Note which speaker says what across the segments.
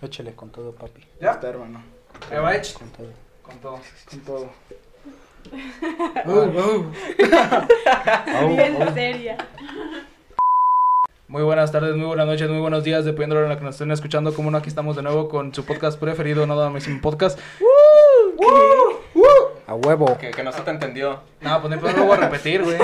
Speaker 1: Échale con todo, papi.
Speaker 2: ¿Ya?
Speaker 3: Está, hermano.
Speaker 2: Ahí va, échale.
Speaker 1: Con todo.
Speaker 2: Con todo.
Speaker 3: Con todo.
Speaker 1: Au,
Speaker 4: Bien
Speaker 1: au.
Speaker 4: seria.
Speaker 2: Muy buenas tardes, muy buenas noches, muy buenos días, dependiendo de la hora en la que nos estén escuchando. Como no, aquí estamos de nuevo con su podcast preferido, Nada más un podcast.
Speaker 1: A huevo.
Speaker 5: Que, que no se te entendió.
Speaker 2: Nada, pues no hay problema, lo voy a repetir, güey.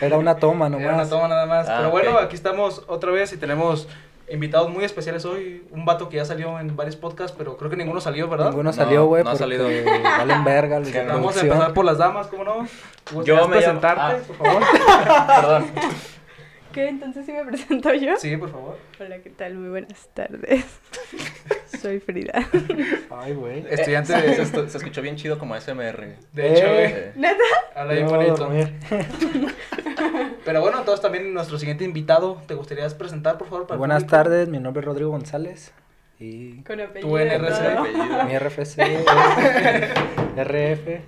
Speaker 1: Era una toma nomás.
Speaker 2: Era una toma nada más.
Speaker 5: Ah,
Speaker 2: Pero bueno,
Speaker 5: ok.
Speaker 2: aquí estamos otra vez y tenemos invitados muy especiales hoy. Un vato que ya salió en varios podcasts, pero creo que ninguno salió, ¿verdad?
Speaker 1: Ninguno
Speaker 5: No,
Speaker 1: salió, güey.
Speaker 5: no ha
Speaker 1: porque
Speaker 5: salido.
Speaker 1: Valen verga. los
Speaker 5: Que
Speaker 1: de
Speaker 5: no.
Speaker 2: Vamos a
Speaker 1: producción.
Speaker 2: empezar por las damas, ¿cómo no?
Speaker 5: Yo
Speaker 2: ¿Puedes
Speaker 5: me llamo-
Speaker 2: presentarte,
Speaker 5: ah.
Speaker 2: por favor?
Speaker 5: Perdón.
Speaker 4: ¿Qué? Entonces sí me presento yo.
Speaker 2: Sí, por favor.
Speaker 4: Hola, ¿qué tal? Muy buenas tardes. Soy Frida.
Speaker 1: Ay,
Speaker 5: Eh,
Speaker 1: güey.
Speaker 2: Estudiante
Speaker 5: Se,
Speaker 2: de...
Speaker 5: estu- se escuchó bien chido como ASMR.
Speaker 2: De hecho,
Speaker 1: Eh.
Speaker 2: güey,
Speaker 5: Eh,
Speaker 4: ¿Neta?
Speaker 2: habla bien
Speaker 1: Me voy a
Speaker 2: bonito.
Speaker 1: dormir.
Speaker 2: Pero bueno, entonces también nuestro siguiente invitado, ¿te gustaría presentar, por favor? para el
Speaker 1: Buenas
Speaker 2: público?
Speaker 1: tardes, mi nombre es Rodrigo González. Y
Speaker 4: Con apellido.
Speaker 2: Tú en
Speaker 4: y
Speaker 2: RCD,
Speaker 4: todo.
Speaker 5: apellido.
Speaker 1: mi RFC. RF.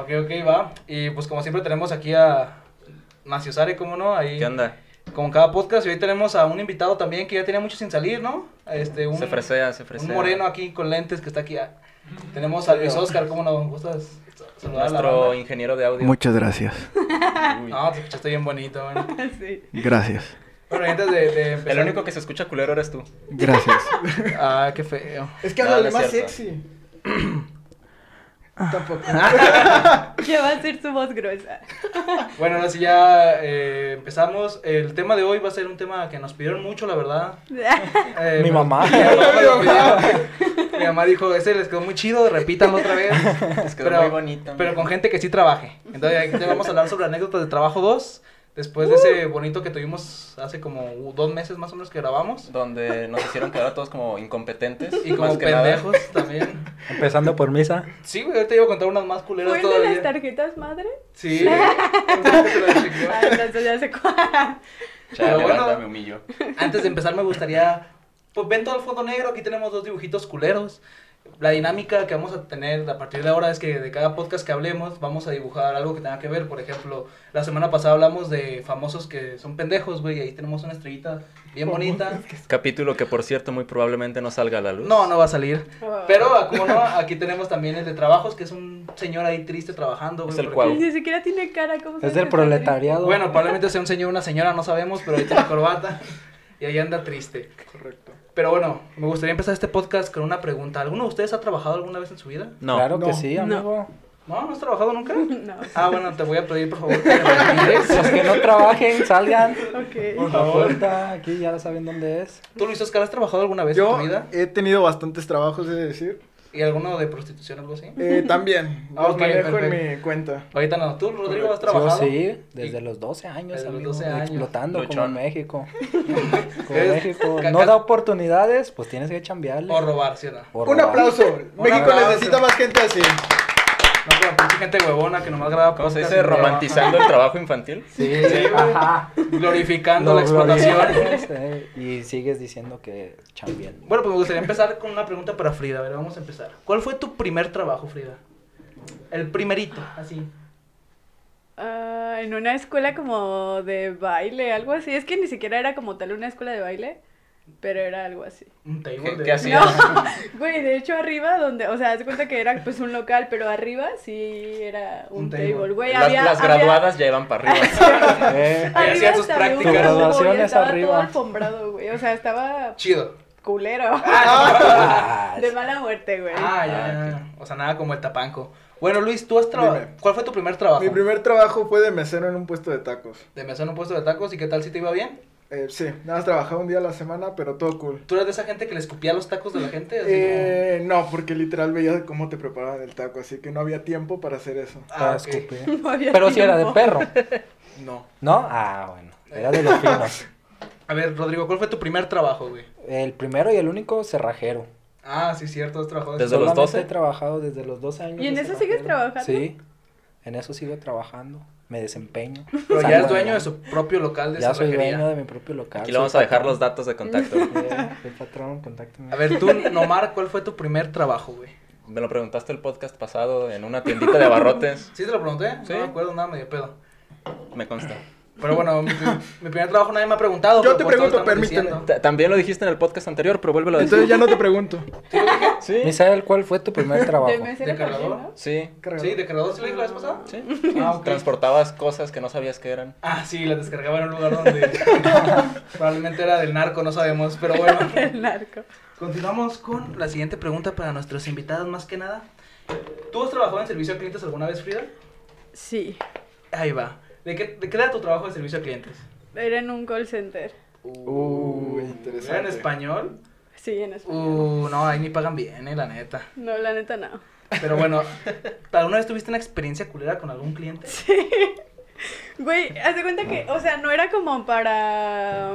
Speaker 2: Ok, ok, va. Y pues como siempre tenemos aquí a Nacio Sare, ¿cómo no? Ahí
Speaker 5: ¿Qué onda?
Speaker 2: con cada podcast. Y hoy tenemos a un invitado también que ya tenía mucho sin salir, ¿no? Este, un,
Speaker 5: Se fresea, se fresea.
Speaker 2: un moreno aquí con lentes que está aquí. ah. Tenemos a Luis Oscar, ¿cómo no? ¿Gustas saludar a la
Speaker 5: Nuestro
Speaker 2: banda? Ah,
Speaker 5: ingeniero de audio.
Speaker 3: Muchas gracias.
Speaker 5: Uy.
Speaker 2: No, te escuchaste bien bonito, bueno.
Speaker 4: Sí.
Speaker 3: Gracias.
Speaker 2: Bueno, y antes de, de empezar...
Speaker 5: El único que se escucha culero eres tú.
Speaker 3: Gracias.
Speaker 2: Ah, qué feo.
Speaker 3: Es que
Speaker 5: No,
Speaker 3: háblale
Speaker 5: no es
Speaker 3: más
Speaker 5: cierto.
Speaker 3: sexy. Tampoco.
Speaker 4: Ya va a ser su voz gruesa.
Speaker 2: Bueno, ahora sí ya eh, empezamos. El tema de hoy va a ser un tema que nos pidieron mucho, la verdad. Eh,
Speaker 1: Mi
Speaker 2: me-
Speaker 1: mamá.
Speaker 2: Mi mamá, me lo pidió. Mi mamá dijo, ese les quedó muy chido, repítanlo otra vez.
Speaker 5: Les quedó
Speaker 2: Pero-
Speaker 5: muy bonito.
Speaker 2: Pero con gente que sí trabaje. Entonces ahí te vamos a hablar sobre anécdotas de trabajo 2. Después de
Speaker 4: Uh.
Speaker 2: ese bonito que tuvimos hace como dos meses más o menos que grabamos.
Speaker 5: Donde nos hicieron quedar a todos como incompetentes.
Speaker 2: Y como
Speaker 5: más que nada.
Speaker 2: pendejos también.
Speaker 1: Empezando por misa.
Speaker 2: Sí, güey, ahorita iba a contar unas más culeras
Speaker 4: ¿Fue el de
Speaker 2: todavía.
Speaker 4: las tarjetas madre?
Speaker 2: Sí. ahorita te las chequeo.
Speaker 4: Ah, entonces ya sé cuál.
Speaker 5: Chale,
Speaker 2: Pero bueno.
Speaker 5: banda, me humillo.
Speaker 2: Antes de empezar me gustaría, pues ven todo el fondo negro, aquí tenemos dos dibujitos culeros. La dinámica que vamos a tener a partir de ahora es que de cada podcast que hablemos vamos a dibujar algo que tenga que ver. Por ejemplo, la semana pasada hablamos de famosos que son pendejos, güey, y ahí tenemos una estrellita bien bonita.
Speaker 5: Capítulo que, por cierto, muy probablemente no salga a la luz.
Speaker 2: No, no va a salir.
Speaker 4: Oh.
Speaker 2: Pero, ah, como no, aquí tenemos también el de trabajos, que es un señor ahí triste trabajando, güey.
Speaker 5: Es el
Speaker 2: porque-
Speaker 5: cuau.
Speaker 4: Ni siquiera tiene cara. ¿cómo
Speaker 1: Es del
Speaker 4: sabes que está triste?
Speaker 1: proletariado.
Speaker 2: Bueno, probablemente sea un señor o una señora, no sabemos, pero ahí tiene corbata y ahí anda triste.
Speaker 3: Correcto.
Speaker 2: Pero bueno, me gustaría empezar este podcast con una pregunta. ¿Alguno de ustedes ha trabajado alguna vez en su vida?
Speaker 5: No.
Speaker 1: Claro que
Speaker 3: No.
Speaker 1: sí,
Speaker 4: No.
Speaker 1: amigo.
Speaker 2: No, no has trabajado nunca.
Speaker 4: No.
Speaker 2: Ah, bueno, te voy a pedir por favor que me retires.
Speaker 1: Los que no trabajen, salgan.
Speaker 4: Ok.
Speaker 1: Por la puerta, aquí ya saben dónde es.
Speaker 2: ¿Tú, Luis Oscar, has trabajado alguna vez en
Speaker 3: Yo
Speaker 2: tu vida?
Speaker 3: he tenido bastantes trabajos, es decir.
Speaker 2: ¿Y alguno de prostitución o algo así?
Speaker 3: Eh, también.
Speaker 2: Ah,
Speaker 3: Los
Speaker 2: ok,
Speaker 3: manejo en
Speaker 2: perfecto.
Speaker 3: mi cuenta.
Speaker 2: Ahorita no. ¿Tú, Rodrigo, has
Speaker 1: Yo
Speaker 2: trabajado?
Speaker 1: sí, desde
Speaker 2: Y-
Speaker 1: los 12 años,
Speaker 2: desde los
Speaker 1: amigo,
Speaker 2: 12 años.
Speaker 1: explotando como
Speaker 5: Luchón.
Speaker 1: México. Como
Speaker 2: Es-
Speaker 1: México.
Speaker 2: ca-
Speaker 1: No
Speaker 2: ca-
Speaker 1: da oportunidades, pues tienes que chambearle.
Speaker 2: O robar, ¿sí o no? No
Speaker 1: O
Speaker 3: Un
Speaker 1: robar.
Speaker 3: aplauso. México
Speaker 2: aplauso.
Speaker 3: necesita más gente así.
Speaker 2: como pinche gente huevona que nomás graba
Speaker 5: ¿Cómo se
Speaker 2: podcast
Speaker 5: dice?
Speaker 2: y no trabaja.
Speaker 5: Romantizando el trabajo infantil.
Speaker 1: Sí,
Speaker 2: Sí, güey.
Speaker 1: ajá.
Speaker 2: Glorificando
Speaker 1: Lo
Speaker 2: la explotación.
Speaker 1: glorificas, eh, Y sigues diciendo que chambearle.
Speaker 2: Bueno, pues me gustaría empezar con una pregunta para Frida. A ver, vamos a empezar. ¿Cuál fue tu primer trabajo, Frida? El primerito, así.
Speaker 4: Ah, en una escuela como de baile, algo así. Es que ni siquiera era como tal una escuela de baile, pero era algo así.
Speaker 2: Un table
Speaker 5: ¿Qué,
Speaker 2: de...
Speaker 5: qué hacías?
Speaker 4: No, güey, de hecho arriba donde, o sea, haz de cuenta que era pues un local, pero arriba sí era un,
Speaker 2: Un table.
Speaker 4: table. güey.
Speaker 5: Las,
Speaker 4: había,
Speaker 5: las
Speaker 4: había-
Speaker 5: graduadas ya iban para arriba.
Speaker 1: Eh,
Speaker 2: Ahí
Speaker 4: Arriba
Speaker 2: hacían sus
Speaker 4: estaba un
Speaker 2: prácticas.
Speaker 4: cubo y
Speaker 1: Graduaciones
Speaker 4: estaba todo
Speaker 1: arriba.
Speaker 4: alfombrado, güey. O sea, estaba
Speaker 2: Chido.
Speaker 4: culero.
Speaker 1: ah,
Speaker 4: De mala muerte, güey.
Speaker 2: Ah, ya, ya, ya. O sea, nada como el tapanco. Bueno, Luis, tú has trabajado.
Speaker 3: Dime.
Speaker 2: ¿Cuál fue tu primer trabajo?
Speaker 3: Mi primer trabajo fue de mesero en un puesto de tacos.
Speaker 2: De mesón en un puesto de tacos y qué tal si te iba bien.
Speaker 3: Eh, sí, nada más trabajaba un día a la semana, pero todo cool.
Speaker 2: ¿Tú eras de esa gente que le escupía los tacos de la gente? Así
Speaker 3: Eh, no, porque literal veía cómo te preparaban el taco, así que no había tiempo para hacer eso.
Speaker 2: Ah,
Speaker 1: para
Speaker 2: ok.
Speaker 1: escupir.
Speaker 4: No había
Speaker 1: Pero si era de
Speaker 4: tiempo.
Speaker 1: perro,
Speaker 3: No.
Speaker 1: ¿no? Ah, bueno. Era de los finos.
Speaker 2: como- A ver, Rodrigo, ¿cuál fue tu primer trabajo, güey?
Speaker 1: El primero y el único, cerrajero.
Speaker 2: Ah, sí, cierto, has trabajado.
Speaker 5: Desde los
Speaker 1: Solamente
Speaker 5: 12?
Speaker 1: he trabajado desde los 12 años.
Speaker 4: ¿Y en
Speaker 1: de
Speaker 4: eso sigues
Speaker 1: cerrajero.
Speaker 4: trabajando?
Speaker 1: Sí, en eso sigo trabajando. Me desempeño.
Speaker 2: Pero ya
Speaker 1: Salgo
Speaker 2: es dueño de
Speaker 1: adelante.
Speaker 2: su propio local de
Speaker 1: Ya soy
Speaker 2: cerrajería.
Speaker 1: dueño de mi propio local.
Speaker 5: Aquí le vamos a dejar los datos de contacto.
Speaker 1: datos. El patrón, contáctame.
Speaker 2: A ver, tú, Nomar, ¿cuál fue tu primer trabajo, güey?
Speaker 5: Me lo preguntaste el podcast pasado en una tiendita de abarrotes.
Speaker 2: ¿Sí te lo pregunté?
Speaker 5: Sí.
Speaker 2: No me acuerdo nada, medio pedo.
Speaker 5: Me consta.
Speaker 2: Pero bueno, mi, pri- mi primer trabajo nadie me ha preguntado. pero
Speaker 3: Yo te
Speaker 2: por todo
Speaker 3: pregunto,
Speaker 2: estamos
Speaker 3: permíteme.
Speaker 2: diciendo.
Speaker 5: Ta- También lo dijiste en el podcast anterior, pero vuélvelo a decir.
Speaker 3: Entonces ya no te pregunto.
Speaker 5: Sí.
Speaker 1: Misael, ¿cuál fue tu primer trabajo?
Speaker 4: De mesero
Speaker 2: ¿De
Speaker 4: también,
Speaker 2: cargador?
Speaker 4: ¿no?
Speaker 5: Sí.
Speaker 2: Sí, de creador sí lo dije la vez pasada.
Speaker 5: Sí.
Speaker 2: Ah, ok.
Speaker 5: Transportabas cosas que no sabías que eran.
Speaker 2: Ah, sí, la descargaba en un lugar donde probablemente era del narco, no sabemos, pero bueno.
Speaker 4: El narco.
Speaker 2: Continuamos con la siguiente pregunta para nuestros invitados, más que nada. ¿Tú has trabajado en servicio a clientes alguna vez, Frida?
Speaker 4: Sí,
Speaker 2: Ahí va. ¿De qué, de qué era tu trabajo de servicio a clientes?
Speaker 4: era en un call center.
Speaker 3: Uy,
Speaker 2: ¿Era en
Speaker 3: interesante.
Speaker 2: español?
Speaker 4: Sí, en español.
Speaker 2: Uh, no, ahí ni pagan bien, eh, la neta.
Speaker 4: No, la neta no.
Speaker 2: Pero bueno, ¿alguna vez tuviste una experiencia culera con algún cliente?
Speaker 4: Güey, haz de cuenta que, o sea, no era como para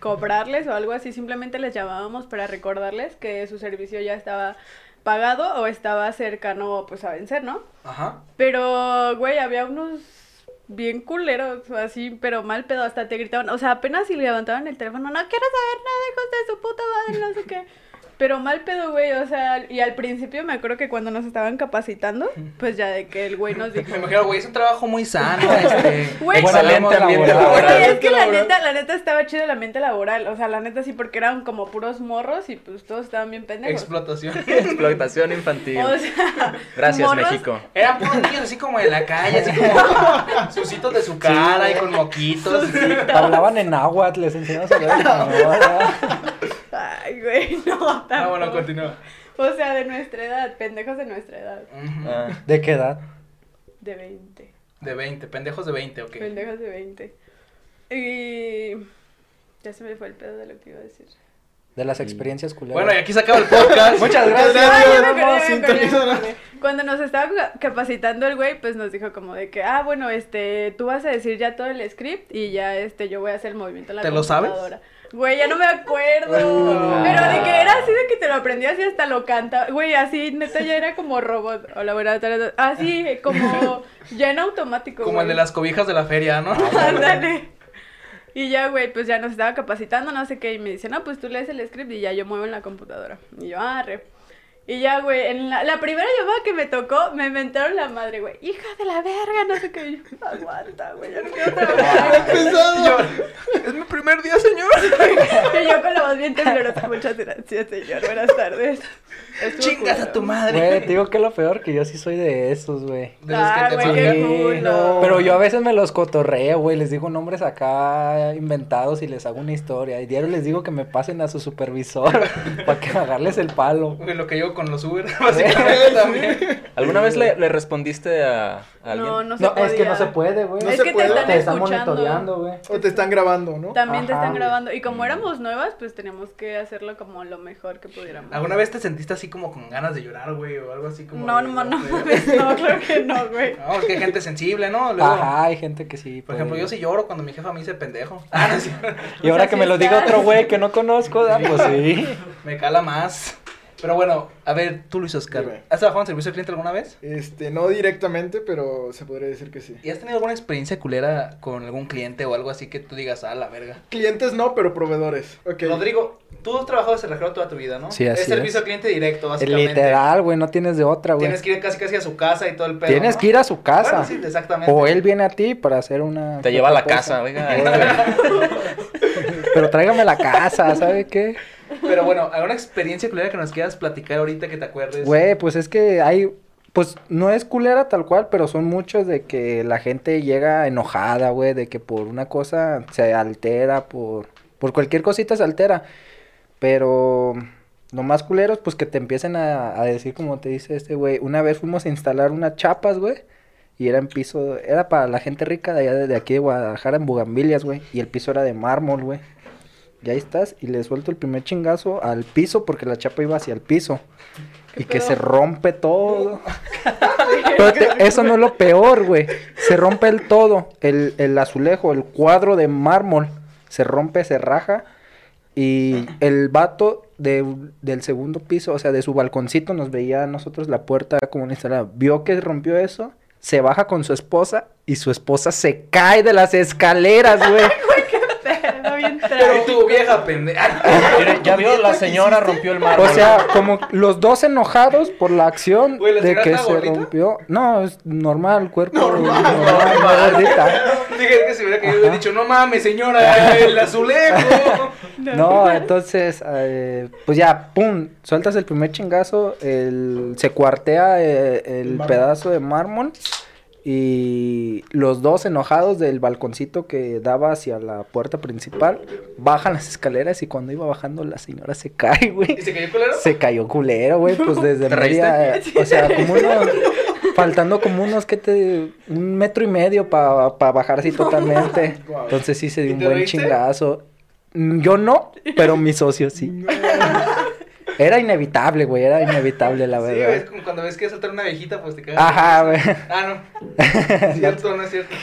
Speaker 4: cobrarles o algo así, simplemente les llamábamos para recordarles que su servicio ya estaba pagado o estaba cercano pues a vencer, ¿no?
Speaker 2: Ajá.
Speaker 4: Pero, güey, había unos bien culeros, así, pero mal pedo, hasta te gritaban, o sea, apenas si levantaban el teléfono, no quiero saber nada, hijos de su puta madre, no sé qué. Pero mal pedo, güey, o sea, y al principio me acuerdo que cuando nos estaban capacitando, pues ya de que el güey nos dijo...
Speaker 2: Me imagino, güey, es un trabajo muy sano, este...
Speaker 4: Güey,
Speaker 5: Excelente
Speaker 1: Buena onda
Speaker 5: ambiente
Speaker 4: Güey,
Speaker 1: laboral.
Speaker 5: laboral.
Speaker 4: es que la neta, la neta estaba chido el ambiente laboral, o sea, la neta sí, porque eran como puros morros y pues todos estaban bien pendejos.
Speaker 2: Explotación.
Speaker 5: Explotación infantil.
Speaker 4: O sea,
Speaker 5: Gracias,
Speaker 4: morros-
Speaker 5: México.
Speaker 2: Eran puros niños así como de la calle, así como sucitos de su cara y con moquitos. Ah,
Speaker 1: Hablaban en náhuatl, les enseñamos a hablar en náhuatl.
Speaker 4: Ay, güey, no, tampoco.
Speaker 2: Ah, bueno, continúa.
Speaker 4: O sea, de nuestra edad, pendejos de nuestra edad,
Speaker 2: Ujú.
Speaker 5: Ah,
Speaker 1: ¿De qué edad?
Speaker 4: de 20.
Speaker 2: De 20, pendejos de 20, ok.
Speaker 4: Pendejos de 20. Y. Ya se me fue el pedo de lo que iba a decir.
Speaker 1: De las experiencias culeras.
Speaker 2: Bueno, y aquí se acaba el podcast.
Speaker 1: Muchas gracias.
Speaker 4: Ah, ya me acordé, ya
Speaker 3: Vamos,
Speaker 4: me acordé, ya me
Speaker 3: sintonizará.
Speaker 4: acordé. Cuando nos estaba ca- capacitando el güey, pues nos dijo como de que, ah, bueno, este, tú vas a decir ya todo el script y ya, este, yo voy a hacer el movimiento en la
Speaker 2: ¿Te lo sabes?
Speaker 4: computadora. Güey, ya no me acuerdo.
Speaker 2: Ah.
Speaker 4: Pero de que era así de que te lo aprendías y hasta lo cantaba. Güey, así, neta, ya era como robot. Hola, buenas tardes. Así, como ya en automático.
Speaker 2: Como el
Speaker 4: güey.
Speaker 2: de las cobijas de la feria, ¿no?
Speaker 1: Ah,
Speaker 4: Ándale. Y ya, güey, pues ya nos estaba capacitando, no sé qué, y me dice, no, pues tú lees el script y ya yo muevo en la computadora. Y yo, arre. Y ya, güey, en la, la primera llamada que me tocó, me inventaron la madre, güey, hija de la verga, no sé qué. Y yo, aguanta, güey, yo no quiero
Speaker 1: Ah,
Speaker 4: trabajar.
Speaker 2: Yo, es mi primer día, señor.
Speaker 4: y yo con la voz bien temblorosa, muchas gracias, señor, buenas tardes. Estuvo
Speaker 2: Chingas a
Speaker 4: culero.
Speaker 2: tu madre.
Speaker 1: Güey, te digo que lo peor, que yo sí soy de esos, güey.
Speaker 2: De los que
Speaker 4: Ah,
Speaker 2: te
Speaker 4: güey,
Speaker 2: marcan.
Speaker 4: qué culo.
Speaker 2: no.
Speaker 1: Pero yo a veces me los cotorreo, güey, les digo nombres acá inventados y les hago una historia. Y diario les digo que me pasen a su supervisor para que agarrles el palo.
Speaker 2: Güey, lo que yo con los Uber, básicamente también.
Speaker 5: ¿Alguna vez le, le respondiste a, a alguien?
Speaker 4: No, no se
Speaker 1: No, es que
Speaker 4: podía.
Speaker 1: no se puede, güey.
Speaker 3: No Es se que te puede. están
Speaker 4: escuchando.
Speaker 1: monitoreando, güey.
Speaker 3: O te están grabando, ¿no?
Speaker 4: También te
Speaker 1: Ajá,
Speaker 4: están
Speaker 1: güey.
Speaker 4: grabando. Y como éramos nuevas, pues teníamos que hacerlo como lo mejor que pudiéramos.
Speaker 2: ¿Alguna vez te sentiste así como con ganas de llorar, güey? O algo así como.
Speaker 4: No,
Speaker 2: de-
Speaker 4: no, no
Speaker 2: de-
Speaker 4: mames, no, claro que no, güey.
Speaker 2: No, es que hay gente sensible, ¿no? Luego,
Speaker 1: Ajá, hay gente que sí.
Speaker 2: Por
Speaker 1: puede.
Speaker 2: ejemplo, yo sí lloro cuando mi jefa me dice pendejo. Ah, no es cierto.
Speaker 1: Y ahora
Speaker 4: O sea,
Speaker 1: que
Speaker 4: sí
Speaker 1: me lo diga
Speaker 4: estás.
Speaker 1: otro güey que no conozco, ah, pues sí.
Speaker 2: Me cala más. Pero bueno, a ver, tú Luis Oscar,
Speaker 3: Dime.
Speaker 2: ¿has trabajado en servicio al cliente alguna vez?
Speaker 3: Este, no directamente, pero se podría decir que sí.
Speaker 2: ¿Y has tenido alguna experiencia culera con algún cliente o algo así que tú digas, ah, la verga?
Speaker 3: Clientes no, pero proveedores. Ok.
Speaker 2: Rodrigo, tú has trabajado de cerrajero toda tu vida, ¿no?
Speaker 1: Sí, así
Speaker 2: Es servicio
Speaker 1: es.
Speaker 2: al cliente directo, básicamente.
Speaker 1: Literal, güey, no tienes de otra, güey.
Speaker 2: Tienes que ir casi casi a su casa y todo el pedo,
Speaker 1: Tienes
Speaker 2: ¿no?
Speaker 1: que ir a su casa.
Speaker 2: Bueno, sí, exactamente.
Speaker 1: O él viene a ti para hacer una.
Speaker 5: Te lleva a la
Speaker 1: otra
Speaker 5: casa,
Speaker 1: cosa.
Speaker 5: oiga.
Speaker 1: Pero tráigame la casa, ¿sabe qué?
Speaker 2: Pero bueno, ¿alguna experiencia culera que nos quieras platicar ahorita que te acuerdes?
Speaker 1: Güey, pues es que hay. Pues no es culera tal cual, pero son muchos de que la gente llega enojada, güey, de que por una cosa se altera, por, por cualquier cosita se altera. Pero lo más culeros, pues que te empiecen a, a decir, como te dice este güey, una vez fuimos a instalar unas chapas, güey, y era en piso, era para la gente rica de allá, de, de aquí de Guadalajara, en Bugambilias, güey, y el piso era de mármol, güey. Y ahí estás, y le suelto el primer chingazo al piso, porque la chapa iba hacia el piso.
Speaker 4: ¿Qué
Speaker 1: Y que
Speaker 4: pedo?
Speaker 1: se rompe todo. Pero te- eso no es lo peor, güey. Se rompe el todo, el, el azulejo, el cuadro de mármol. Se rompe, se raja. Y el vato de, del segundo piso, o sea, de su balconcito, nos veía a nosotros la puerta como una instalada. Vio que rompió eso, se baja con su esposa y su esposa se cae de las escaleras, güey.
Speaker 4: Pero bien
Speaker 2: Pero
Speaker 4: trago.
Speaker 2: tú, contigo, vieja pendeja.
Speaker 5: Mira, ya vio, la señora rompió el mármol.
Speaker 1: O sea, como los dos enojados por la acción
Speaker 2: Güey, ¿la
Speaker 1: de
Speaker 2: señora
Speaker 1: que se
Speaker 2: está gordita?
Speaker 1: rompió. No, es normal, cuerpo
Speaker 3: Normal,
Speaker 1: normal, gordita.
Speaker 2: Dije que se hubiera que yo hubiera dicho, no mames, señora, el azulejo.
Speaker 1: No, entonces, eh, pues ya, pum, sueltas el primer chingazo, el, se cuartea eh, el,
Speaker 3: El mármol.
Speaker 1: pedazo de mármol y los dos enojados del balconcito que daba hacia la puerta principal bajan las escaleras y cuando iba bajando la señora se cae,
Speaker 2: ¿Y
Speaker 1: güey.
Speaker 2: se cayó culero?
Speaker 1: Se cayó culero, güey, pues desde
Speaker 5: ¿Te reíste?
Speaker 1: media, eh, o sea, como unos, faltando como unos, que te, un metro y medio para bajar así totalmente.
Speaker 3: Guau.
Speaker 1: Entonces sí se
Speaker 2: ¿Y
Speaker 1: dio un
Speaker 2: te
Speaker 1: buen
Speaker 2: reíste?
Speaker 1: chingazo. Mm, Yo no, pero mi socio sí. Era inevitable, güey, era inevitable, la
Speaker 2: Sí, güey, es
Speaker 1: verdad.
Speaker 2: como cuando ves que saltar una abejita, pues te cagas.
Speaker 1: Ajá, güey.
Speaker 2: Ah, no. cierto, no es cierto.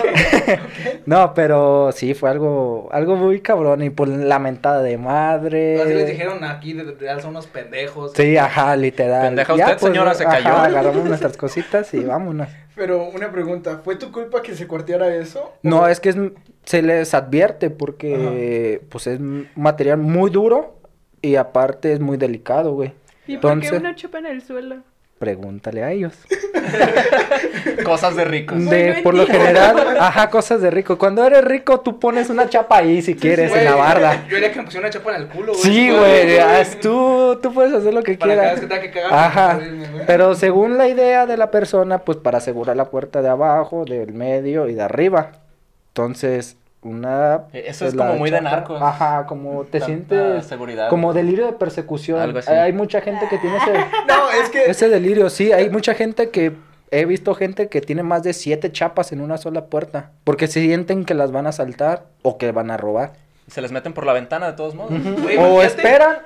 Speaker 1: No, pero sí, fue algo, algo muy cabrón y por lamentada de madre.
Speaker 2: Así les dijeron aquí, de de real son unos pendejos.
Speaker 1: Eh. Sí, ajá, literal. pues,
Speaker 5: Pendeja usted, señora, se
Speaker 1: ajá,
Speaker 5: cayó.
Speaker 1: agarramos nuestras cositas y vámonos.
Speaker 3: Pero una pregunta, ¿fue tu culpa que se cuarteara eso?
Speaker 1: No, es que es- se les advierte porque pues es un material muy duro y aparte es muy delicado, güey.
Speaker 4: ¿Y por qué
Speaker 1: Entonces-
Speaker 4: una chupa en el suelo?
Speaker 1: Pregúntale a ellos.
Speaker 5: Cosas de ricos.
Speaker 4: Güey,
Speaker 1: De,
Speaker 4: no
Speaker 1: por lo
Speaker 4: entiendo.
Speaker 1: general, ajá, cosas de rico. Cuando eres rico, tú pones una chapa ahí si quieres
Speaker 2: Güey,
Speaker 1: en la barda.
Speaker 2: Yo haría que me pusiera una chapa en el culo, güey.
Speaker 1: Sí, güey, haz tú, tú puedes hacer lo que
Speaker 2: Para cada vez
Speaker 1: quieras.
Speaker 2: que tenga que cagar.
Speaker 1: Ajá.
Speaker 2: güey, güey.
Speaker 1: Pero según la idea de la persona, pues para asegurar la puerta de abajo, del medio y de arriba. Entonces, una.
Speaker 5: Eh, eso
Speaker 1: pues,
Speaker 5: es como
Speaker 1: la
Speaker 5: muy de narcos.
Speaker 1: Ajá, como te
Speaker 5: Tanta
Speaker 1: sientes.
Speaker 5: seguridad.
Speaker 1: Como delirio de persecución.
Speaker 5: Algo así.
Speaker 1: Hay mucha gente que tiene ese,
Speaker 3: No, es que
Speaker 1: ese delirio, sí. Hay mucha gente que. He visto gente que tiene más de siete chapas en una sola puerta. Porque se sienten que las van a saltar o que van a robar.
Speaker 5: Se les meten por la ventana de todos modos.
Speaker 2: Güey,
Speaker 1: o
Speaker 2: imagínate.
Speaker 1: esperan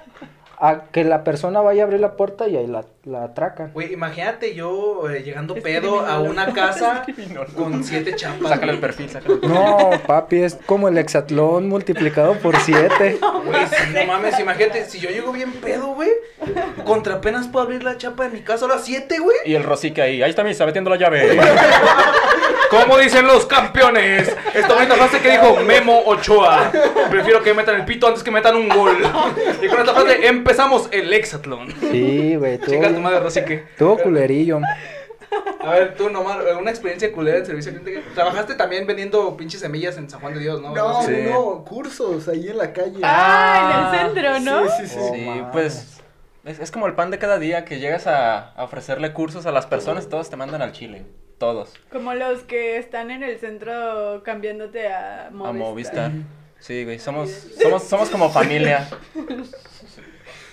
Speaker 1: a que la persona vaya a abrir la puerta y ahí la, la atracan.
Speaker 2: Güey, imagínate yo eh, llegando
Speaker 4: Es
Speaker 2: pedo a
Speaker 4: criminólogo.
Speaker 2: una casa
Speaker 5: criminólogo.
Speaker 2: con siete chapas.
Speaker 5: Sácale el
Speaker 2: güey.
Speaker 5: perfil, sácale el perfil.
Speaker 1: No, papi, es como el hexatlón multiplicado por siete.
Speaker 2: Güey, sí, no mames, imagínate, si yo llego bien pedo, güey, contra apenas puedo abrir la chapa de mi casa a las 7, güey.
Speaker 5: Y el Rosique ahí. Ahí está mi, está metiendo la llave.
Speaker 2: ¿Cómo dicen los campeones? Esta bonita frase que dijo Memo Ochoa. Prefiero que metan el pito antes que metan un gol. Y con esta frase empezamos el hexatlón.
Speaker 1: Sí, güey, tuvo,
Speaker 2: Chica tu madre, Rosique.
Speaker 1: tuvo culerillo.
Speaker 2: A ver, tú nomás, eh, una experiencia culera en servicio al cliente. Trabajaste también vendiendo pinches semillas en San Juan de Dios, ¿no?
Speaker 3: no,
Speaker 5: Sí.
Speaker 3: no, cursos ahí en la calle.
Speaker 4: Ah,
Speaker 5: Ah.
Speaker 4: en el centro, ¿no?
Speaker 3: Sí, sí, sí.
Speaker 1: Oh,
Speaker 5: sí,
Speaker 1: mames.
Speaker 5: pues es, es como el pan de cada día que llegas a, a ofrecerle cursos a las personas, todos te mandan al Chile, todos,
Speaker 4: Como los que están en el centro cambiándote a Movistar.
Speaker 5: a Movistar. Sí, güey, somos, somos, somos como familia.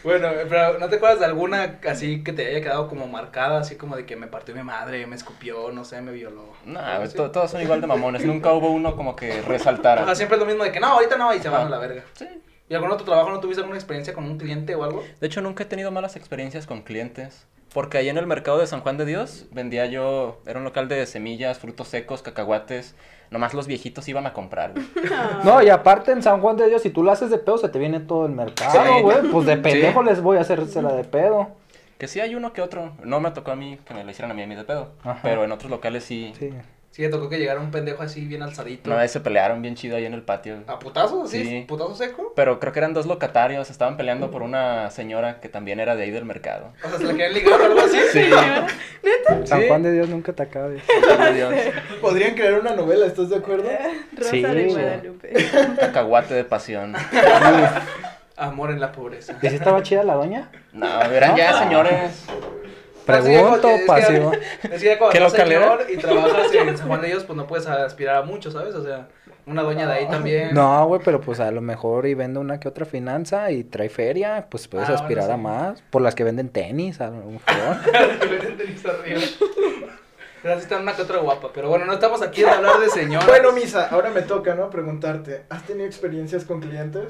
Speaker 2: Bueno, eh, pero ¿no te acuerdas de alguna así que te haya quedado como marcada, así como de que me partió mi madre, me escupió, no sé, me violó?
Speaker 5: No, güey, to- todos son igual de mamones, nunca hubo uno como que resaltara.
Speaker 2: Ajá,
Speaker 1: Ah,
Speaker 2: siempre es lo mismo de que no, ahorita no, y se van a la verga.
Speaker 5: Sí.
Speaker 2: ¿Y algún otro trabajo no tuviste alguna experiencia con un cliente o algo?
Speaker 5: De hecho, nunca he tenido malas experiencias con clientes. Porque ahí en el mercado de San Juan de Dios vendía yo, era un local de semillas, frutos secos, cacahuates. Nomás los viejitos iban a comprar. güey.
Speaker 1: No, y aparte en San Juan de Dios, si tú la haces de pedo, se te viene todo el mercado,
Speaker 5: Sí.
Speaker 1: güey. Pues de pendejo
Speaker 5: Sí.
Speaker 1: les voy a hacérsela de pedo.
Speaker 5: Que sí hay uno que otro. No me tocó a mí que me lo hicieran a mí a mí de pedo.
Speaker 1: Ajá.
Speaker 5: Pero en otros locales sí.
Speaker 1: Sí.
Speaker 2: Sí, te tocó que llegara un pendejo así bien alzadito.
Speaker 5: Una vez se pelearon bien chido ahí en el patio.
Speaker 2: ¿A putazo? ¿Así?
Speaker 5: Sí.
Speaker 2: ¿Putazo seco?
Speaker 5: Pero creo que eran dos locatarios, estaban peleando por una señora que también era de ahí del mercado.
Speaker 2: O sea, ¿se la querían ligar o algo así?
Speaker 5: Sí.
Speaker 1: San
Speaker 5: Sí.
Speaker 1: Juan de Dios nunca te acabes.
Speaker 5: Por Dios.
Speaker 2: Oh.
Speaker 3: Podrían crear una novela, ¿estás de acuerdo?
Speaker 4: Rosa
Speaker 1: Sí,
Speaker 4: de
Speaker 1: güey.
Speaker 4: Guadalupe.
Speaker 5: Cacahuate de pasión.
Speaker 2: Amor en la pobreza.
Speaker 1: ¿Y si estaba chida la doña?
Speaker 2: Ah,
Speaker 5: No, verán ya, señores.
Speaker 1: Pregunto,
Speaker 2: Es que-
Speaker 1: pasivo.
Speaker 2: Es que ya cuando
Speaker 5: ¿Qué
Speaker 2: estás
Speaker 5: local era?
Speaker 2: señor y trabajas en San Juan de Dios, pues no puedes aspirar a mucho, ¿sabes? O sea, una doña de ahí también.
Speaker 1: No, güey, pero pues a lo mejor y vende una que otra finanza y trae feria, pues puedes
Speaker 2: Ah, bueno,
Speaker 1: aspirar
Speaker 2: sí.
Speaker 1: a más. Por las que venden tenis, a lo mejor.
Speaker 2: Gracias, está una que otra guapa. Pero bueno, no estamos aquí para hablar de señoras.
Speaker 3: Bueno, Misa, ahora me toca, ¿no? Preguntarte, ¿has tenido experiencias con clientes?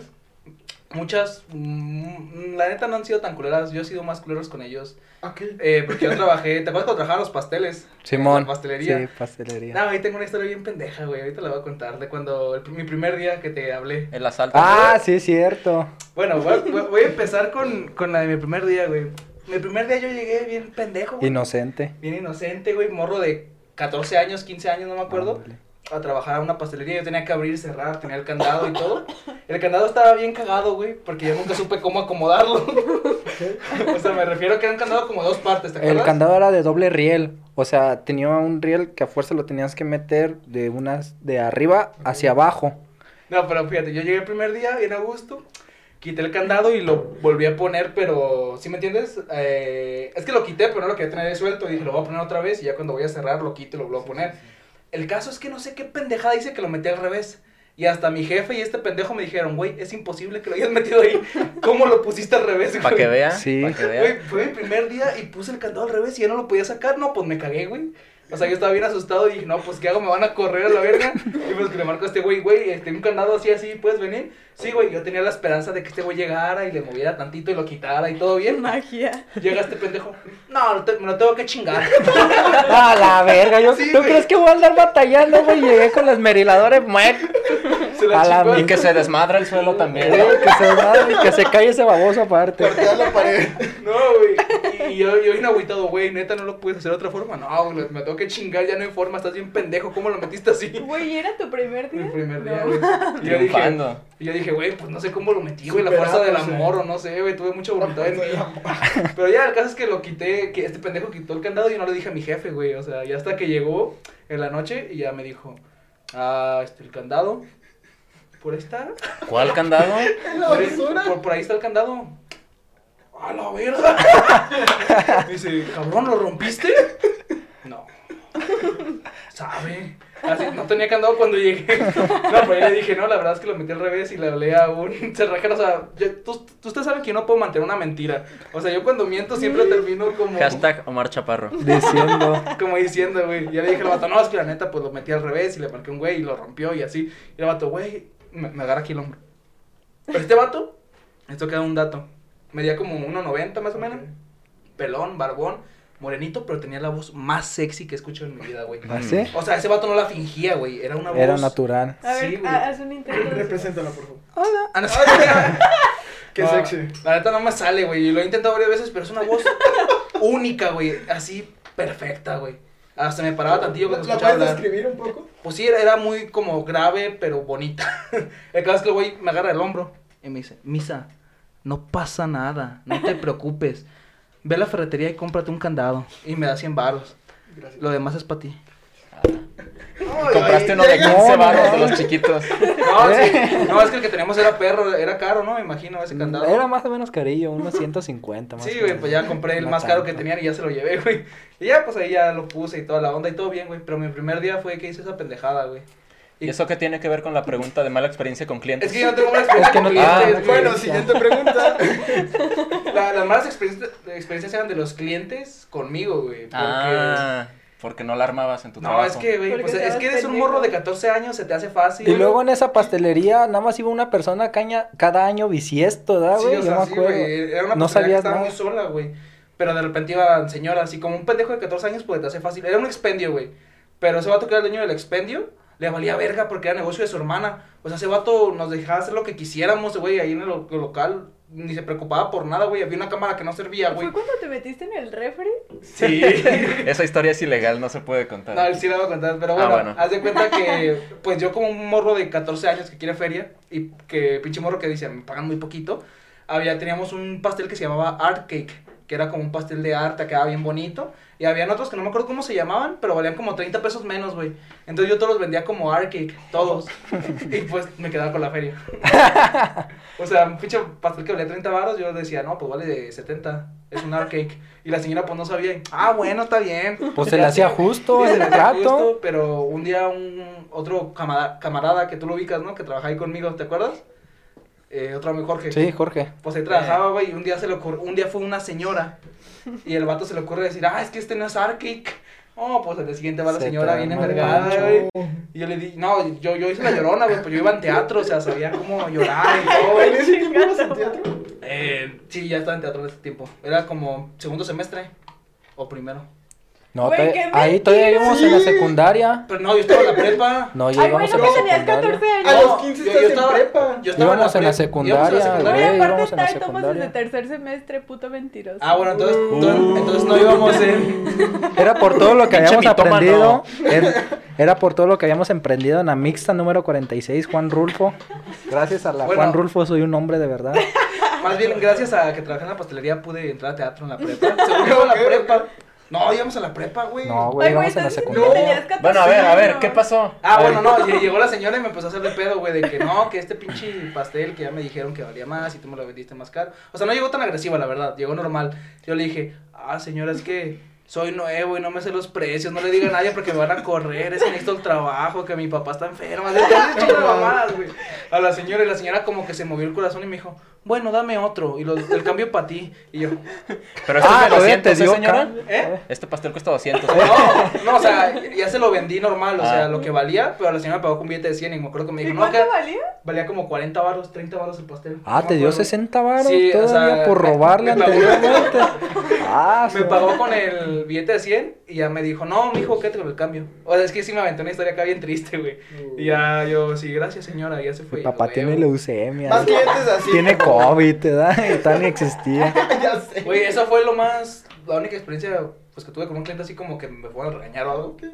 Speaker 2: Muchas, mm, la neta no han sido tan culeras. Yo he sido más culeros con ellos.
Speaker 3: Ok.
Speaker 2: Eh, porque yo trabajé, ¿te acuerdas cuando trabajaba en los pasteles? En
Speaker 1: Simón.
Speaker 2: la pastelería.
Speaker 1: Sí, pastelería.
Speaker 2: No, ahí tengo una historia bien pendeja, güey. Ahorita la voy a contar. De cuando, el pr- mi primer día que te hablé.
Speaker 5: El asalto.
Speaker 1: Ah, sí, es cierto.
Speaker 2: Bueno, voy, a- voy- voy a empezar con, con la de mi primer día, güey. Mi primer día yo llegué bien pendejo, güey.
Speaker 1: Inocente.
Speaker 2: Bien inocente, güey. Morro de 14 años, 15 años, no me acuerdo.
Speaker 1: Ándale.
Speaker 2: a trabajar a una pastelería, yo tenía que abrir, cerrar, tenía el candado y todo. El candado estaba bien cagado, güey, porque yo nunca supe cómo acomodarlo. o sea, me refiero a que era un candado como dos partes, ¿te acuerdas?
Speaker 1: El candado era de doble riel. O sea, tenía un riel que a fuerza lo tenías que meter de unas de arriba hacia abajo.
Speaker 2: No, pero fíjate, yo llegué el primer día bien a gusto, quité el candado y lo volví a poner, pero, ¿sí me entiendes? Eh, es que lo quité, pero no lo quería tener ahí suelto, dije, lo voy a poner otra vez y ya cuando voy a cerrar lo quito y lo vuelvo a poner. El caso es que no sé qué pendejada dice que lo metí al revés. Y hasta mi jefe y este pendejo me dijeron, güey, es imposible que lo hayas metido ahí. ¿Cómo lo pusiste al revés, güey?
Speaker 5: Para que vea.
Speaker 1: Sí.
Speaker 5: pa' que vea.
Speaker 2: Güey, fue mi primer día y puse el candado al revés y ya no lo podía sacar. No, pues me cagué, güey. O sea, yo estaba bien asustado y dije, no, pues, ¿qué hago? ¿Me van a correr a la verga? Y pues que le marco a este güey, güey, este, un candado así, así, ¿puedes venir? Sí, güey, yo tenía la esperanza de que este güey llegara y le moviera tantito y lo quitara y todo bien.
Speaker 4: Magia.
Speaker 2: Llega este pendejo, no, lo te- me lo tengo que chingar.
Speaker 1: A la verga, yo,
Speaker 2: Sí,
Speaker 1: ¿tú
Speaker 2: güey.
Speaker 1: crees que voy a andar batallando, güey? Llegué con las meriladores, muer.
Speaker 2: Se la
Speaker 1: A la
Speaker 2: chingó.
Speaker 5: Y que se desmadra el suelo
Speaker 1: Güey,
Speaker 5: también.
Speaker 1: que se madre, que se calle ese baboso aparte.
Speaker 3: Cortar la pared.
Speaker 2: No, güey. Y yo, yo bien agüitado, güey, neta, no lo puedes hacer de otra forma. No, güey, me tengo que chingar, ya no hay forma, estás bien pendejo, ¿cómo lo metiste así?
Speaker 4: Güey, ¿era tu primer día?
Speaker 2: Mi primer
Speaker 4: No.
Speaker 2: día, güey. Y yo dije,
Speaker 5: Triunfando.
Speaker 2: y yo dije, güey, pues no sé cómo lo metí, güey, la fuerza
Speaker 3: Superado,
Speaker 2: del
Speaker 3: sí.
Speaker 2: amor o no sé, güey, tuve mucha voluntad en mí. Pero ya, el caso es que lo quité, que este pendejo quitó el candado y yo no le dije a mi jefe, güey, o sea, ya hasta que llegó en la noche y ya me dijo, ah, este, el candado, por ahí está,
Speaker 5: ¿Cuál candado?
Speaker 2: por, ahí- por- por ahí está el candado. A la verga. Me dice, cabrón, ¿lo rompiste? No. Sabe. Así, no tenía candado cuando llegué. No, pero yo le dije, no, la verdad es que lo metí al revés y le hablé a un cerrajero. O sea, yo- tú, tú ustedes saben que yo no puedo mantener una mentira. O sea, yo cuando miento siempre termino como.
Speaker 5: Hashtag Omar Chaparro.
Speaker 1: Diciendo.
Speaker 2: Como diciendo, güey. Ya le dije al vato, no, es que la neta, pues lo metí al revés y le marqué un güey y lo rompió y así. Y el vato, güey, me, me agarra aquí el hombro. Pero este vato, esto queda un dato. Medía como 1.90 más o menos. Pelón, barbón, morenito, pero tenía la voz más sexy que he escuchado en mi vida, güey.
Speaker 1: ¿Ah, sí?
Speaker 2: O sea, ese vato no la fingía, güey. Era una voz.
Speaker 1: Era natural.
Speaker 4: A ver,
Speaker 2: Sí, güey.
Speaker 4: ha- haz un intento. de-
Speaker 3: Represéntala, por favor.
Speaker 2: Hola. Ah, no, sí.
Speaker 3: Qué
Speaker 2: No,
Speaker 3: sexy.
Speaker 2: La neta no me sale, güey. y Lo he intentado varias veces, pero es una voz única, güey. Así perfecta, güey. Hasta me paraba tantillo
Speaker 3: ¿La
Speaker 2: cuando
Speaker 3: la
Speaker 2: escuchaba
Speaker 3: puedes
Speaker 2: hablar.
Speaker 3: describir un poco?
Speaker 2: Pues sí, era, era muy como grave, pero bonita. El caso es que el güey me agarra el hombro y me dice, Misa, no pasa nada, no te preocupes. Ve a la ferretería y cómprate un candado. Y me da 100 varos.
Speaker 3: Gracias.
Speaker 2: Lo demás es para ti.
Speaker 5: Compraste uno de
Speaker 1: llega.
Speaker 5: 15
Speaker 1: No,
Speaker 5: baros de
Speaker 1: no.
Speaker 5: los chiquitos.
Speaker 2: No, sí, no, es que el que teníamos era perro, era caro, ¿no? Me imagino ese candado.
Speaker 1: Mm, Era más o menos carillo, unos 150 más
Speaker 2: Sí,
Speaker 1: o
Speaker 2: güey,
Speaker 1: menos.
Speaker 2: pues ya compré el
Speaker 1: No
Speaker 2: más caro que
Speaker 1: tanto.
Speaker 2: tenían y ya se lo llevé, güey. Y ya, pues ahí ya lo puse y toda la onda y todo bien, güey. Pero mi primer día fue que hice esa pendejada, güey.
Speaker 5: ¿Y eso qué tiene que ver con la pregunta de mala experiencia con clientes?
Speaker 2: Es que yo no tengo una experiencia
Speaker 1: Es que
Speaker 2: con
Speaker 1: no-
Speaker 2: clientes,
Speaker 5: Ah,
Speaker 2: güey.
Speaker 3: Bueno, siguiente pregunta.
Speaker 2: La- las malas experiencias, experiencias eran de los clientes conmigo, güey. Porque...
Speaker 5: Ah, porque no la armabas en tu
Speaker 2: No,
Speaker 5: trabajo.
Speaker 2: es que, güey,
Speaker 4: Porque
Speaker 2: pues
Speaker 4: estabas
Speaker 2: es que eres un
Speaker 4: pendejo.
Speaker 2: morro de 14 años, se te hace fácil.
Speaker 1: Y luego en esa pastelería nada más iba una persona caña cada año bisiesto, ¿verdad,
Speaker 2: Sí,
Speaker 1: güey?
Speaker 2: o
Speaker 1: Yo
Speaker 2: sea,
Speaker 1: me
Speaker 2: sí,
Speaker 1: acuerdo.
Speaker 2: güey, Era una
Speaker 1: no
Speaker 2: no que
Speaker 1: sabías
Speaker 2: estaba
Speaker 1: nada.
Speaker 2: muy sola, güey. Pero de repente iba señora, así como un pendejo de 14 años, pues te hace fácil. Era un expendio, güey. Pero ese vato que era el dueño del expendio, le valía verga porque era negocio de su hermana. O sea, ese vato nos dejaba hacer lo que quisiéramos, güey, ahí en el lo- local. Ni se preocupaba por nada, güey. Había una cámara que no servía, güey.
Speaker 4: ¿Fue cuando te metiste en el refri?
Speaker 2: Sí.
Speaker 5: Esa historia es ilegal, no se puede contar.
Speaker 2: No, él sí la voy a contar, pero
Speaker 5: Ah,
Speaker 2: bueno,
Speaker 5: bueno.
Speaker 2: haz de cuenta que, pues yo como un morro de 14 años que quiere feria y que pinche morro que dice, me pagan muy poquito, había, teníamos un pastel que se llamaba Art Cake, que era como un pastel de arte, quedaba bien bonito, y habían otros que no me acuerdo cómo se llamaban, pero valían como 30 pesos menos, güey. Entonces yo todos los vendía como Art Cake, todos, y pues me quedaba con la feria. O sea, un pinche pastel que valía 30 baros, yo decía, no, pues vale de 70, es un Art Cake. Y la señora pues no sabía, y, ah, bueno, está bien.
Speaker 1: Pues se le hacía justo el
Speaker 2: Sí, se me hace
Speaker 1: trato.
Speaker 2: justo, pero un día un otro camada- camarada que tú lo ubicas, ¿no? Que trabaja ahí conmigo, ¿te acuerdas? Eh, otro amigo Jorge.
Speaker 1: Sí, Jorge.
Speaker 2: Pues ahí trabajaba, güey, y un día se le ocurrió, un día fue una señora y el vato se le ocurre decir, ah, es que este no es Arctic. Oh, pues al día siguiente va la
Speaker 1: Se
Speaker 2: señora bien
Speaker 1: trae mal
Speaker 2: envergada,
Speaker 1: pancho.
Speaker 2: güey. Y yo le di, no, yo, yo hice la llorona, güey, pues yo iba en teatro, o sea, sabía cómo llorar y todo, güey.
Speaker 3: ¿En ese tiempo ibas al teatro?
Speaker 2: Eh, sí, ya estaba en teatro en ese tiempo. Era como segundo semestre o primero.
Speaker 1: No,
Speaker 4: Güey,
Speaker 1: te-
Speaker 4: qué
Speaker 1: ahí todavía
Speaker 4: mentira.
Speaker 1: íbamos en la secundaria.
Speaker 2: Pero no, yo estaba en la prepa.
Speaker 1: No
Speaker 4: Ay, güey,
Speaker 1: llegamos
Speaker 4: no
Speaker 1: a
Speaker 4: que
Speaker 1: la
Speaker 4: tenías
Speaker 1: secundaria.
Speaker 4: 14
Speaker 3: A
Speaker 4: años.
Speaker 3: los 15 estás en prepa.
Speaker 2: Yo estaba
Speaker 1: Íbamos en la
Speaker 2: pre-
Speaker 1: secundaria,
Speaker 2: íbamos en la
Speaker 4: Güey,
Speaker 2: secundaria.
Speaker 1: Güey,
Speaker 4: aparte
Speaker 1: íbamos en la
Speaker 4: está en tomos
Speaker 1: secundaria.
Speaker 4: desde tercer semestre, puto mentiroso.
Speaker 2: Ah, bueno, entonces,
Speaker 5: Uh.
Speaker 2: entonces- entonces no íbamos en...
Speaker 1: Era por todo lo que
Speaker 5: Pinche
Speaker 1: habíamos
Speaker 5: mitómano.
Speaker 1: aprendido. Era, era por todo lo que habíamos emprendido en la mixta número 46, Juan Rulfo. Gracias a la
Speaker 2: Bueno.
Speaker 1: Juan Rulfo soy un hombre de verdad.
Speaker 2: Más bien, gracias a que trabajé en la pastelería, pude entrar a teatro en la prepa. Según yo, en la prepa. No, íbamos a la prepa, güey.
Speaker 1: No, güey,
Speaker 4: Ay, güey,
Speaker 1: íbamos en la
Speaker 4: entonces
Speaker 2: No.
Speaker 4: que
Speaker 1: secundaria.
Speaker 4: tenías 14
Speaker 5: Bueno, a ver, a ver,
Speaker 4: años.
Speaker 5: ¿qué pasó?
Speaker 2: Ah,
Speaker 5: A ver,
Speaker 2: bueno, no, lle- llegó la señora y me empezó a hacer de pedo, güey, de que no, que este pinche pastel que ya me dijeron que valía más y tú me lo vendiste más caro. O sea, no llegó tan agresiva, la verdad, llegó normal. Yo le dije, ah, señora, es que soy nuevo y no me sé los precios, no le diga a nadie porque me van a correr, es que necesito el trabajo, que mi papá está enfermo, así, así, chingo de mamadas, güey. A la señora y la señora como que se movió el corazón y me dijo, bueno, dame otro y lo- el cambio para ti. Y yo,
Speaker 5: Pero esto
Speaker 1: Ah,
Speaker 5: es de
Speaker 1: todavía te
Speaker 5: 200, ¿eh,
Speaker 1: dio
Speaker 5: señora?
Speaker 1: ca-
Speaker 2: ¿eh?
Speaker 5: Este pastel cuesta 200. ¿eh?
Speaker 2: No, no, o sea, ya se lo vendí normal, o sea,
Speaker 5: Ah.
Speaker 2: lo que valía, pero la señora me pagó con billete de 100 y me acuerdo que me
Speaker 4: ¿Y
Speaker 2: dijo, no,
Speaker 4: cuánto
Speaker 2: que
Speaker 4: valía?
Speaker 2: Valía como 40 baros, 30 baros el pastel.
Speaker 1: Ah,
Speaker 2: No
Speaker 1: te
Speaker 2: me
Speaker 1: dio
Speaker 2: acuerdo.
Speaker 1: 60 varos
Speaker 2: Sí, o
Speaker 1: todavía
Speaker 2: sea,
Speaker 1: por
Speaker 2: me-
Speaker 1: robarle
Speaker 2: me pagó-
Speaker 1: anteriormente. Ah,
Speaker 2: Me
Speaker 1: su-
Speaker 2: pagó con el billete de 100 y ya me dijo, no, mijo, quédate con el cambio. O sea, es que sí me aventé una historia acá bien triste, güey. Y ya yo, sí, gracias señora, ya se fue.
Speaker 1: Mi
Speaker 2: Y
Speaker 1: papá
Speaker 2: yo,
Speaker 1: tiene
Speaker 2: güey,
Speaker 1: leucemia.
Speaker 3: Más clientes así.
Speaker 1: Tiene COVID, te da, tan existía.
Speaker 3: ya sé.
Speaker 2: Güey, esa fue lo más, la única experiencia pues que tuve con un cliente así como que me fueron a regañar o algo. que-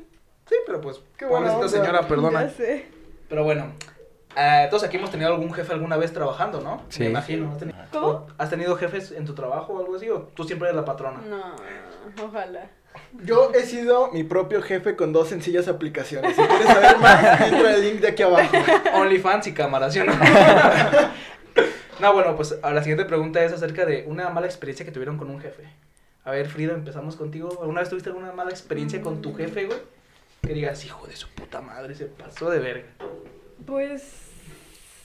Speaker 2: Sí, pero pues,
Speaker 3: Qué buena
Speaker 2: pobrecita
Speaker 3: onda.
Speaker 2: señora,
Speaker 4: Ya
Speaker 2: perdona.
Speaker 4: sé.
Speaker 2: Pero bueno, eh, todos aquí hemos tenido algún jefe alguna vez trabajando, ¿no?
Speaker 1: Sí.
Speaker 2: Me imagino. ¿Has tenido,
Speaker 4: ¿Cómo?
Speaker 2: ¿Has tenido jefes en tu trabajo o algo así? ¿O tú siempre eres la patrona?
Speaker 4: No, ojalá.
Speaker 3: Yo he sido mi propio jefe con dos sencillas aplicaciones. Si quieres saber más, entra el link de aquí abajo.
Speaker 2: OnlyFans y cámaras, ¿sí o no? no, bueno, pues a la siguiente pregunta es acerca de una mala experiencia que tuvieron con un jefe. A ver, Frida, empezamos contigo. ¿Alguna vez tuviste alguna mala experiencia con tu jefe, güey? Que digas, hijo de su puta madre, se pasó de verga.
Speaker 4: Pues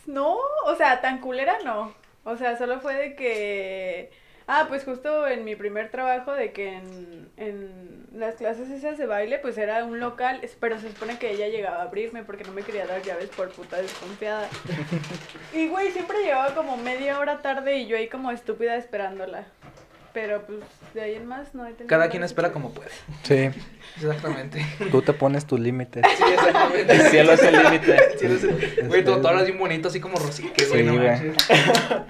Speaker 4: no, o sea, tan culera no. O sea, solo fue de que... Ah, pues justo en mi primer trabajo de que en, en las clases esas de baile, pues era un local, es- pero se supone que ella llegaba a abrirme porque no me quería dar llaves por puta desconfiada. Y güey, siempre llegaba como media hora tarde y yo ahí como estúpida esperándola. Pero pues de ahí en más no he tenido
Speaker 2: Cada
Speaker 4: malas
Speaker 2: quien espera como puede.
Speaker 1: Sí,
Speaker 2: Exactamente.
Speaker 1: tú te pones tus límites.
Speaker 2: Sí, exactamente.
Speaker 5: El cielo es el límite.
Speaker 2: Sí, no sé. Güey, todo, todo hablas bien bonito, así como Rosique, güey,
Speaker 1: Sí,
Speaker 2: no
Speaker 1: güey.
Speaker 2: manches.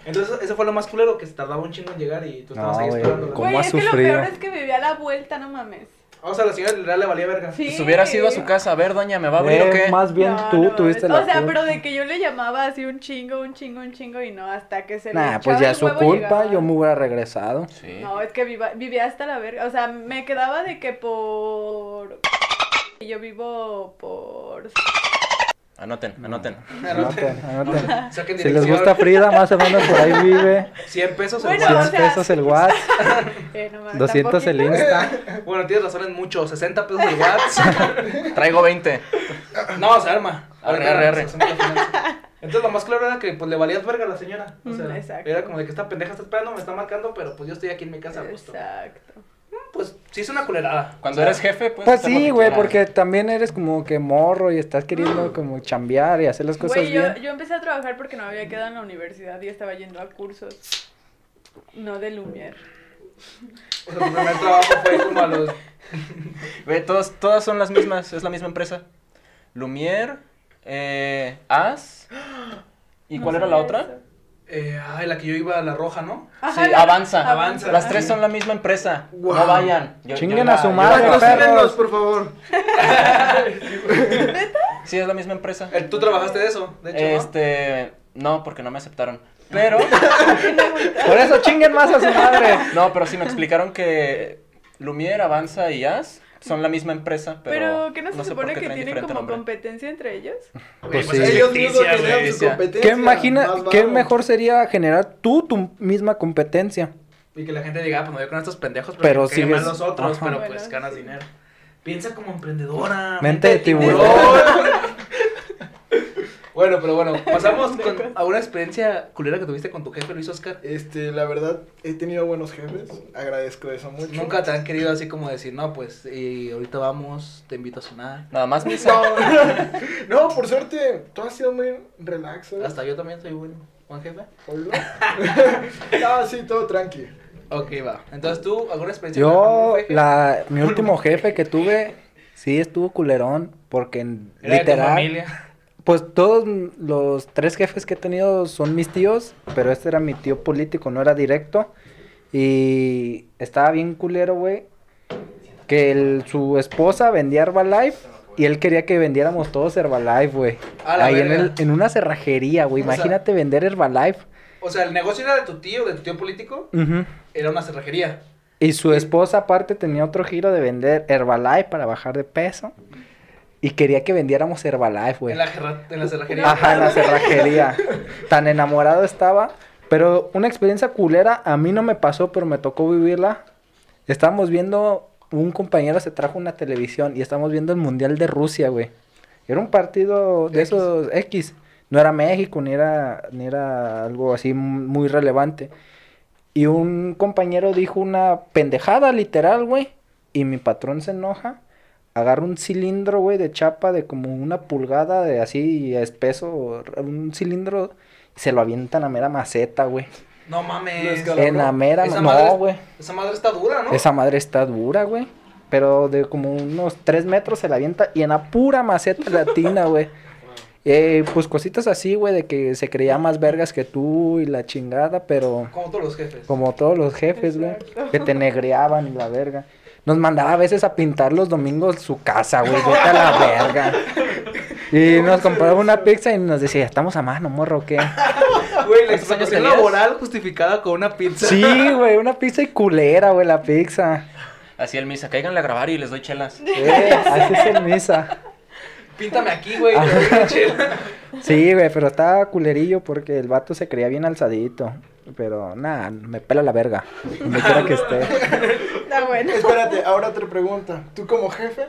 Speaker 2: Entonces, eso fue lo más culero, que se tardaba un chingo en llegar y tú estabas
Speaker 1: No,
Speaker 2: ahí
Speaker 1: güey.
Speaker 2: esperando.
Speaker 1: ¿Cómo
Speaker 4: Güey,
Speaker 1: has
Speaker 4: es que lo
Speaker 1: sufrido?
Speaker 4: peor es que vivía a la vuelta, no mames.
Speaker 2: O sea, la señora literal le valía verga.
Speaker 4: Sí.
Speaker 5: Si hubieras ido a su casa, a ver, doña, ¿me va a abrir o
Speaker 1: Eh,
Speaker 5: qué?
Speaker 1: Más bien
Speaker 4: No,
Speaker 1: tú
Speaker 4: no,
Speaker 1: tuviste
Speaker 4: es-
Speaker 1: la
Speaker 4: O sea,
Speaker 1: culpa.
Speaker 4: pero de que yo le llamaba así un chingo, un chingo, un chingo y no, hasta que se le
Speaker 1: Nah,
Speaker 4: hinchaba
Speaker 1: pues ya
Speaker 4: el
Speaker 1: es su
Speaker 4: huevo
Speaker 1: culpa,
Speaker 4: llegaba.
Speaker 1: yo me hubiera regresado.
Speaker 5: Sí.
Speaker 4: No, es que viva- vivía hasta la verga, o sea, me quedaba de que por... y Yo vivo por...
Speaker 5: Anoten, anoten.
Speaker 1: Anoten, anoten.
Speaker 2: Saquen
Speaker 1: Si les
Speaker 2: dirección.
Speaker 1: gusta Frida, más o menos por ahí vive.
Speaker 2: 100 pesos el
Speaker 4: Bueno,
Speaker 2: WhatsApp.
Speaker 1: 100
Speaker 4: o sea,
Speaker 1: pesos el WhatsApp,
Speaker 4: Eh, no mames,
Speaker 1: 200 el
Speaker 4: tampoco.
Speaker 1: Insta.
Speaker 2: Bueno, tienes razón, es mucho. 60 pesos de WhatsApp.
Speaker 5: Traigo 20.
Speaker 2: no, se arma.
Speaker 5: Arre, arre, arre.
Speaker 2: Hacemos la finanza. Entonces, lo más claro era que pues, le valías verga a la señora. O sea,
Speaker 4: Mm, exacto.
Speaker 2: era como de que esta pendeja está esperando, me está marcando, pero pues yo estoy aquí en mi casa a gusto.
Speaker 4: Exacto.
Speaker 2: Pues sí, es una culerada.
Speaker 5: Cuando
Speaker 2: O sea,
Speaker 5: eres jefe, pues.
Speaker 1: Pues
Speaker 5: hacer lo
Speaker 1: sí,
Speaker 5: que
Speaker 1: güey,
Speaker 5: quieras.
Speaker 1: porque también eres como que morro y estás queriendo como chambear y hacer las cosas
Speaker 4: Güey, yo,
Speaker 1: bien.
Speaker 4: yo empecé a trabajar porque no había quedado en la universidad y estaba yendo a cursos. No de Lumière.
Speaker 2: O sea, tu primer trabajo fue como a los.
Speaker 5: Güey, todas, todas son las mismas, es la misma empresa. Lumière, eh, As. ¿Y
Speaker 4: No
Speaker 5: cuál era la
Speaker 4: sabía
Speaker 5: otra?
Speaker 4: eso.
Speaker 2: Eh, ay, la que yo iba a la roja, ¿no?
Speaker 4: Ajá,
Speaker 5: sí,
Speaker 4: la-
Speaker 5: Avanza.
Speaker 2: Avanza.
Speaker 5: Las tres son la misma empresa.
Speaker 3: Wow.
Speaker 5: No vayan. Yo-
Speaker 1: Chinguen
Speaker 5: yo la-
Speaker 1: a su
Speaker 5: yo la
Speaker 1: madre,
Speaker 5: trabajé.
Speaker 3: Patrocínenos, por favor.
Speaker 5: Sí, es la misma empresa.
Speaker 2: Eh, Tú trabajaste de eso, de hecho. ¿no?
Speaker 5: Este. No, porque no me aceptaron. Pero.
Speaker 1: Por eso chinguen más a su madre.
Speaker 5: No, pero sí me explicaron que Lumière, Avanza y As son la misma empresa, pero.
Speaker 4: Pero, ¿qué no se
Speaker 5: sé por
Speaker 4: supone
Speaker 5: qué
Speaker 4: que
Speaker 5: traen
Speaker 4: tienen
Speaker 5: diferente
Speaker 4: como
Speaker 5: nombre.
Speaker 4: competencia entre ellos?
Speaker 2: Güey,
Speaker 1: Pues sí.
Speaker 2: es
Speaker 3: Ellos mismos
Speaker 2: ficticia, güey.
Speaker 3: generan su
Speaker 5: ficticia.
Speaker 3: competencia.
Speaker 1: ¿Qué imagina,
Speaker 3: más
Speaker 1: qué
Speaker 3: varo.
Speaker 1: mejor sería generar tú tu misma competencia?
Speaker 2: Y que la gente diga, ah, pues me voy con estos pendejos,
Speaker 1: Pero
Speaker 2: pero, que
Speaker 1: sigues-
Speaker 2: más los otros,
Speaker 1: Ajá.
Speaker 2: pero
Speaker 4: Bueno,
Speaker 2: pues ganas
Speaker 4: sí.
Speaker 2: dinero. Piensa como emprendedora.
Speaker 1: Mente de tiburón.
Speaker 2: bueno, pero bueno, pasamos con, a una experiencia culera que tuviste con tu jefe Luis Oscar.
Speaker 3: Este, la verdad, he tenido buenos jefes. Agradezco eso mucho.
Speaker 2: Nunca te han querido así como decir, no, pues, y ahorita vamos, te invito a cenar.
Speaker 5: Nada más misa.
Speaker 3: No, no, por suerte, todo ha sido muy relax. ¿sabes?
Speaker 2: Hasta yo también soy buen, buen jefe.
Speaker 3: Hola. no, sí, todo tranqui.
Speaker 2: Ok, va. Entonces tú, ¿alguna experiencia? con
Speaker 1: Yo,
Speaker 2: un jefe?
Speaker 1: la, mi último jefe que tuve, sí estuvo culerón, porque en-
Speaker 2: Era de tu
Speaker 1: literal,
Speaker 2: familia.
Speaker 1: pues todos m- los tres jefes que he tenido son mis tíos, pero este era mi tío político, no era directo, y estaba bien culero, güey, que el- su esposa vendía Herbalife, y él quería que vendiéramos todos Herbalife, güey,
Speaker 2: A la
Speaker 1: ahí en,
Speaker 2: verga.
Speaker 1: el- en una cerrajería, güey,
Speaker 2: O sea-
Speaker 1: imagínate vender Herbalife,
Speaker 2: O sea, el negocio era de tu tío, de tu tío político,
Speaker 1: Ujú.
Speaker 2: era una cerrajería.
Speaker 1: Y su esposa aparte tenía otro giro de vender Herbalife para bajar de peso. Y quería que vendiéramos Herbalife, güey.
Speaker 2: En la, gerra- en la cerrajería.
Speaker 1: Ajá, en la cerrajería. Tan enamorado estaba. Pero una experiencia culera a mí no me pasó, pero me tocó vivirla. Estábamos viendo, un compañero se trajo una televisión y estábamos viendo el Mundial de Rusia, güey. Era un partido de
Speaker 2: X.
Speaker 1: esos X. No era México, ni era, ni era algo así muy relevante. Y un compañero dijo una pendejada, literal, güey. Y mi patrón se enoja. Agarra un cilindro, güey, de chapa de como una pulgada de así espeso. Un cilindro. Y se lo avientan a mera maceta, güey.
Speaker 2: No
Speaker 3: Lo
Speaker 2: mames.
Speaker 3: escaló.
Speaker 1: En la mera...
Speaker 2: Esa
Speaker 1: ma-
Speaker 2: madre-
Speaker 1: No, güey.
Speaker 2: Esa madre está dura, ¿no?
Speaker 1: Esa madre está dura, güey. Pero de como unos tres metros se la avienta y en la pura maceta latina, güey. Eh, pues cositas así, güey, de que se creía más vergas que tú y la chingada, pero
Speaker 2: Como todos los jefes.
Speaker 1: como todos los jefes, güey, que te negreaban y la verga. Nos mandaba a veces a pintar los domingos su casa, güey, vete a la verga. Y nos compraba una pizza y nos decía, estamos a mano, morro, ¿qué?
Speaker 2: Güey, la
Speaker 5: ¿Cuántos años
Speaker 2: explotación
Speaker 5: tenías?
Speaker 2: laboral justificada con una pizza.
Speaker 1: Sí, güey, una pizza y culera, güey, la pizza.
Speaker 5: Así el misa, cáiganle a grabar y les doy chelas.
Speaker 1: Eh, así es el misa.
Speaker 2: Píntame aquí, güey.
Speaker 1: Sí, güey, pero estaba culerillo porque el vato se creía bien alzadito. Pero nada, me pela la verga. Donde quiera que esté.
Speaker 4: Está bueno.
Speaker 3: Espérate, ahora otra pregunta. ¿Tú como jefe,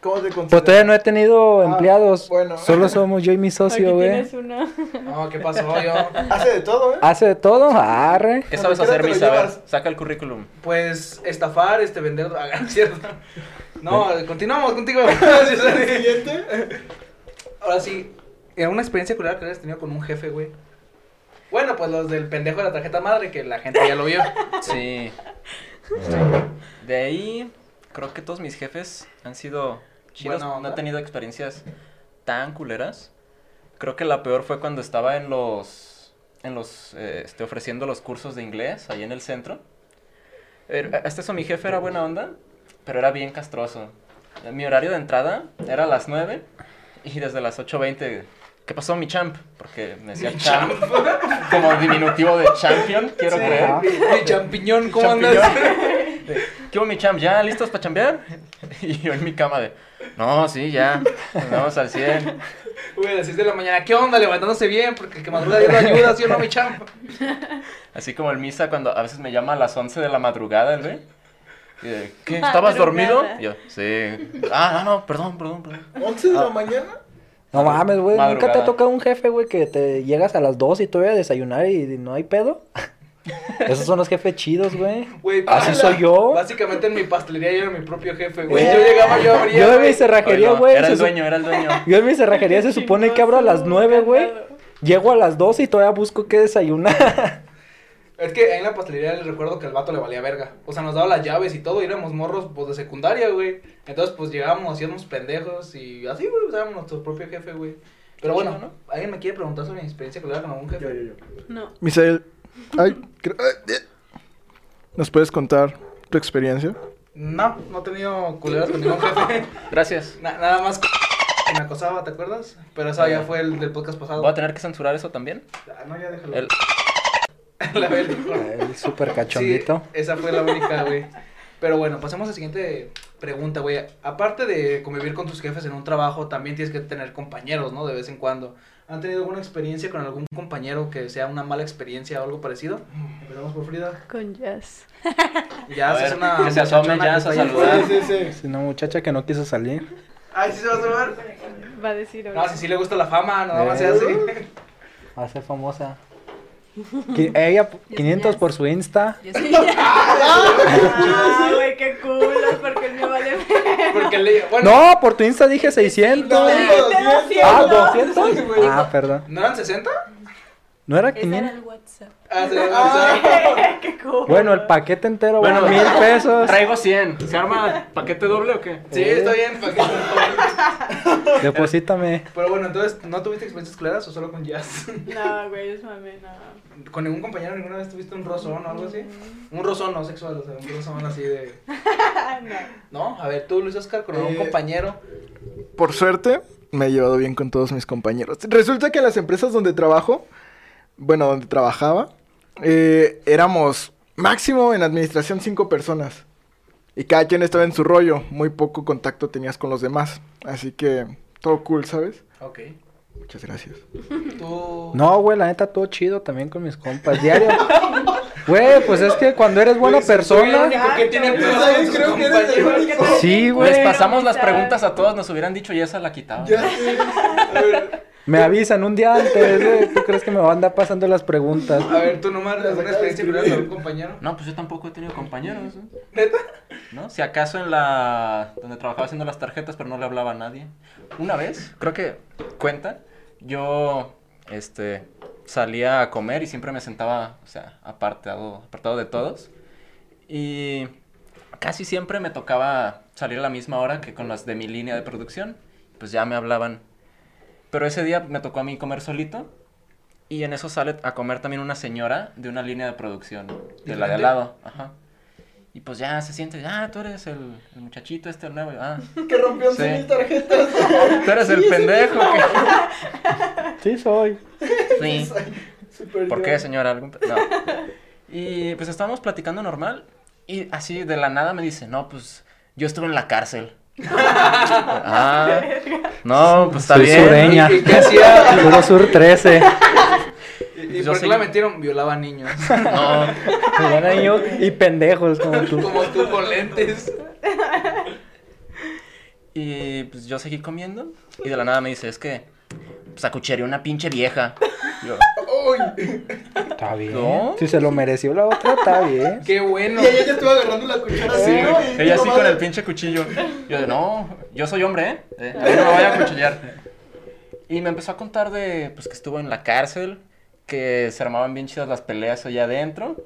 Speaker 3: cómo te consideras?
Speaker 1: Pues todavía no he tenido
Speaker 3: Ah,
Speaker 1: empleados.
Speaker 3: bueno.
Speaker 1: Solo somos yo y mi
Speaker 4: Aquí
Speaker 1: socio, güey.
Speaker 4: tienes una.
Speaker 2: No, ¿qué pasó yo?
Speaker 3: Hace de todo, ¿eh?
Speaker 1: Hace de todo, arre.
Speaker 5: ¿Qué
Speaker 3: Cuando
Speaker 5: sabes
Speaker 3: quieras
Speaker 5: hacer,
Speaker 3: te lo
Speaker 5: misa? A ver,
Speaker 3: llevas.
Speaker 5: saca el currículum.
Speaker 2: Pues estafar, este, vender, ah, ¿cierto? No, continuamos contigo.
Speaker 3: Siguiente.
Speaker 2: Ahora sí, era una experiencia culera que habías tenido con un jefe, güey. Bueno, pues los del pendejo de la tarjeta madre, que la gente ya lo vio.
Speaker 1: Eh.
Speaker 5: Sí. De ahí, creo que todos mis jefes han sido chidos.
Speaker 2: Buena onda.
Speaker 5: no he tenido experiencias tan culeras. Creo que la peor fue cuando estaba en los. En los eh, este, ofreciendo los cursos de inglés ahí en el centro. Era- Hasta eso mi jefe era buena onda, pero era bien castroso. Mi horario de entrada era a las 9 y desde las 8.20. ¿Qué pasó, mi champ? Porque me decía champ. Como diminutivo de champion, quiero
Speaker 1: Sí.
Speaker 5: creer.
Speaker 1: Ajá.
Speaker 2: Mi champiñón, ¿cómo andas?
Speaker 5: Champiñón. ¿Qué hubo, mi champ? ¿Ya listos para chambear? Y yo en mi cama de, no, sí, ya, nos vamos al 100.
Speaker 2: Güey, a las 6 de la mañana, ¿qué onda? Levantándose bien, porque el que madruga Dios lo ayuda, ¿sí o no, mi champ?
Speaker 5: Así como el misa cuando a veces me llama a las 11 de la madrugada, el güey. Y de, ¿Qué?
Speaker 4: Madrugada.
Speaker 5: ¿Estabas dormido? Y yo, sí. Ah, no, no, perdón, perdón, perdón.
Speaker 3: ¿11 de la mañana?
Speaker 1: No mames, güey. Nunca te ha
Speaker 5: Madrugada.
Speaker 1: tocado un jefe, güey, que te llegas a las 2 y todavía a desayunar y no hay pedo. Esos son los jefes chidos, güey.
Speaker 2: Güey,
Speaker 1: Así
Speaker 2: bala.
Speaker 1: ¿Ah, soy yo.
Speaker 2: Básicamente en mi pastelería yo era mi propio jefe, güey.
Speaker 1: Eh.
Speaker 2: Yo llegaba, yo abría.
Speaker 1: Yo en
Speaker 2: güey.
Speaker 1: mi cerrajería,
Speaker 5: Oye, no,
Speaker 1: güey.
Speaker 5: era
Speaker 1: se
Speaker 5: el
Speaker 1: sup-
Speaker 5: dueño, era el dueño.
Speaker 1: Yo en mi cerrajería se supone que abro a las 9, güey. Llego a las 2 y todavía busco qué desayunar.
Speaker 2: Es que ahí en la pastelería les recuerdo que al vato le valía verga. O sea, nos daba las llaves y todo, y éramos morros pues de secundaria, güey. Entonces, pues llegábamos, hacíamos pendejos y así, güey, pues, éramos nuestro propio jefe, güey. Pero bueno,
Speaker 5: Chido,
Speaker 2: ¿alguien me quiere preguntar sobre mi experiencia culera con algún jefe?
Speaker 3: yo, yo.
Speaker 4: No.
Speaker 3: Misael, ay, creo- ay, eh. ¿nos puedes contar tu experiencia?
Speaker 2: No, no he tenido culeras con ningún jefe.
Speaker 5: Gracias.
Speaker 2: Na- nada más con- que me acosaba, ¿te acuerdas? Pero esa
Speaker 1: Ah.
Speaker 2: ya fue el del podcast pasado.
Speaker 5: ¿Voy a tener que censurar eso también?
Speaker 2: Ah, no, ya déjalo.
Speaker 5: El-
Speaker 2: la verga.
Speaker 1: El súper cachondito.
Speaker 2: Sí, esa fue la única, güey. Pero bueno, pasemos a la siguiente pregunta, güey. Aparte de convivir con tus jefes en un trabajo, también tienes que tener compañeros, ¿no? De vez en cuando. ¿Han tenido alguna experiencia con algún compañero que sea una mala experiencia o algo parecido? Empezamos por Frida.
Speaker 4: Con jazz.
Speaker 2: Ya,
Speaker 5: A
Speaker 2: es
Speaker 5: ver,
Speaker 2: una
Speaker 5: que se asome
Speaker 2: muchachona
Speaker 5: ya
Speaker 2: que
Speaker 5: a
Speaker 2: está ahí
Speaker 5: saludar.
Speaker 2: afuera.
Speaker 3: Sí, sí, sí.
Speaker 1: Es una muchacha que no quiso salir.
Speaker 2: Ay, ¿sí se va a asomar?
Speaker 4: Va a decir ahora.
Speaker 2: No, si sí le gusta la fama, nada más
Speaker 1: Eh.
Speaker 2: sea así.
Speaker 1: Va a ser famosa. Qui- Ella, p- 500 por su Insta.
Speaker 6: Yo soy
Speaker 4: Ah, güey, qué culo, porque el mío vale.
Speaker 2: Porque le... Bueno,
Speaker 1: No, por tu Insta dije 600.
Speaker 4: doscientos.
Speaker 1: Ah, 200. Ah, perdón.
Speaker 2: ¿no eran 60?
Speaker 1: ¿No era
Speaker 6: Ese era
Speaker 1: 500?
Speaker 6: el WhatsApp.
Speaker 2: Ah, se lo
Speaker 4: Qué cool.
Speaker 1: Bueno, el paquete entero, bueno,
Speaker 5: Bueno,
Speaker 1: mil pesos.
Speaker 5: Traigo 100. ¿Se arma paquete doble o qué?
Speaker 2: Sí, está bien. ¿para qué?
Speaker 1: Deposítame.
Speaker 2: Pero bueno, entonces, ¿no tuviste experiencias claras o solo con jazz?
Speaker 4: No, güey, es mame, no.
Speaker 2: ¿Con ningún compañero ninguna vez tuviste un rozón o algo así? Un rozón no sexual, o sea, un rozón así de...
Speaker 1: Ah,
Speaker 2: No, a ver, tú, Luis Oscar, con algún
Speaker 3: Eh,
Speaker 2: compañero.
Speaker 3: Por suerte, me he llevado bien con todos mis compañeros. Resulta que las empresas donde trabajo, bueno, donde trabajaba, eh, éramos máximo en administración cinco personas. Y cada quien estaba en su rollo. Muy poco contacto tenías con los demás. Así que todo cool, ¿sabes?
Speaker 2: Ok.
Speaker 3: Muchas gracias.
Speaker 2: Tú...
Speaker 1: No, güey, la neta, todo chido también con mis compas. Diario. Güey, pues es que cuando eres buena persona.
Speaker 2: ¿Por qué tiene
Speaker 4: Exacto.
Speaker 2: pedos con sus
Speaker 3: Creo que eres el
Speaker 2: compañeros?
Speaker 3: único.
Speaker 1: Sí, güey.
Speaker 5: Les pasamos las
Speaker 4: quizás.
Speaker 5: preguntas a todas, nos hubieran dicho y esa la quitaba.
Speaker 1: Me avisan un día antes, güey. ¿Tú crees que me van a andar pasando las preguntas?
Speaker 2: A ver, tú nomás, ¿alguna experiencia clara con algún compañero?
Speaker 5: No, pues yo tampoco he tenido compañeros. ¿no?
Speaker 2: ¿Neta?
Speaker 5: ¿No? Si acaso en la. donde trabajaba haciendo las tarjetas, pero no le hablaba a nadie. Una vez, creo que cuenta, yo. este. salía a comer y siempre me sentaba, o sea, apartado, apartado de todos. Y. casi siempre me tocaba salir a la misma hora que con las de mi línea de producción. Pues ya me hablaban. Pero ese día me tocó a mí comer solito. Y en eso sale a comer también una señora de una línea de producción, de la de al
Speaker 2: ¿Diferente?
Speaker 5: lado. Ajá. Y pues ya se siente, ah, tú eres el, el muchachito este, el nuevo. Ah,
Speaker 3: Que rompió
Speaker 5: Sí.
Speaker 2: Eh,
Speaker 5: mil
Speaker 3: tarjetas.
Speaker 5: tú eres el pendejo.
Speaker 1: Sí, soy.
Speaker 5: que- Sí. ¿Por qué, señora? ¿Algún pe- No. Y pues estábamos platicando normal y así de la nada me dice, no, pues yo estuve en la cárcel. ah, no, pues está
Speaker 1: Soy
Speaker 5: bien.
Speaker 1: sureña.
Speaker 2: ¿Y qué hacía?
Speaker 1: Puro Sur 13.
Speaker 2: ¿Y, y
Speaker 5: Yo
Speaker 2: por qué
Speaker 5: seguí-
Speaker 2: la metieron? Violaba niños.
Speaker 5: No,
Speaker 1: Me van a niño y pendejos como tú.
Speaker 2: Como tú con lentes.
Speaker 5: Y pues yo seguí comiendo y de la nada me dice, es que pues acucharía una pinche vieja. Yo,
Speaker 1: Está bien.
Speaker 5: No.
Speaker 1: Si se lo mereció la otra, está bien.
Speaker 2: Qué bueno.
Speaker 3: Y ella ya estuvo agarrando la cuchara así,
Speaker 5: sí,
Speaker 3: ¿no? Y
Speaker 5: ella así con
Speaker 3: nomás-
Speaker 5: el pinche cuchillo. Yo de, no, yo soy hombre, ¿eh? Eh, a mí no me vaya a cuchillar. Y me empezó a contar de, pues que estuvo en la cárcel, que se armaban bien chidas las peleas allá adentro.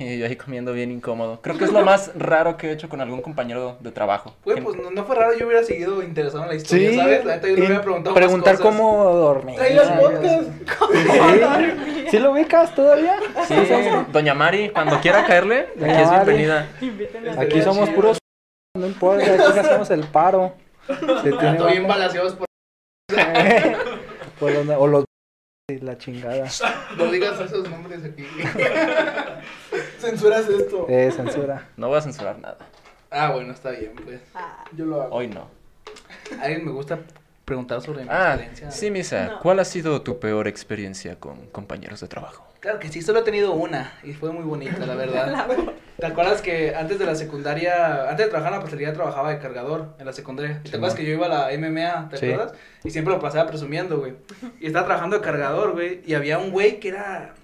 Speaker 5: Y yo ahí comiendo bien incómodo. Creo que es lo más raro que he hecho con algún compañero de trabajo.
Speaker 2: Güey, pues no, no fue raro, yo hubiera seguido interesado en la historia,
Speaker 1: Sí.
Speaker 2: ¿sabes? La neta yo le
Speaker 1: y
Speaker 2: hubiera preguntado más
Speaker 1: preguntar
Speaker 2: cosas.
Speaker 1: cómo dormí.
Speaker 3: Trae las
Speaker 2: Sí.
Speaker 3: botas.
Speaker 1: ¿Sí? ¿Sí lo ubicas todavía?
Speaker 5: Sí, doña Mari, cuando quiera caerle, aquí
Speaker 1: Doña
Speaker 5: es
Speaker 1: Mari.
Speaker 5: bienvenida.
Speaker 4: Invítenla.
Speaker 1: Aquí somos puros. No importa, aquí hacemos el paro. Se tiene
Speaker 2: Estoy Ah, bien
Speaker 1: banda.
Speaker 2: balaseados por...
Speaker 1: Por donde- o los. y la chingada.
Speaker 2: No digas esos nombres aquí.
Speaker 3: Censuras esto.
Speaker 1: Eh, censura.
Speaker 5: No voy a censurar nada.
Speaker 2: Ah, bueno, está bien, pues.
Speaker 4: Ah,
Speaker 3: Yo lo hago.
Speaker 5: Hoy no.
Speaker 2: Alguien me gusta preguntar sobre mi
Speaker 5: Ah,
Speaker 2: experiencia.
Speaker 5: sí, Misa.
Speaker 4: No.
Speaker 5: ¿Cuál ha sido tu peor experiencia con compañeros de trabajo?
Speaker 2: Claro que sí, solo he tenido una y fue muy bonita, la verdad. ¿Te acuerdas que antes de la secundaria, antes de trabajar en la pastelería trabajaba de cargador en la secundaria? ¿Te acuerdas que yo iba a la MMA, te
Speaker 1: Sí.
Speaker 2: acuerdas? Y siempre lo pasaba presumiendo, güey. Y estaba trabajando de cargador, güey, y había un güey que era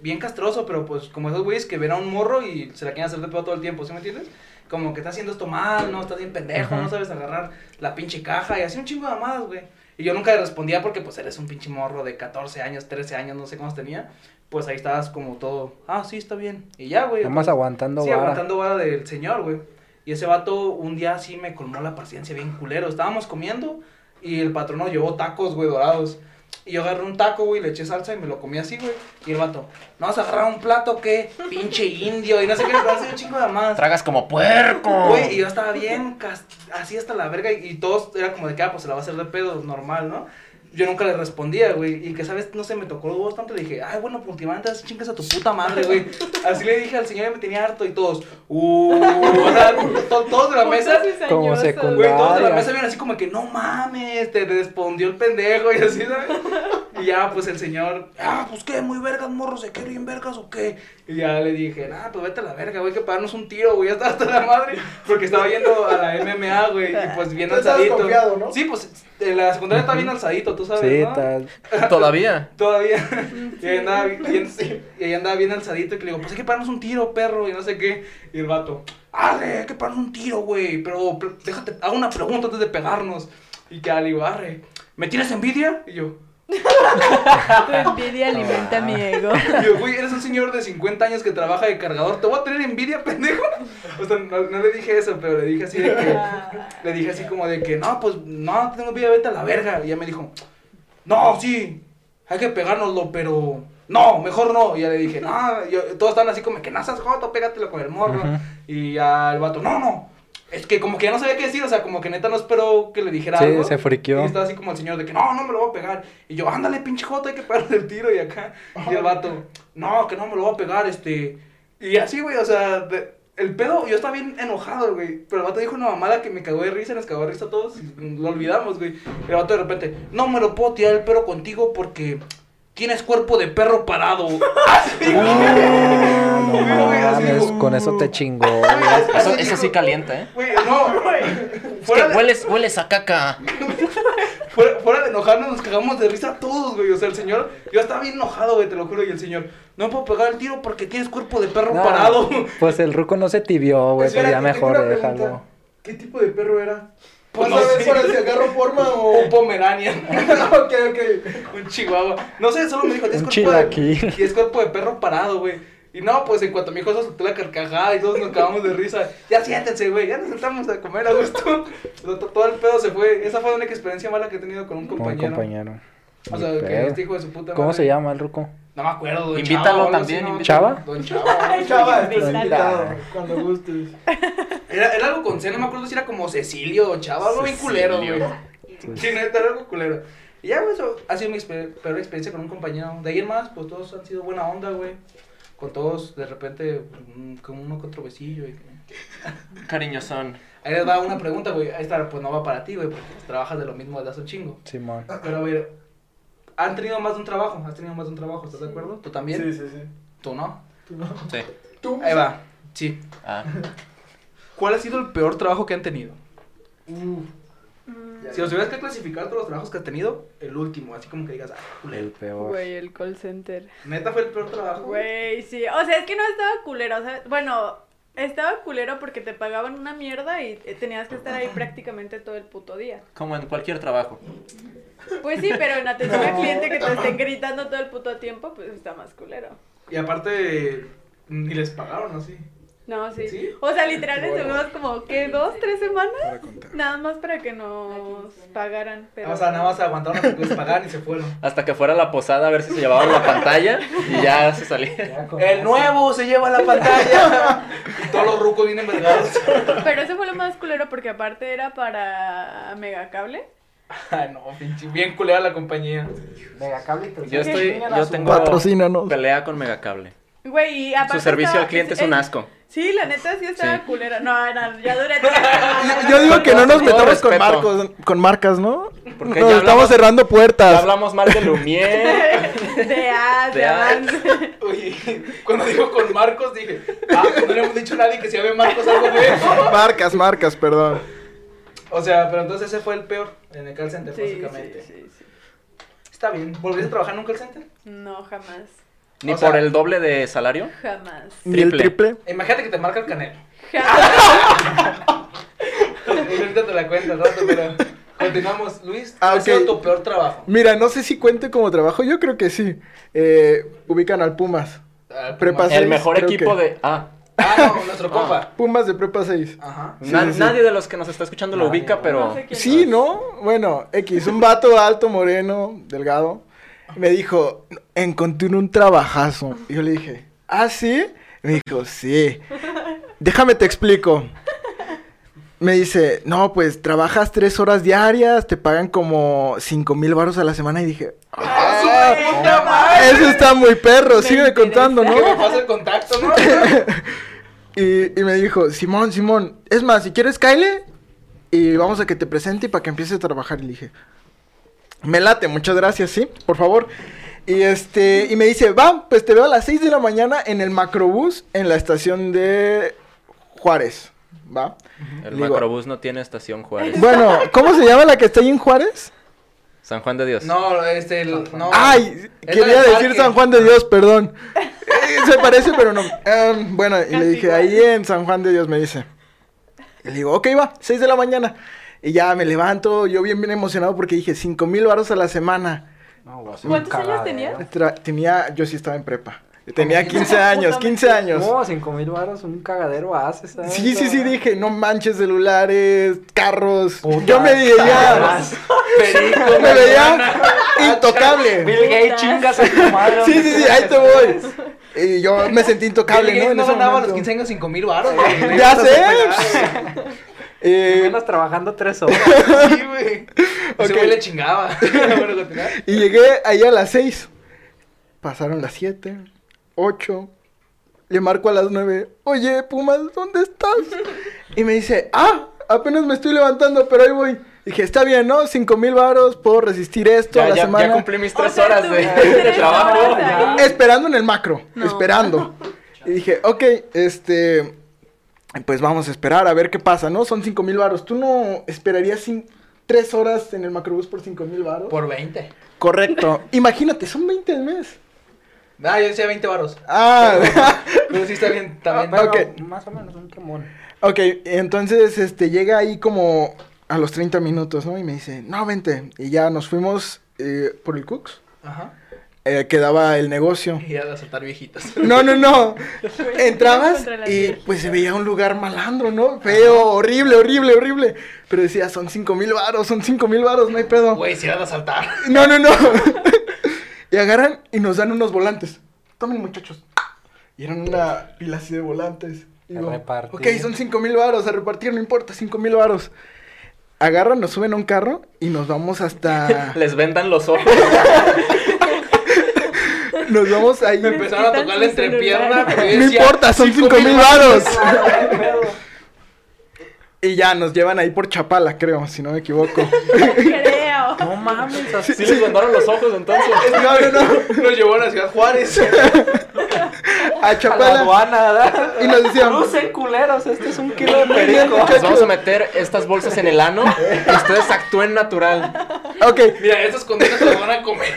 Speaker 2: bien castroso, pero pues como esos güeyes que ven a un morro y se la quieren hacer de pedo todo el tiempo, ¿sí me entiendes? Como que está haciendo esto mal, no, estás bien pendejo,
Speaker 5: Ajá.
Speaker 2: no sabes agarrar la pinche caja y así un chingo de mamadas, güey. Y yo nunca le respondía porque pues eres un pinche morro de 14 años, 13 años, no sé cuántos tenía. Pues ahí estabas como todo, ah, sí, está bien. Y ya, güey.
Speaker 1: Nomás
Speaker 2: pues,
Speaker 1: aguantando
Speaker 2: Sí,
Speaker 1: vara.
Speaker 2: aguantando vara del señor, güey. Y ese vato un día sí me colmó la paciencia bien culero. Estábamos comiendo y el patrón nos llevó tacos, güey, dorados. Y yo agarré un taco, güey, le eché salsa y me lo comí así, güey. Y el vato, ¿no vas a agarrar un plato que Pinche indio. Y no sé qué, pero hace un chingo de más.
Speaker 5: Tragas como puerco.
Speaker 2: Güey, y yo estaba bien cas- así hasta la verga y, y todos era como de que, ah, pues se la va a hacer de pedo, normal, ¿no? Yo nunca le respondía, güey, y que, ¿sabes? No sé, me tocó los huevos tanto, le dije, ay, bueno, puntivante, chingas a tu puta madre, güey. Así le dije al señor y me tenía harto y todos, uh, o sea, to- todos de la mesa,
Speaker 1: Como
Speaker 2: güey, todos de la
Speaker 1: Vaya.
Speaker 2: mesa vieron así como que, no mames, te respondió el pendejo y así, ¿sabes? Y ya, pues el señor, ah, pues qué, muy vergas, morro, se quiere bien vergas o qué. Y ya le dije, ah, pues vete a la verga, güey, que pagarnos un tiro, güey, ya está hasta la madre. Porque estaba yendo a la MMA, güey, y pues bien
Speaker 3: Tú estabas
Speaker 2: alzadito.
Speaker 3: confiado, ¿no?
Speaker 2: Sí, pues en la secundaria está bien alzadito, tú sabes,
Speaker 1: Sí,
Speaker 2: ¿no?
Speaker 1: tal.
Speaker 5: Todavía.
Speaker 2: Todavía. Y ahí andaba bien, y ahí andaba bien alzadito. Y que le digo, pues hay que pararnos un tiro, perro. Y no sé qué. Y el vato, arre, hay que pararnos un tiro, güey. Pero pl- déjate, hago una pregunta antes de pegarnos. Y que ya le digo, arre, ¿me tienes envidia? Y yo,
Speaker 4: Tu envidia alimenta mi ego.
Speaker 2: Yo, güey, eres un señor de 50 años que trabaja de cargador. ¿Te voy a tener envidia, pendejo? O sea, no, no le dije eso, pero le dije así de que. Le dije así como de que, no, pues no, tengo envidia, vete a la verga. Y ella me dijo, no, sí, hay que pegárnoslo, pero. No, mejor no. Y ya le dije, no, yo, todos estaban así como que no seas joto, pégatelo con el morro.
Speaker 1: Ujú.
Speaker 2: Y ya el vato, no, no. Es que como que ya no sabía qué decir, o sea, como que neta no esperó que le dijera
Speaker 1: Sí,
Speaker 2: algo.
Speaker 1: se friqueó.
Speaker 2: Y estaba así como el señor de que, no, no me lo voy a pegar. Y yo, ándale, pinche joto, hay que pegarle el tiro. Y acá, y el vato, no, que no me lo voy a pegar, este. Y así, güey, o sea, de- el pedo, yo estaba bien enojado, güey. Pero el vato dijo una mamada que me cagó de risa, nos cagó de risa a todos. y Lo olvidamos, güey. El vato de repente, no me lo puedo tirar el perro contigo porque tienes cuerpo de perro parado. Así, güey.
Speaker 1: No
Speaker 2: Güey, güey, así
Speaker 1: mames,
Speaker 2: digo,
Speaker 1: con eso te chingó.
Speaker 2: güey, así-
Speaker 5: Eso,
Speaker 2: así
Speaker 5: eso sí
Speaker 2: digo,
Speaker 5: calienta, ¿eh?
Speaker 2: Güey, no, güey.
Speaker 5: Es que
Speaker 2: Fuera, de-
Speaker 5: hueles, hueles a caca.
Speaker 2: fuera- fuera de enojarnos, nos cagamos de risa todos, güey. O sea, el señor, yo estaba bien enojado, güey, te lo juro. Y el señor, no puedo pegar el tiro porque tienes cuerpo de perro
Speaker 1: No,
Speaker 2: parado.
Speaker 1: Pues el ruco no se tibió, güey, pues
Speaker 3: Espérate,
Speaker 1: ya
Speaker 3: tengo una
Speaker 1: mejor
Speaker 3: pregunta.
Speaker 1: déjalo.
Speaker 3: ¿Qué tipo de perro era?
Speaker 2: Pues
Speaker 3: Pues
Speaker 2: no
Speaker 3: a ver
Speaker 2: sé.
Speaker 3: para si agarro forma o.
Speaker 2: Un pomerania.
Speaker 3: ok, ok.
Speaker 2: Un chihuahua. No sé, solo me dijo, tienes
Speaker 1: Un
Speaker 2: cuerpo de,
Speaker 1: chilaquil.
Speaker 2: tienes cuerpo de perro parado, güey. Y no, pues en cuanto me dijo eso, solté la carcajada y todos nos acabamos de risa. Ya siéntense, güey, ya nos sentamos a comer a gusto. Todo- Todo el pedo se fue. Esa fue la única experiencia mala que he tenido con un
Speaker 1: Con un
Speaker 2: compañero.
Speaker 1: compañero.
Speaker 2: O
Speaker 1: Ni
Speaker 2: sea, que
Speaker 1: pedo.
Speaker 2: este hijo de su puta madre.
Speaker 1: ¿Cómo se llama el ruco?
Speaker 2: No me acuerdo, don
Speaker 5: Invítalo
Speaker 2: Chava o algo
Speaker 5: también,
Speaker 2: así, ¿no?
Speaker 1: invítalo.
Speaker 2: Don Chava.
Speaker 3: Chava, estás
Speaker 1: Invitado.
Speaker 3: invitado. Cuando gustes.
Speaker 2: Era, era algo con C, no me acuerdo si era como Cecilio o Chava, algo bien culero, güey. Sí, neta, era algo culero. Y ya, güey, eso ha sido mi exper- peor experiencia con un compañero. De ahí en más, pues todos han sido buena onda, güey. Con todos, de repente, mm, con uno que otro besillo. Y...
Speaker 5: Cariñosón.
Speaker 2: Ahí les va una pregunta, güey. Esta, pues no va para ti, güey, porque pues, trabajas de lo mismo desde hace un chingo.
Speaker 1: Simón.
Speaker 2: Pero a ver, ¿han tenido más de un trabajo? ¿Has tenido más de un trabajo? ¿Estás de acuerdo? ¿Tú también?
Speaker 3: Sí, sí, sí.
Speaker 2: ¿Tú no?
Speaker 3: Tú no.
Speaker 5: Sí.
Speaker 3: Tú.
Speaker 2: Ahí va, sí.
Speaker 5: Ah.
Speaker 2: ¿Cuál ha sido el peor trabajo que han tenido?
Speaker 3: Uf.
Speaker 2: Si los tuvieras que clasificar todos los trabajos que has tenido, el último, así como que digas, ah, culero.
Speaker 1: El peor.
Speaker 4: Güey, el call center.
Speaker 2: Neta fue el peor trabajo.
Speaker 4: Güey, sí. O sea, es que no estaba culero. o sea, bueno, estaba culero porque te pagaban una mierda y eh, tenías que estar ahí prácticamente todo el puto día.
Speaker 5: Como en cualquier trabajo.
Speaker 4: Pues sí, pero en atención al cliente que te estén gritando todo el puto tiempo, pues está más culero.
Speaker 2: Y aparte, ni les pagaron así.
Speaker 4: No, sí.
Speaker 2: ¿Sí?
Speaker 4: O sea, literal estuvimos como, ¿qué? ¿Dos, tres semanas?
Speaker 3: Para contar.
Speaker 4: Nada más para que nos pagaran. Pero...
Speaker 2: O sea, nada más aguantaron hasta que les pagaron y se fueron.
Speaker 5: Hasta que fuera a la posada a ver si se llevaban la pantalla y ya se salía.
Speaker 2: El nuevo se lleva la pantalla. Y todos los rucos vienen vergados.
Speaker 4: Pero eso fue lo más culero porque aparte era para Megacable.
Speaker 2: Ay, no, pinche. Bien culera la compañía.
Speaker 5: Yo estoy, yo tengo
Speaker 3: Patrocínanos.
Speaker 5: pelea con Megacable.
Speaker 4: Güey, y aparte...
Speaker 5: Su servicio
Speaker 4: estaba-
Speaker 5: al cliente es un
Speaker 4: eh,
Speaker 5: asco.
Speaker 4: Sí, la neta sí estaba
Speaker 5: Sí.
Speaker 4: culera. No, no, ya duré tres
Speaker 3: Yo-
Speaker 4: semanas.
Speaker 3: Yo digo que no nos
Speaker 5: Todo
Speaker 3: metamos con,
Speaker 5: respeto.
Speaker 3: marcos, con marcas, ¿no?
Speaker 5: Porque
Speaker 3: Nos
Speaker 5: ya hablamos-
Speaker 3: estamos cerrando
Speaker 5: Ya
Speaker 3: puertas.
Speaker 5: hablamos mal de Lumier.
Speaker 4: De as,
Speaker 5: De
Speaker 4: de
Speaker 5: as.
Speaker 4: avance.
Speaker 2: Oye, cuando dijo con Marcos, dije, ah, pues no le hemos dicho a nadie que si ve Marcos algo feo.
Speaker 3: Marcas, marcas, perdón.
Speaker 2: O sea, pero entonces ese fue el peor en el call center,
Speaker 4: Sí,
Speaker 2: básicamente.
Speaker 4: sí, sí, sí.
Speaker 2: Está bien. ¿Volviste a trabajar en un call center?
Speaker 4: No, jamás.
Speaker 5: Ni
Speaker 2: O sea-
Speaker 5: por el doble de salario.
Speaker 4: Jamás.
Speaker 3: ¿Y el
Speaker 5: Triple.
Speaker 3: triple?
Speaker 2: Imagínate que te marca el canelo.
Speaker 4: Jamás.
Speaker 2: Y ahorita te la cuento, al rato, pero continuamos. Luis,
Speaker 3: Ah,
Speaker 2: ¿cuál ha sido
Speaker 3: ok.
Speaker 2: tu peor trabajo?
Speaker 3: Mira, no sé si cuente como trabajo, yo creo que sí. Eh, ubican al Pumas.
Speaker 2: Ah,
Speaker 3: Prepa
Speaker 2: Pumas.
Speaker 3: seis,
Speaker 5: El mejor
Speaker 3: creo
Speaker 5: equipo
Speaker 3: que.
Speaker 5: de. Ah.
Speaker 2: Ah, no, nuestro compa.
Speaker 3: Pumas de Prepa 6.
Speaker 2: Ajá.
Speaker 3: Sí,
Speaker 5: Na-
Speaker 3: sí, sí.
Speaker 5: Nadie de los que nos está escuchando lo
Speaker 1: Nadie,
Speaker 5: ubica,
Speaker 1: no.
Speaker 5: pero.
Speaker 4: No sé quién
Speaker 3: Sí,
Speaker 4: es.
Speaker 3: ¿no? Bueno, X, un vato alto, moreno, delgado, me dijo, encontré un trabajazo. Y yo le dije, ¿ah, sí? Me dijo, sí. Déjame te explico. Me dice, no, pues trabajas tres horas diarias, te pagan como cinco mil baros a la semana. Y dije,
Speaker 4: Ah,
Speaker 2: ¡Ah,
Speaker 4: su
Speaker 2: su puta
Speaker 4: puta
Speaker 2: madre!
Speaker 3: eso está muy perro,
Speaker 4: Me
Speaker 3: sigue contando, ¿no?
Speaker 2: Que me pase el contacto, ¿no?
Speaker 3: Y, y me dijo, Simón, Simón, es más, si quieres, Kyle, y vamos a que te presente y para que empiece a trabajar. Y le dije, me late, muchas gracias, sí, por favor. Y este, y me dice, va, pues te veo a las 6 de la mañana en el macrobús en la estación de Juárez, va.
Speaker 5: El
Speaker 3: Digo-
Speaker 5: macrobús no tiene estación Juárez.
Speaker 3: Bueno, ¿cómo se llama la que está ahí en Juárez?
Speaker 5: San Juan de Dios.
Speaker 2: No, este, el- no.
Speaker 3: Ay,
Speaker 2: Es
Speaker 3: quería
Speaker 2: la del
Speaker 3: decir
Speaker 2: parque.
Speaker 3: San Juan de Dios, perdón. Eh, Se parece, pero no. Em, bueno, y
Speaker 4: Casi
Speaker 3: le dije,
Speaker 4: igual.
Speaker 3: ahí en San Juan de Dios me dice. Y le digo, ok, va, 6 de la mañana. Y ya me levanto, yo bien, bien emocionado porque dije, cinco mil varos a la semana.
Speaker 1: No, güey, sin
Speaker 4: ¿Cuántos años
Speaker 1: cagadero.
Speaker 4: tenías?
Speaker 3: Tra- tenía, yo sí estaba en prepa. Tenía 15 años, 15 años.
Speaker 1: No, cinco mil baros, un cagadero haces. ¿sabes?
Speaker 3: Sí, sí, sí, dije, no manches celulares, carros.
Speaker 1: Putas
Speaker 3: yo me veía, Ah,
Speaker 1: caras.
Speaker 3: me veía intocable.
Speaker 1: Bill Gates,
Speaker 4: Putas.
Speaker 1: chingas a tu madre.
Speaker 3: Sí, sí, sí, ahí te voy. Y yo me sentí intocable,
Speaker 2: Bill Gates
Speaker 3: ¿no? En
Speaker 2: no
Speaker 3: ese
Speaker 2: ganaba a los
Speaker 3: momento.
Speaker 2: 15 años 5 mil baros, güey.
Speaker 3: Ya sé. Eh,
Speaker 1: Menos trabajando tres horas.
Speaker 2: Sí, güey. Ese
Speaker 3: Ok.
Speaker 2: güey le chingaba. Bueno, continúa.
Speaker 3: y llegué ahí a las 6. Pasaron las 7, 8. Le marco a las 9. Oye, Pumas, ¿dónde estás? Y me dice, ah, apenas me estoy levantando, pero ahí voy. Dije, está bien, ¿no? 5 mil varos, puedo resistir esto a
Speaker 5: Ya,
Speaker 3: la
Speaker 5: ya- ya
Speaker 3: semana.
Speaker 5: cumplí mis
Speaker 4: O
Speaker 5: tres
Speaker 4: sea,
Speaker 5: horas de,
Speaker 4: tuviste
Speaker 5: de
Speaker 4: tres
Speaker 5: trabajo.
Speaker 4: horas
Speaker 1: ya.
Speaker 4: ahí.
Speaker 3: Esperando en el macro,
Speaker 4: No.
Speaker 3: esperando. Y dije, ok, este, pues vamos a esperar a ver qué pasa, ¿no? Son cinco mil varos. ¿Tú no esperarías cin- tres horas en el macrobús por cinco mil varos?
Speaker 2: Por 20.
Speaker 3: Correcto. Imagínate, son 20 al mes.
Speaker 2: Ah, yo decía 20 baros.
Speaker 3: Ah,
Speaker 2: Pero sí está bien, también.
Speaker 1: Bueno,
Speaker 3: Ok.
Speaker 1: Más o menos un quemón.
Speaker 3: ok, entonces, este, llega ahí como a los 30 minutos, ¿no? Y me dice, no, vente. Y ya nos fuimos eh, por el Cooks.
Speaker 2: Ajá.
Speaker 3: eh, quedaba el negocio.
Speaker 2: Y ya de asaltar viejitas.
Speaker 3: No, no, no. Entrabas
Speaker 4: Contra las
Speaker 3: y
Speaker 4: viejitas.
Speaker 3: pues se veía un lugar malandro, ¿no? Feo, horrible, horrible, horrible. Pero decía, son cinco mil varos, son cinco mil varos, no hay pedo.
Speaker 2: Güey, si era de asaltar.
Speaker 3: No, no, no. y agarran y nos dan unos volantes. Tomen, muchachos. Y eran una pila así de volantes. Y
Speaker 1: A
Speaker 3: digo,
Speaker 1: repartir.
Speaker 3: Ok, son cinco mil varos, a repartir, no importa, cinco mil varos. Agarran, nos suben a un carro y nos vamos hasta...
Speaker 5: Les vendan los ojos.
Speaker 3: nos vamos ahí.
Speaker 2: Me empezaron a tocar la
Speaker 4: Quitan su
Speaker 2: entrepierna.
Speaker 4: celular.
Speaker 2: pero yo
Speaker 3: No
Speaker 2: decía,
Speaker 3: importa, son
Speaker 2: "Cinco
Speaker 3: 5 mil varos.
Speaker 1: Pero,
Speaker 3: Y ya nos llevan ahí por Chapala, creo, si no me equivoco.
Speaker 4: Creo.
Speaker 1: no mames, así.
Speaker 5: Sí les vendaron los ojos entonces.
Speaker 3: No, no, no,
Speaker 2: Nos llevó a la ciudad Juárez.
Speaker 3: a
Speaker 1: A la
Speaker 3: Chapala.
Speaker 1: aduana, ¿verdad?
Speaker 3: Y nos decían,
Speaker 1: Crucen culeros, este es un kilo de perico.
Speaker 5: Les vamos a meter estas bolsas en el ano y ustedes actúen natural.
Speaker 3: ok,
Speaker 2: Mira, estos condenas se van a comer.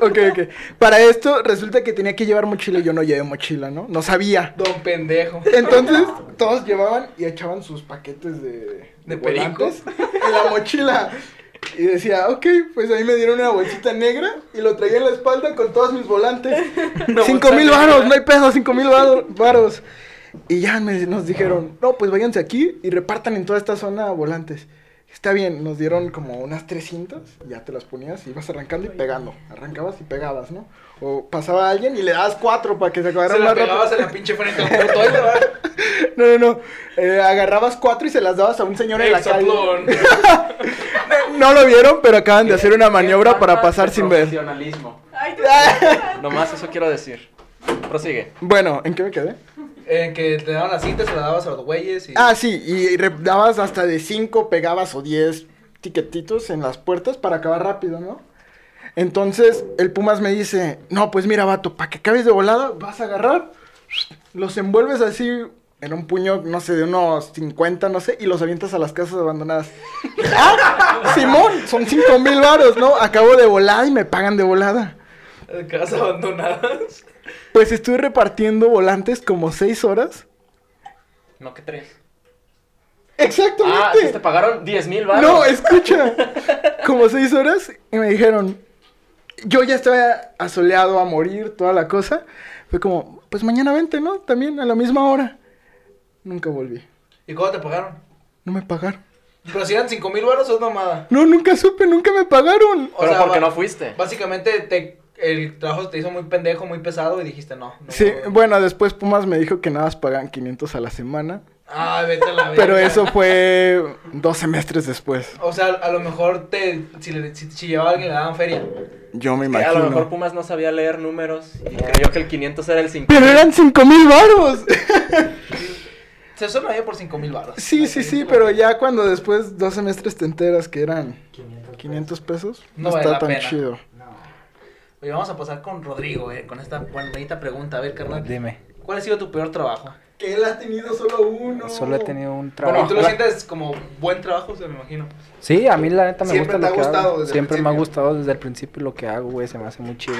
Speaker 3: ok, ok. Para esto resulta que tenía que llevar mochila y yo no llevé mochila, ¿no? No sabía.
Speaker 2: Don pendejo.
Speaker 3: Entonces, todos llevaban y echaban sus paquetes de,
Speaker 2: ¿De
Speaker 3: volantes en la mochila. Y decía, ok, pues ahí me dieron una bolsita negra y lo traía en la espalda con todos mis volantes. cinco mil varos, no hay peso, cinco mil varo- varos. Y ya me- nos dijeron, no, pues váyanse aquí y repartan en toda esta zona volantes. Está bien, nos dieron como unas tres cintas, ya te las ponías, y ibas arrancando y pegando. Arrancabas y pegabas, ¿no? O pasaba alguien y le dabas cuatro para que se acabara
Speaker 2: Se
Speaker 3: más
Speaker 2: la
Speaker 3: rápido.
Speaker 2: pegabas en la pinche frente a un puto ahí, ¿verdad?
Speaker 3: No, no, no. Eh, agarrabas cuatro y se las dabas a un señor en la calle.
Speaker 2: Exatlón.
Speaker 3: No lo vieron, pero acaban de hacer una maniobra para pasar sin ver.
Speaker 5: Profesionalismo.
Speaker 4: Ay, tú-
Speaker 5: Nomás eso quiero decir. Prosigue.
Speaker 3: Bueno, ¿en qué me quedé?
Speaker 2: En que te daban la cinta, se la dabas a los güeyes. Y...
Speaker 3: Ah, sí, y re- dabas hasta de cinco, pegabas o diez tiquetitos en las puertas para acabar rápido, ¿no? Entonces, el Pumas me dice, no, pues mira, vato, para que acabes de volada, vas a agarrar, los envuelves así en un puño, no sé, de unos 50, no sé, y los avientas a las casas abandonadas. ¡Ah! Simón, son cinco mil varos, ¿no? Acabo de volada y me pagan de volada.
Speaker 2: Eh, Casas abandonadas.
Speaker 3: Pues estuve repartiendo volantes como seis horas.
Speaker 5: No, que tres.
Speaker 3: Exactamente.
Speaker 5: Ah, ¿sí te pagaron 10 mil baros.
Speaker 3: No, escucha. Como seis horas y me dijeron, yo ya estaba asoleado a morir, toda la cosa. Fue como, pues mañana vente, ¿no? También a la misma hora. Nunca volví.
Speaker 2: ¿Y cómo te pagaron?
Speaker 3: No me pagaron.
Speaker 2: Pero si eran 5 mil baros, es nomada.
Speaker 3: No, nunca supe, nunca me pagaron.
Speaker 2: O
Speaker 5: Pero
Speaker 2: sea,
Speaker 5: porque
Speaker 2: ba-
Speaker 5: no fuiste.
Speaker 2: Básicamente, te, el trabajo te hizo muy pendejo, muy pesado y dijiste no. no
Speaker 3: Sí,
Speaker 2: no, no.
Speaker 3: bueno, después Pumas me dijo que nada más pagan 500 a la semana.
Speaker 2: Ah, vete a la verga.
Speaker 3: Pero eso fue dos semestres después.
Speaker 2: O sea, a lo mejor te, si, le- si, si llevaba a alguien le daban feria.
Speaker 3: Yo me
Speaker 5: Que a
Speaker 3: imagino.
Speaker 5: lo mejor Pumas no sabía leer números y creyó que el 500 era el 5.
Speaker 3: Pero eran cinco mil varos.
Speaker 2: Se eso me dio por 5 mil baros.
Speaker 3: Sí, sí, sí, pero ya cuando después dos semestres te enteras que eran 500 pesos,
Speaker 2: No
Speaker 3: no,
Speaker 2: vale
Speaker 3: está
Speaker 2: la
Speaker 3: tan
Speaker 2: pena.
Speaker 3: chido.
Speaker 2: Oye, vamos a pasar con Rodrigo, eh, con esta buena- bonita pregunta. A ver, carnal.
Speaker 1: Dime,
Speaker 2: ¿Cuál ha sido tu peor trabajo?
Speaker 3: Que él ha tenido solo uno.
Speaker 1: solo he tenido un
Speaker 2: Bueno,
Speaker 1: trabajo.
Speaker 2: tú lo
Speaker 1: La-
Speaker 2: sientes como buen trabajo, se me imagino.
Speaker 1: Sí, a mí la neta me
Speaker 3: Siempre
Speaker 1: gusta
Speaker 3: te
Speaker 1: lo
Speaker 3: ha
Speaker 1: que
Speaker 3: gustado
Speaker 1: hago.
Speaker 3: desde el
Speaker 1: Siempre me ha
Speaker 3: principio.
Speaker 1: gustado desde el principio lo que hago, güey, se me hace muy chido.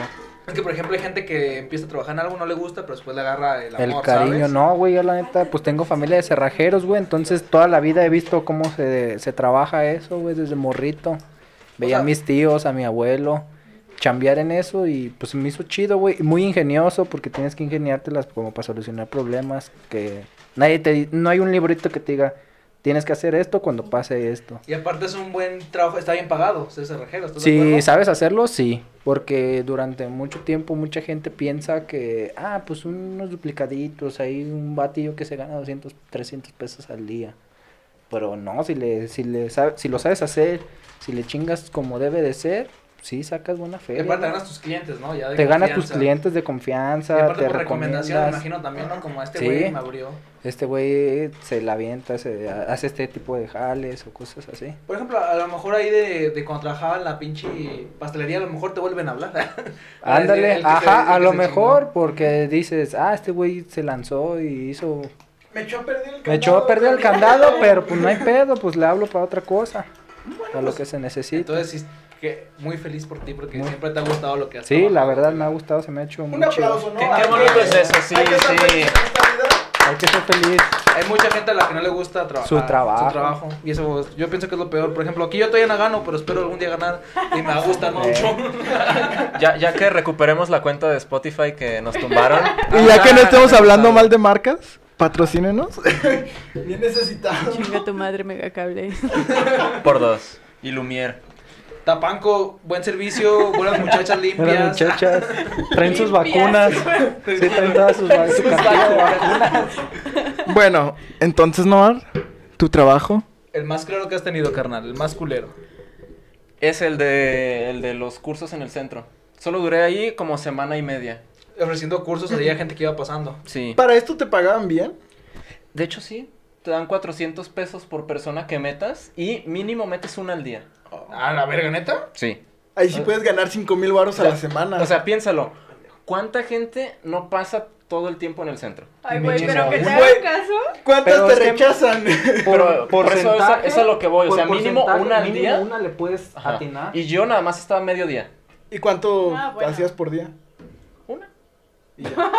Speaker 2: Es que, por ejemplo, hay gente que empieza a trabajar en algo, no le gusta, pero después le agarra el amor,
Speaker 1: El cariño,
Speaker 2: ¿sabes?
Speaker 1: no, güey, yo la neta, pues tengo familia de cerrajeros, güey, entonces toda la vida he visto cómo se, se trabaja eso, güey, desde morrito. Veía
Speaker 2: sea-
Speaker 1: a mis tíos, a mi abuelo, chambear en eso y pues me hizo chido, güey. y Muy ingenioso porque tienes que ingeniártelas como para solucionar problemas que nadie te... di- No hay un librito que te diga, tienes que hacer esto cuando pase esto.
Speaker 2: Y aparte es un buen trabajo, está bien pagado, César Rejero, ¿estás de
Speaker 1: Si
Speaker 2: acuerdo?
Speaker 1: sabes hacerlo, sí. Porque durante mucho tiempo mucha gente piensa que, ah, pues unos duplicaditos, hay un batido que se gana 200, 300 pesos al día. Pero no, si, le, si, le sabe- si lo sabes hacer, si le chingas como debe de ser, sí sacas buena
Speaker 2: Y
Speaker 1: feria.
Speaker 2: aparte te ganas tus clientes, ¿no? Ya de
Speaker 1: Te ganas tus
Speaker 2: confianza.
Speaker 1: clientes de
Speaker 2: Y
Speaker 1: confianza,
Speaker 2: aparte
Speaker 1: te
Speaker 2: por recomendación, me
Speaker 1: recomiendas.
Speaker 2: imagino también, ¿no? Como a este
Speaker 1: Sí.
Speaker 2: güey me abrió.
Speaker 1: Este güey se la avienta, se hace este tipo de jales o cosas así.
Speaker 2: Por ejemplo, a lo mejor ahí de, de cuando trabajaba en la pinche pastelería, a lo mejor te vuelven a hablar. Para
Speaker 5: Ah,
Speaker 2: decir,
Speaker 1: Ándale,
Speaker 2: el que se-
Speaker 1: ajá, a
Speaker 2: el que
Speaker 1: lo
Speaker 2: se
Speaker 1: mejor
Speaker 2: chingó.
Speaker 1: porque dices, ah, este güey se lanzó y hizo,
Speaker 3: Me echó a perder el
Speaker 1: me echó a perder el candado, pero pues no hay pedo, pues le hablo para otra cosa, para lo que se necesita.
Speaker 2: Entonces, sí, que muy feliz por ti porque
Speaker 1: Muy-
Speaker 2: siempre te ha gustado lo que has
Speaker 1: sí, la verdad me ha gustado, se me ha hecho
Speaker 3: Un
Speaker 1: muy chido.
Speaker 3: aplauso, ¿no?
Speaker 2: Qué-
Speaker 3: Ah,
Speaker 5: qué bonito es eso, sí,
Speaker 3: Hay que estar
Speaker 5: sí.
Speaker 3: felices en esta vida.
Speaker 1: Hay que ser feliz.
Speaker 2: Hay mucha gente a la que no le gusta trabajar.
Speaker 1: Su trabajo.
Speaker 2: Su trabajo. Y eso es- yo pienso que es lo peor. Por ejemplo, aquí yo todavía no gano, pero espero algún día ganar y me va a gustar
Speaker 1: Eh.
Speaker 2: mucho.
Speaker 5: Ya, ya que recuperemos la cuenta de Spotify que nos tumbaron.
Speaker 3: Y ya que no estemos
Speaker 5: Ah,
Speaker 3: hablando mal de marcas, patrocínenos. Bien necesitados.
Speaker 4: Chinga tu madre, megacable.
Speaker 5: Por dos. Y Lumière.
Speaker 2: Tapanco, buen servicio, buenas muchachas limpias.
Speaker 1: Buenas muchachas, traen sus vacunas,
Speaker 4: Limpias.
Speaker 1: sí, traen todas sus vacunas.
Speaker 3: Bueno, entonces, Noar, tu trabajo.
Speaker 2: El más claro que has tenido, carnal, el más culero.
Speaker 5: Es el de, el de los cursos en el centro. Solo duré ahí como semana y media.
Speaker 2: Ofreciendo cursos ahí a gente que iba pasando.
Speaker 5: Sí.
Speaker 3: ¿Para esto te pagaban bien?
Speaker 5: De hecho, sí. Te dan 400 pesos por persona que metas y mínimo metes una al día.
Speaker 2: A la verga, neta.
Speaker 5: Sí.
Speaker 3: Ahí
Speaker 1: Ah.
Speaker 3: sí puedes ganar 5 mil baros a la semana.
Speaker 5: O sea, piénsalo. ¿Cuánta gente no pasa todo el tiempo en el centro?
Speaker 4: Ay, güey,
Speaker 1: Muchísimo.
Speaker 4: pero que te
Speaker 3: Güey.
Speaker 4: hagan caso.
Speaker 3: ¿cuántas
Speaker 1: pero
Speaker 3: te
Speaker 1: es que-
Speaker 3: rechazan?
Speaker 5: Pero por eso, eso-
Speaker 1: porcentaje,
Speaker 5: eso es lo que voy, o sea, mínimo
Speaker 1: porcentaje,
Speaker 5: una al
Speaker 1: mínimo
Speaker 5: día.
Speaker 1: una le puedes
Speaker 5: Ajá.
Speaker 1: atinar.
Speaker 5: Y yo nada más estaba a mediodía.
Speaker 3: ¿Y cuánto
Speaker 4: Ah, bueno.
Speaker 3: hacías por día?
Speaker 5: Una.
Speaker 3: Y ya. Ah,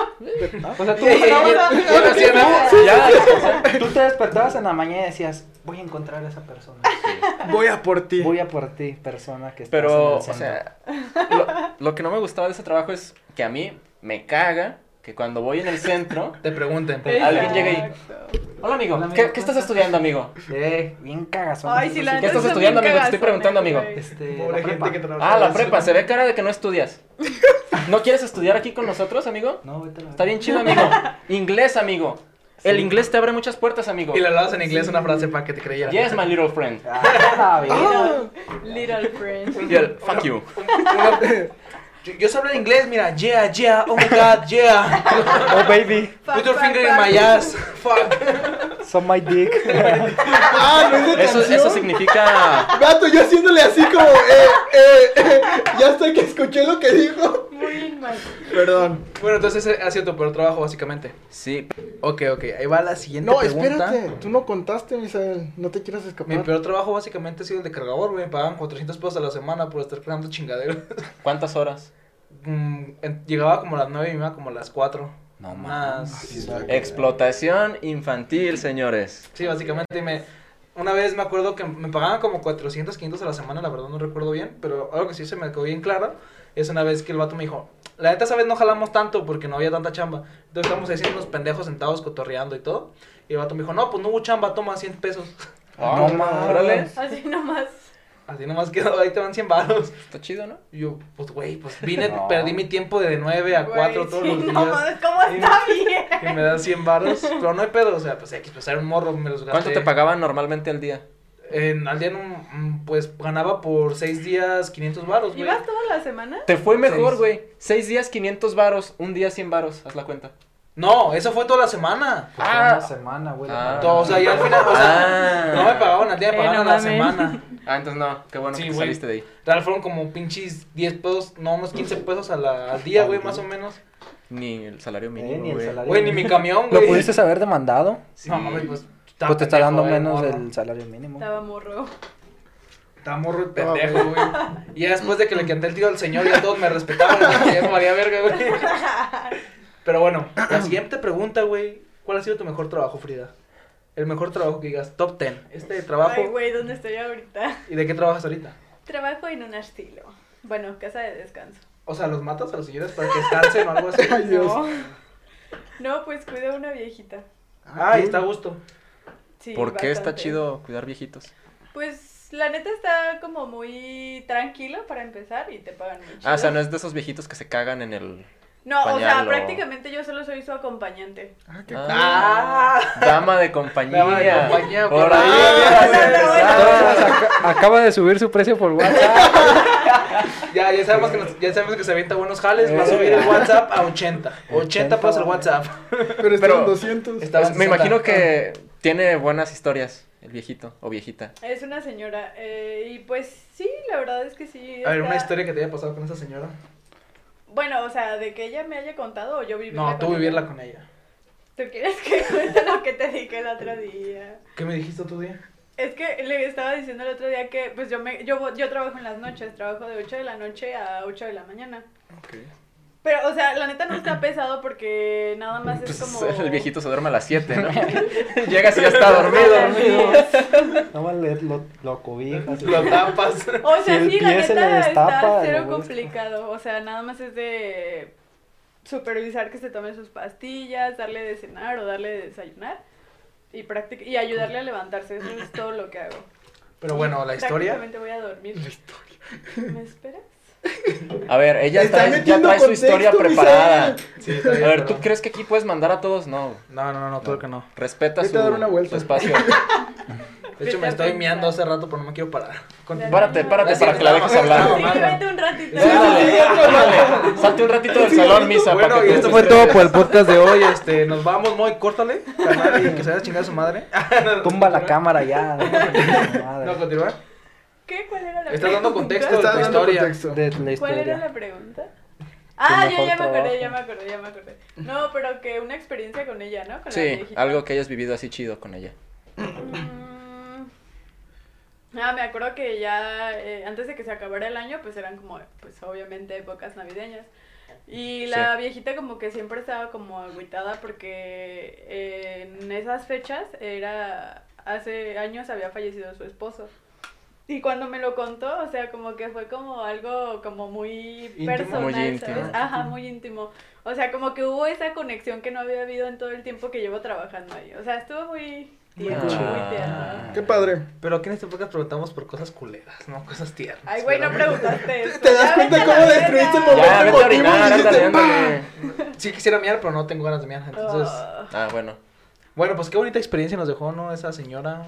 Speaker 1: O sea, tú,
Speaker 2: Ey, ey, ey,
Speaker 4: Vamos a-
Speaker 2: ahora sí, ¿no?
Speaker 5: Ya, o sea,
Speaker 1: tú te despertabas en la mañana y decías, voy a encontrar a esa persona.
Speaker 3: Voy a por ti.
Speaker 1: Voy a por ti, persona que está
Speaker 5: Pero, o sea, lo, lo que no me gustaba de ese trabajo es que a mí me caga que cuando voy en el centro,
Speaker 2: Te pregunten.
Speaker 5: Alguien llega y-
Speaker 4: Exacto.
Speaker 5: hola amigo,
Speaker 1: Hola, amigo,
Speaker 5: ¿qué, qué
Speaker 1: ¿cómo
Speaker 5: estás
Speaker 1: estás?
Speaker 5: estudiando amigo?
Speaker 1: Eh, bien cagazón.
Speaker 4: Ay, sí, la
Speaker 5: ¿Qué
Speaker 4: neta
Speaker 5: estás
Speaker 4: son bien
Speaker 5: estudiando, amigo? Te estoy
Speaker 4: cagazones,
Speaker 5: preguntando, amigo.
Speaker 4: güey.
Speaker 1: Este,
Speaker 3: Pobre
Speaker 1: la prepa.
Speaker 3: gente que trabaja.
Speaker 5: Ah, la
Speaker 3: en
Speaker 5: prepa, se ve cara de que no estudias. ¿No quieres estudiar aquí con nosotros, amigo?
Speaker 1: No, vete a la
Speaker 5: Está bien chido, amigo. Inglés, amigo. El inglés te abre muchas puertas, amigo.
Speaker 2: Y le hablabas en inglés una frase para que te creyeran.
Speaker 5: Yes, my little friend.
Speaker 1: Ah, la verga.
Speaker 4: Little friend.
Speaker 5: Y el, fuck you.
Speaker 2: Yo, yo sé hablar inglés, mira. Yeah, yeah, oh my god, yeah.
Speaker 1: Oh, baby,
Speaker 2: Put your finger in my ass. Fuck.
Speaker 1: son my dick.
Speaker 3: Ah, no es de
Speaker 5: Eso,
Speaker 3: canción.
Speaker 5: eso significa...
Speaker 3: Gato, yo haciéndole así como, eh, eh, eh, ya hasta que escuché lo que dijo.
Speaker 4: Muy mal.
Speaker 3: Perdón.
Speaker 2: Bueno, entonces ese ha sido tu peor trabajo, básicamente.
Speaker 5: Sí,
Speaker 2: Ok, ok. Ahí va la siguiente
Speaker 3: No,
Speaker 2: pregunta.
Speaker 3: espérate, Ah. tú no contaste, Misael, no te quieras
Speaker 2: Mi
Speaker 3: escapar.
Speaker 2: peor trabajo básicamente ha sido el de cargador, güey. Me pagaban 400 pesos a la semana por estar creando chingaderos.
Speaker 5: ¿cuántas horas?
Speaker 2: Mm, en- Llegaba como a las 9 y me iba como a las 4.
Speaker 1: No
Speaker 2: más.
Speaker 3: Ah,
Speaker 5: Explotación infantil, señores.
Speaker 2: Sí, básicamente me... Una vez me acuerdo que me pagaban como 400, 500 a la semana, la verdad no recuerdo bien, pero algo que sí se me quedó bien claro es una vez que el vato me dijo, la neta esa vez no jalamos tanto porque no había tanta chamba, entonces estamos ahí siendo unos pendejos sentados cotorreando y todo, y el vato me dijo, no, pues no hubo chamba, toma 100 pesos,
Speaker 1: No
Speaker 5: Ah,
Speaker 1: mames.
Speaker 5: órale.
Speaker 4: Así nomás.
Speaker 2: así nomás quedó, ahí te van 100 baros.
Speaker 5: Está chido, ¿no?
Speaker 2: Y yo, pues güey, pues vine,
Speaker 1: No.
Speaker 2: perdí mi tiempo de 9 a
Speaker 4: Güey,
Speaker 2: 4 todos
Speaker 4: sí,
Speaker 2: los días.
Speaker 4: No mames, ¿cómo está bien?
Speaker 2: Que me dan 100 baros, pero no hay pedo, o sea, pues hay que expresar un morro, me los gasté.
Speaker 5: ¿Cuánto te pagaban normalmente al día?
Speaker 2: En, al día, en un- mm, pues ganaba por 6 días 500 baros, güey.
Speaker 4: ¿Ibas toda la semana?
Speaker 5: Te fue mejor,
Speaker 2: Seis.
Speaker 5: güey. Seis días, 500 varos. Un día, 100 varos. Haz la cuenta.
Speaker 2: No, eso fue toda la semana.
Speaker 5: Ah.
Speaker 1: Una semana, güey.
Speaker 5: Ah.
Speaker 2: Todo, o sea, ya Pues, al final, o sea,
Speaker 5: Ah.
Speaker 2: no me pagaban al día, me
Speaker 4: Eh,
Speaker 2: pagaban
Speaker 4: no
Speaker 2: a la
Speaker 4: mames.
Speaker 2: semana.
Speaker 5: Ah, entonces no. Qué bueno
Speaker 2: Sí,
Speaker 5: que te
Speaker 2: güey.
Speaker 5: saliste de ahí.
Speaker 2: Real fueron como pinches 10 pesos, no, unos 15 pesos a la, al día, güey, más o menos.
Speaker 5: Ni el
Speaker 3: Eh,
Speaker 5: salario mínimo,
Speaker 1: ni el
Speaker 5: güey.
Speaker 1: salario.
Speaker 2: Güey, ni mi camión,
Speaker 1: ¿Lo
Speaker 2: güey.
Speaker 1: pudiste haber demandado?
Speaker 2: No, mames, pues. está
Speaker 1: Pues te está dando
Speaker 2: pendejo, eh,
Speaker 1: menos
Speaker 2: morro.
Speaker 1: del salario mínimo.
Speaker 4: Estaba morro.
Speaker 2: Está morro el pendejo, güey. Y ya después de que le canté el tiro al señor, ya todos me respetaban. y Ya no valía verga, güey. Pero bueno, la siguiente pregunta, güey. ¿Cuál ha sido tu mejor trabajo, Frida? El mejor trabajo que digas, top 10. Este trabajo.
Speaker 4: Ay, güey, ¿dónde estoy ahorita?
Speaker 2: ¿Y de qué trabajas ahorita?
Speaker 4: Trabajo en un asilo. Bueno, casa de descanso.
Speaker 2: O sea, ¿los matas a los señores para que descansen o algo así?
Speaker 3: Ay, Dios.
Speaker 4: No. No, pues cuida a una viejita.
Speaker 5: Ah,
Speaker 2: Ay, Ah, está a gusto.
Speaker 4: Sí,
Speaker 5: ¿Por qué está
Speaker 4: bastante.
Speaker 5: chido cuidar viejitos?
Speaker 4: Pues la neta está como muy tranquilo para empezar y te pagan mucho.
Speaker 5: Ah, o sea, no es de esos viejitos que se cagan en el...
Speaker 4: No, o sea,
Speaker 5: pañal o-
Speaker 4: prácticamente yo solo soy su acompañante.
Speaker 3: Ah, qué
Speaker 5: Ah, Dama de compañía.
Speaker 2: Dama de compañía, por
Speaker 5: Por ahí.
Speaker 2: ahí.
Speaker 1: Aca- Ah, acaba de subir su precio por WhatsApp.
Speaker 2: Ya, ya sabemos que, nos- ya sabemos que se avienta buenos jales. Va a
Speaker 1: Eh.
Speaker 2: subir el WhatsApp a 80. 80
Speaker 1: 80,
Speaker 2: pasa el
Speaker 1: güey.
Speaker 2: WhatsApp.
Speaker 3: Pero está
Speaker 5: Pero-
Speaker 3: en 200.
Speaker 2: Está-
Speaker 5: Es- me imagino que tiene buenas historias el viejito o viejita.
Speaker 4: Es una señora. eh, y pues sí, la verdad es que sí.
Speaker 2: A ver, una
Speaker 4: está-
Speaker 2: historia que te haya pasado con esa señora.
Speaker 4: Bueno, o sea, de que ella me haya contado o yo vivirla
Speaker 2: No, tú
Speaker 4: con
Speaker 2: vivirla
Speaker 4: ella.
Speaker 2: con ella.
Speaker 4: ¿Tú quieres que cuente lo que te dije el otro día?
Speaker 2: ¿Qué me dijiste tú, día?
Speaker 4: Es que le estaba diciendo el otro día que pues yo me yo, vo- yo trabajo en las noches, trabajo de 8 de la noche a 8 de la mañana. Pero, o sea, la neta no está pesado porque nada más es
Speaker 5: Pues,
Speaker 4: como...
Speaker 5: El viejito se duerme a las 7, ¿no? Llegas y ya está dormido.
Speaker 1: No vale, lo, lo cobijas.
Speaker 2: Lo tapas.
Speaker 4: O sea,
Speaker 1: Si el
Speaker 4: sí, la
Speaker 1: pie se le
Speaker 4: neta está
Speaker 1: destapa,
Speaker 4: cero
Speaker 1: lo busca.
Speaker 4: complicado. O sea, nada más es de supervisar que se tome sus pastillas, darle de cenar o darle de desayunar y, practic- y ayudarle a levantarse. Eso es todo lo que hago.
Speaker 2: Pero bueno, la historia.
Speaker 4: Prácticamente voy a dormir. La historia. ¿Me esperas?
Speaker 5: A ver, ella
Speaker 3: Está
Speaker 5: trae, ya
Speaker 3: metiendo
Speaker 5: trae su
Speaker 3: contexto,
Speaker 5: historia
Speaker 3: Misael.
Speaker 5: preparada.
Speaker 2: Sí,
Speaker 5: A
Speaker 2: está bien,
Speaker 5: ver, ¿tú
Speaker 2: pero-
Speaker 5: crees que aquí puedes mandar a todos? No.
Speaker 2: No, no, no, no, todo que no.
Speaker 5: Respeta
Speaker 3: Vete
Speaker 5: su,
Speaker 3: a dar una vuelta.
Speaker 5: su espacio.
Speaker 2: De hecho, me estoy miando hace rato, pero no me quiero parar. Continúa.
Speaker 5: Párate, párate
Speaker 2: Sí,
Speaker 5: para que la dejes
Speaker 2: está-
Speaker 5: hablar.
Speaker 2: está
Speaker 4: Sí,
Speaker 2: mamando.
Speaker 4: vete un ratito.
Speaker 2: Sí,
Speaker 5: Ándale,
Speaker 2: sí, sí,
Speaker 5: ándale. Salte un ratito del salón, misa.
Speaker 2: Bueno,
Speaker 5: para que
Speaker 2: y
Speaker 5: te
Speaker 2: esto fue
Speaker 5: desestreses.
Speaker 2: todo por el podcast de hoy. Este, nos vamos, muy córtale. carnal, y que se vaya a chingar a su madre.
Speaker 1: Tumba la cámara ya.
Speaker 2: No,
Speaker 1: Madre.
Speaker 2: continúa.
Speaker 4: ¿Qué? ¿Cuál era la
Speaker 2: Estás dando contexto de
Speaker 3: Está
Speaker 2: tu
Speaker 3: dando
Speaker 2: historia.
Speaker 3: contexto.
Speaker 1: De la
Speaker 4: ¿Cuál era
Speaker 1: historia.
Speaker 4: la pregunta? Ah, yo
Speaker 1: mejor
Speaker 4: ya me acordé,
Speaker 1: trabajo.
Speaker 4: ya me acordé, ya me acordé. No, pero que una experiencia con ella, ¿no? Con la
Speaker 5: Sí,
Speaker 4: viejita.
Speaker 5: algo que hayas vivido así chido con ella.
Speaker 4: Mm. Ah, me acuerdo que ya eh, antes de que se acabara el año, pues eran como, pues obviamente épocas navideñas. Y la
Speaker 5: Sí.
Speaker 4: viejita como que siempre estaba como agüitada porque eh, en esas fechas era, hace años había fallecido su esposo. Y cuando me lo contó, o sea, como que fue como algo como muy
Speaker 2: Íntimo.
Speaker 4: personal,
Speaker 5: Muy
Speaker 4: ¿sabes?
Speaker 5: íntimo.
Speaker 4: Ajá, muy íntimo. O sea, como que hubo esa conexión que no había habido en todo el tiempo que llevo trabajando ahí. O sea, estuvo muy tierno,
Speaker 1: chido.
Speaker 5: Ah.
Speaker 3: Ah,
Speaker 4: muy tierno.
Speaker 3: Qué padre.
Speaker 2: Pero aquí en este podcast preguntamos por cosas culeras, no cosas tiernas.
Speaker 4: Ay, güey, no
Speaker 2: pero-
Speaker 4: preguntaste eso.
Speaker 3: ¿Te das
Speaker 4: Ya
Speaker 3: cuenta
Speaker 4: vete a
Speaker 3: cómo
Speaker 4: la
Speaker 3: destruiste el
Speaker 4: verga.
Speaker 3: momento
Speaker 5: Ya, vete a
Speaker 3: emotivo?
Speaker 5: orinar, ándale,
Speaker 3: dijiste,
Speaker 5: ándale.
Speaker 2: Sí quisiera miar, pero no tengo ganas de miar. Entonces,
Speaker 4: Ah.
Speaker 5: Ah, bueno.
Speaker 2: bueno, pues qué bonita experiencia nos dejó, ¿no? Esa señora,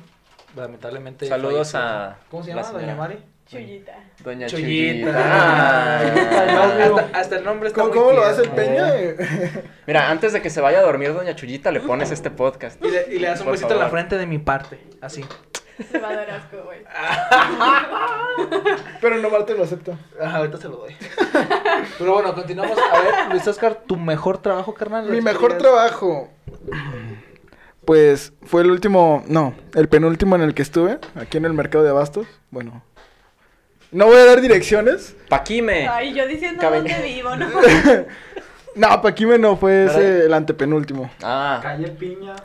Speaker 2: lamentablemente.
Speaker 5: Saludos
Speaker 2: falleció.
Speaker 5: a
Speaker 2: ¿Cómo se
Speaker 5: la
Speaker 2: llama? Doña
Speaker 5: señora.
Speaker 2: Mari.
Speaker 4: Chullita.
Speaker 5: Doña
Speaker 2: Chuyita. Ah,
Speaker 5: Chuyita.
Speaker 1: Ay,
Speaker 5: Ah.
Speaker 2: Hasta, hasta el nombre está
Speaker 3: ¿Cómo,
Speaker 2: muy
Speaker 3: cómo lo
Speaker 2: tierno.
Speaker 3: hace el Peña?
Speaker 5: Eh. Mira, antes de que se vaya a dormir Doña Chuyita, le pones este podcast.
Speaker 2: Y le, y le das un
Speaker 5: Por
Speaker 2: besito en la
Speaker 5: favor.
Speaker 2: frente de mi parte, así.
Speaker 4: Se va a dar asco, güey.
Speaker 3: Pero no Marte lo acepta.
Speaker 2: Ah, ahorita se lo doy. Pero bueno, continuamos. A ver, Luis Oscar, tu mejor trabajo, carnal.
Speaker 3: Mi
Speaker 2: Las
Speaker 3: mejor
Speaker 2: historias.
Speaker 3: trabajo. Pues fue el último, no, el penúltimo en el que estuve, aquí en el mercado de abastos. Bueno, no voy a dar direcciones.
Speaker 5: Paquime.
Speaker 4: Ay, yo diciendo
Speaker 5: Cabe-
Speaker 4: dónde vivo, ¿no?
Speaker 3: No, Paquime no, fue
Speaker 5: ¿Verdad?
Speaker 3: ese, el antepenúltimo.
Speaker 5: Ah,
Speaker 2: Calle Piña.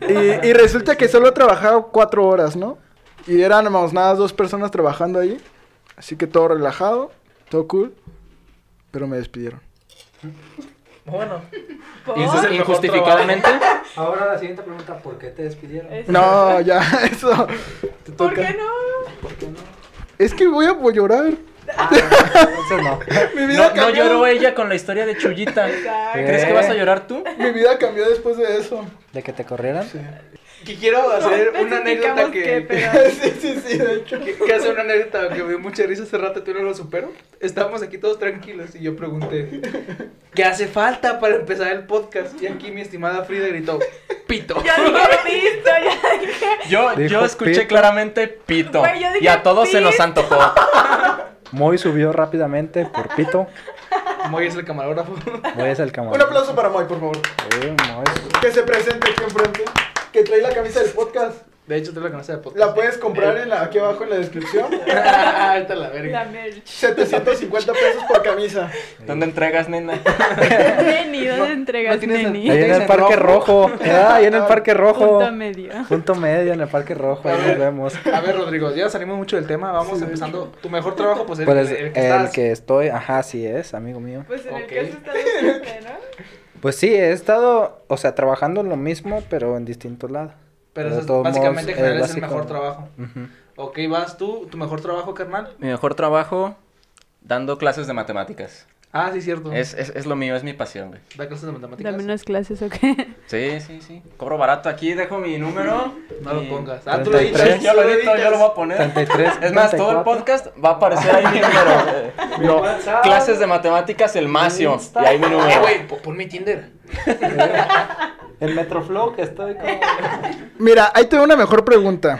Speaker 3: Y, y resulta que solo trabajaba cuatro horas, ¿no? Y eran más nada dos personas trabajando ahí. Así que todo relajado, todo cool. Pero me despidieron.
Speaker 2: Bueno.
Speaker 4: ¿Por?
Speaker 2: Y ese es el- mejor
Speaker 5: injustificadamente.
Speaker 1: Ahora la siguiente pregunta, ¿por qué te despidieron?
Speaker 4: Es-
Speaker 3: No, ya, eso.
Speaker 2: Te
Speaker 4: ¿Por
Speaker 2: toca.
Speaker 4: qué no?
Speaker 3: Es que voy a voy a llorar.
Speaker 1: Eso no.
Speaker 3: Mi
Speaker 5: No,
Speaker 3: vida
Speaker 5: no
Speaker 3: cambió.
Speaker 5: lloró ella con la historia de Chuyita.
Speaker 4: Exacto.
Speaker 5: ¿Crees que vas a llorar tú?
Speaker 3: Mi vida cambió después de eso.
Speaker 1: ¿De que te corrieran?
Speaker 2: Y quiero hacer una anécdota
Speaker 4: especificamos
Speaker 2: que.
Speaker 4: qué, pero-
Speaker 3: Sí, sí, sí, de hecho.
Speaker 2: que, que hace una anécdota que me dio mucha risa hace rato, tú no lo supero. Estábamos aquí todos tranquilos y yo pregunté, ¿qué hace falta para empezar el podcast? Y aquí mi estimada Frida gritó, pito.
Speaker 4: Ya dije listo, ya dije.
Speaker 5: Yo,
Speaker 1: Dijo
Speaker 5: yo escuché
Speaker 1: pito.
Speaker 5: claramente pito.
Speaker 4: Güey, yo dije
Speaker 5: y a todos se nos
Speaker 4: pito.
Speaker 5: antojó.
Speaker 1: Moy subió rápidamente por Pito.
Speaker 2: Moy es el camarógrafo.
Speaker 1: Moy es el
Speaker 3: Un
Speaker 1: camarón.
Speaker 3: aplauso para Moy, por favor.
Speaker 1: Eh, Moy.
Speaker 3: Que se presente aquí enfrente. Que trae la camisa del podcast.
Speaker 2: De hecho, tengo la canasta de podcast.
Speaker 3: La puedes comprar en la, aquí abajo en la descripción.
Speaker 2: Ah, Ahorita la
Speaker 4: La
Speaker 2: verga.
Speaker 4: merch.
Speaker 3: 750 pesos por camisa.
Speaker 5: ¿Dónde entregas, nena?
Speaker 4: Neni, ¿dónde entregas
Speaker 2: no tienes
Speaker 4: Neni?
Speaker 1: Ahí en
Speaker 2: Dicen
Speaker 1: el Parque Rojo. Ah, ahí en el Parque Rojo.
Speaker 4: Punta media.
Speaker 1: Punto medio en el Parque Rojo. Ahí nos vemos.
Speaker 2: A ver, Rodrigo, ya salimos mucho del tema. Vamos empezando. Tu mejor trabajo, pues el,
Speaker 1: Pues
Speaker 2: el,
Speaker 1: el
Speaker 2: que estás.
Speaker 1: que estoy, ajá, sí es, amigo mío.
Speaker 4: Pues en
Speaker 2: Ok.
Speaker 4: el caso está docente, ¿no?
Speaker 1: Pues sí, he estado, o sea, trabajando en lo mismo, pero en distintos lados.
Speaker 2: Pero
Speaker 1: de
Speaker 2: eso es
Speaker 1: todos
Speaker 2: básicamente
Speaker 1: modos,
Speaker 2: general
Speaker 1: eh,
Speaker 2: es el
Speaker 1: básico.
Speaker 2: mejor trabajo.
Speaker 1: Ujú.
Speaker 2: Ok, vas tú, tu mejor trabajo, carnal.
Speaker 5: Mi mejor trabajo, dando clases de matemáticas.
Speaker 2: Ah, sí, cierto.
Speaker 5: Es, es, es lo mío, es mi pasión, güey.
Speaker 2: Da clases de matemáticas.
Speaker 4: Dame unas clases, ¿o qué?
Speaker 5: Sí, sí, sí. Cobro barato aquí, dejo mi número.
Speaker 2: No lo
Speaker 5: y-
Speaker 2: pongas. Ah, tú lo
Speaker 1: 33.
Speaker 2: dices.
Speaker 5: Yo lo edito, yo lo voy a poner.
Speaker 1: 33.
Speaker 5: Es más, todo
Speaker 1: 34.
Speaker 5: el podcast va a aparecer ahí mi número. güey. No, clases de matemáticas, el Macio. Y ahí mi
Speaker 2: Eh,
Speaker 5: número.
Speaker 2: güey, po- pon mi Tinder.
Speaker 1: El Metroflow que estoy con...
Speaker 3: Mira, ahí te doy una mejor pregunta.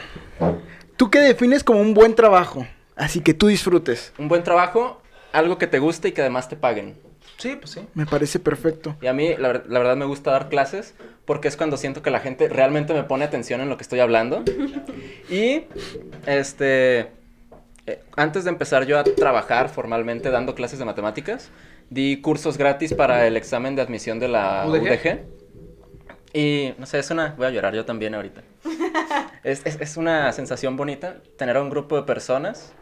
Speaker 3: ¿Tú qué defines como un buen trabajo? Así que tú disfrutes.
Speaker 5: Un buen trabajo, algo que te guste y que además te paguen.
Speaker 2: Sí, pues sí.
Speaker 3: Me parece perfecto.
Speaker 5: Y a mí, la, ver- la verdad, me gusta dar clases porque es cuando siento que la gente realmente me pone atención en lo que estoy hablando. Y, este, eh, antes de empezar yo a trabajar formalmente dando clases de matemáticas, di cursos gratis para el examen de admisión de la
Speaker 2: ¿UDG?
Speaker 5: UDG. Y, no sé, es una... Voy a llorar yo también ahorita. Es, es- es una sensación bonita tener a un grupo de personas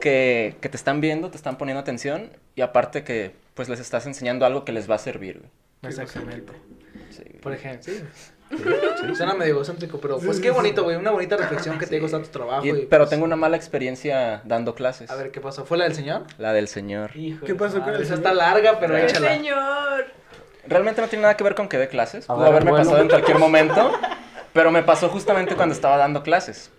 Speaker 5: que, que te están viendo, te están poniendo atención y aparte que pues les estás enseñando algo que les va a servir. güey.
Speaker 2: Exactamente.
Speaker 5: Sí, güey.
Speaker 2: Por ejemplo, sí. Suena medio egocéntrico, pero pues qué bonito, güey. Una bonita reflexión que te digo está tu trabajo.
Speaker 5: Y-
Speaker 2: y,
Speaker 5: pero
Speaker 2: pues,
Speaker 5: tengo una mala experiencia dando clases.
Speaker 2: A ver, ¿qué pasó? ¿Fue la del señor?
Speaker 5: La del señor.
Speaker 2: Hijo
Speaker 3: ¿Qué
Speaker 2: de
Speaker 3: pasó
Speaker 2: su
Speaker 3: con
Speaker 2: madre,
Speaker 3: el
Speaker 2: esa
Speaker 3: señor?
Speaker 2: está larga, pero
Speaker 4: ¡Qué
Speaker 2: échala.
Speaker 4: señor!
Speaker 5: Realmente no tiene nada que ver con que dé clases.
Speaker 1: A
Speaker 5: Pudo
Speaker 1: ver,
Speaker 5: haberme
Speaker 1: bueno.
Speaker 5: pasado en cualquier momento. Pero me pasó justamente cuando estaba dando clases.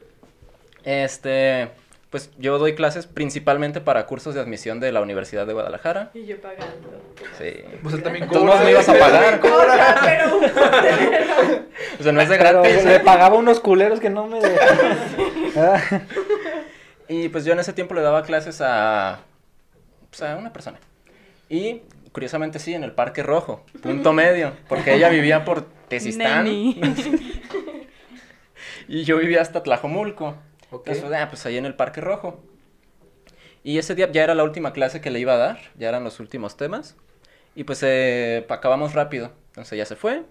Speaker 5: Este. Pues yo doy clases principalmente para cursos de admisión de la Universidad de Guadalajara.
Speaker 4: Y yo pagando.
Speaker 5: Sí.
Speaker 2: Pues él también
Speaker 5: Tú no me ibas a pagar.
Speaker 4: Cobra, pero un putero.
Speaker 5: O sea, no es de
Speaker 1: Pero
Speaker 5: gratis. ¿eh?
Speaker 1: le pagaba unos culeros que no me dejaban. Ah,
Speaker 5: Y pues yo en ese tiempo le daba clases a, pues, a una persona. Y curiosamente sí, en el Parque Rojo, punto medio, porque ella vivía por Tezistán
Speaker 4: Neni.
Speaker 5: y yo vivía hasta Tlajomulco.
Speaker 2: Ok.
Speaker 5: Entonces, ah, pues ahí en el Parque Rojo. Y ese día ya era la última clase que le iba a dar, ya eran los últimos temas. Y pues eh, pa- acabamos rápido, entonces ya se fue.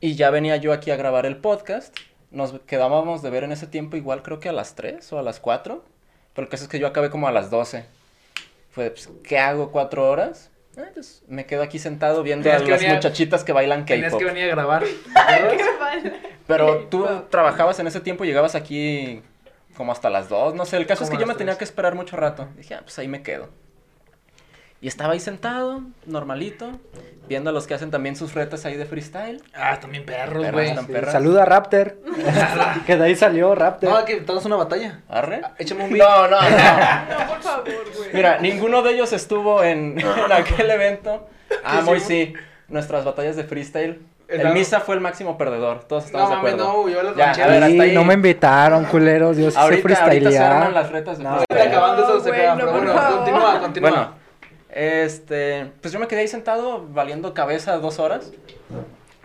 Speaker 5: Y ya venía yo aquí a grabar el podcast. Nos quedábamos de ver en ese tiempo igual creo que a las 3 o a las 4. Pero el caso es que yo acabé como a las 12. Fue, pues, ¿qué hago cuatro horas? Ah, pues, me quedo aquí sentado viendo a
Speaker 2: Tenías que
Speaker 5: las
Speaker 2: venir a-
Speaker 5: muchachitas que bailan
Speaker 2: Tenías
Speaker 5: K-pop.
Speaker 2: que venir a grabar.
Speaker 4: ¡Qué mal!
Speaker 5: Pero tú
Speaker 4: K-pop.
Speaker 5: trabajabas en ese tiempo, llegabas aquí como hasta las 2, no sé, el caso es
Speaker 2: Como
Speaker 5: que
Speaker 2: a
Speaker 5: yo
Speaker 2: las
Speaker 5: me tenía
Speaker 2: tres.
Speaker 5: que esperar mucho rato. Dije, ah, pues ahí me quedo. Y estaba ahí sentado, normalito, viendo a los que hacen también sus retas ahí de freestyle.
Speaker 2: Ah, también perros,
Speaker 5: Perros,
Speaker 2: güey.
Speaker 5: tan
Speaker 1: sí.
Speaker 5: perras.
Speaker 1: Saluda a Raptor. que de ahí salió Raptor.
Speaker 2: No, que estamos en una batalla.
Speaker 5: ¿Arre?
Speaker 2: Échame un beat.
Speaker 5: No, no, no.
Speaker 4: No, por favor, güey.
Speaker 5: Mira, ninguno de ellos estuvo en, en aquel evento. Ah,
Speaker 2: ¿Qué
Speaker 5: muy sí.
Speaker 2: hicimos?
Speaker 5: Nuestras batallas de freestyle.
Speaker 2: El
Speaker 5: El
Speaker 2: raro.
Speaker 5: Misa fue el máximo perdedor, todos estamos
Speaker 2: No,
Speaker 5: de
Speaker 2: mames,
Speaker 5: acuerdo.
Speaker 2: no, yo las
Speaker 5: Ya,
Speaker 2: rancheras.
Speaker 5: a ver, hasta
Speaker 1: Sí,
Speaker 5: ahí.
Speaker 1: no me invitaron, culeros. Yo Pues, sí sé
Speaker 5: ahorita, ahorita se
Speaker 1: freestylear.
Speaker 5: arman las retas de
Speaker 1: No,
Speaker 5: freestyle.
Speaker 2: Está acabando eso,
Speaker 4: No,
Speaker 2: se
Speaker 4: güey,
Speaker 2: queda.
Speaker 4: no,
Speaker 2: Pero
Speaker 4: por
Speaker 2: bueno,
Speaker 4: favor.
Speaker 2: continúa, continúa.
Speaker 5: Bueno, este, pues yo me quedé ahí sentado valiendo cabeza dos horas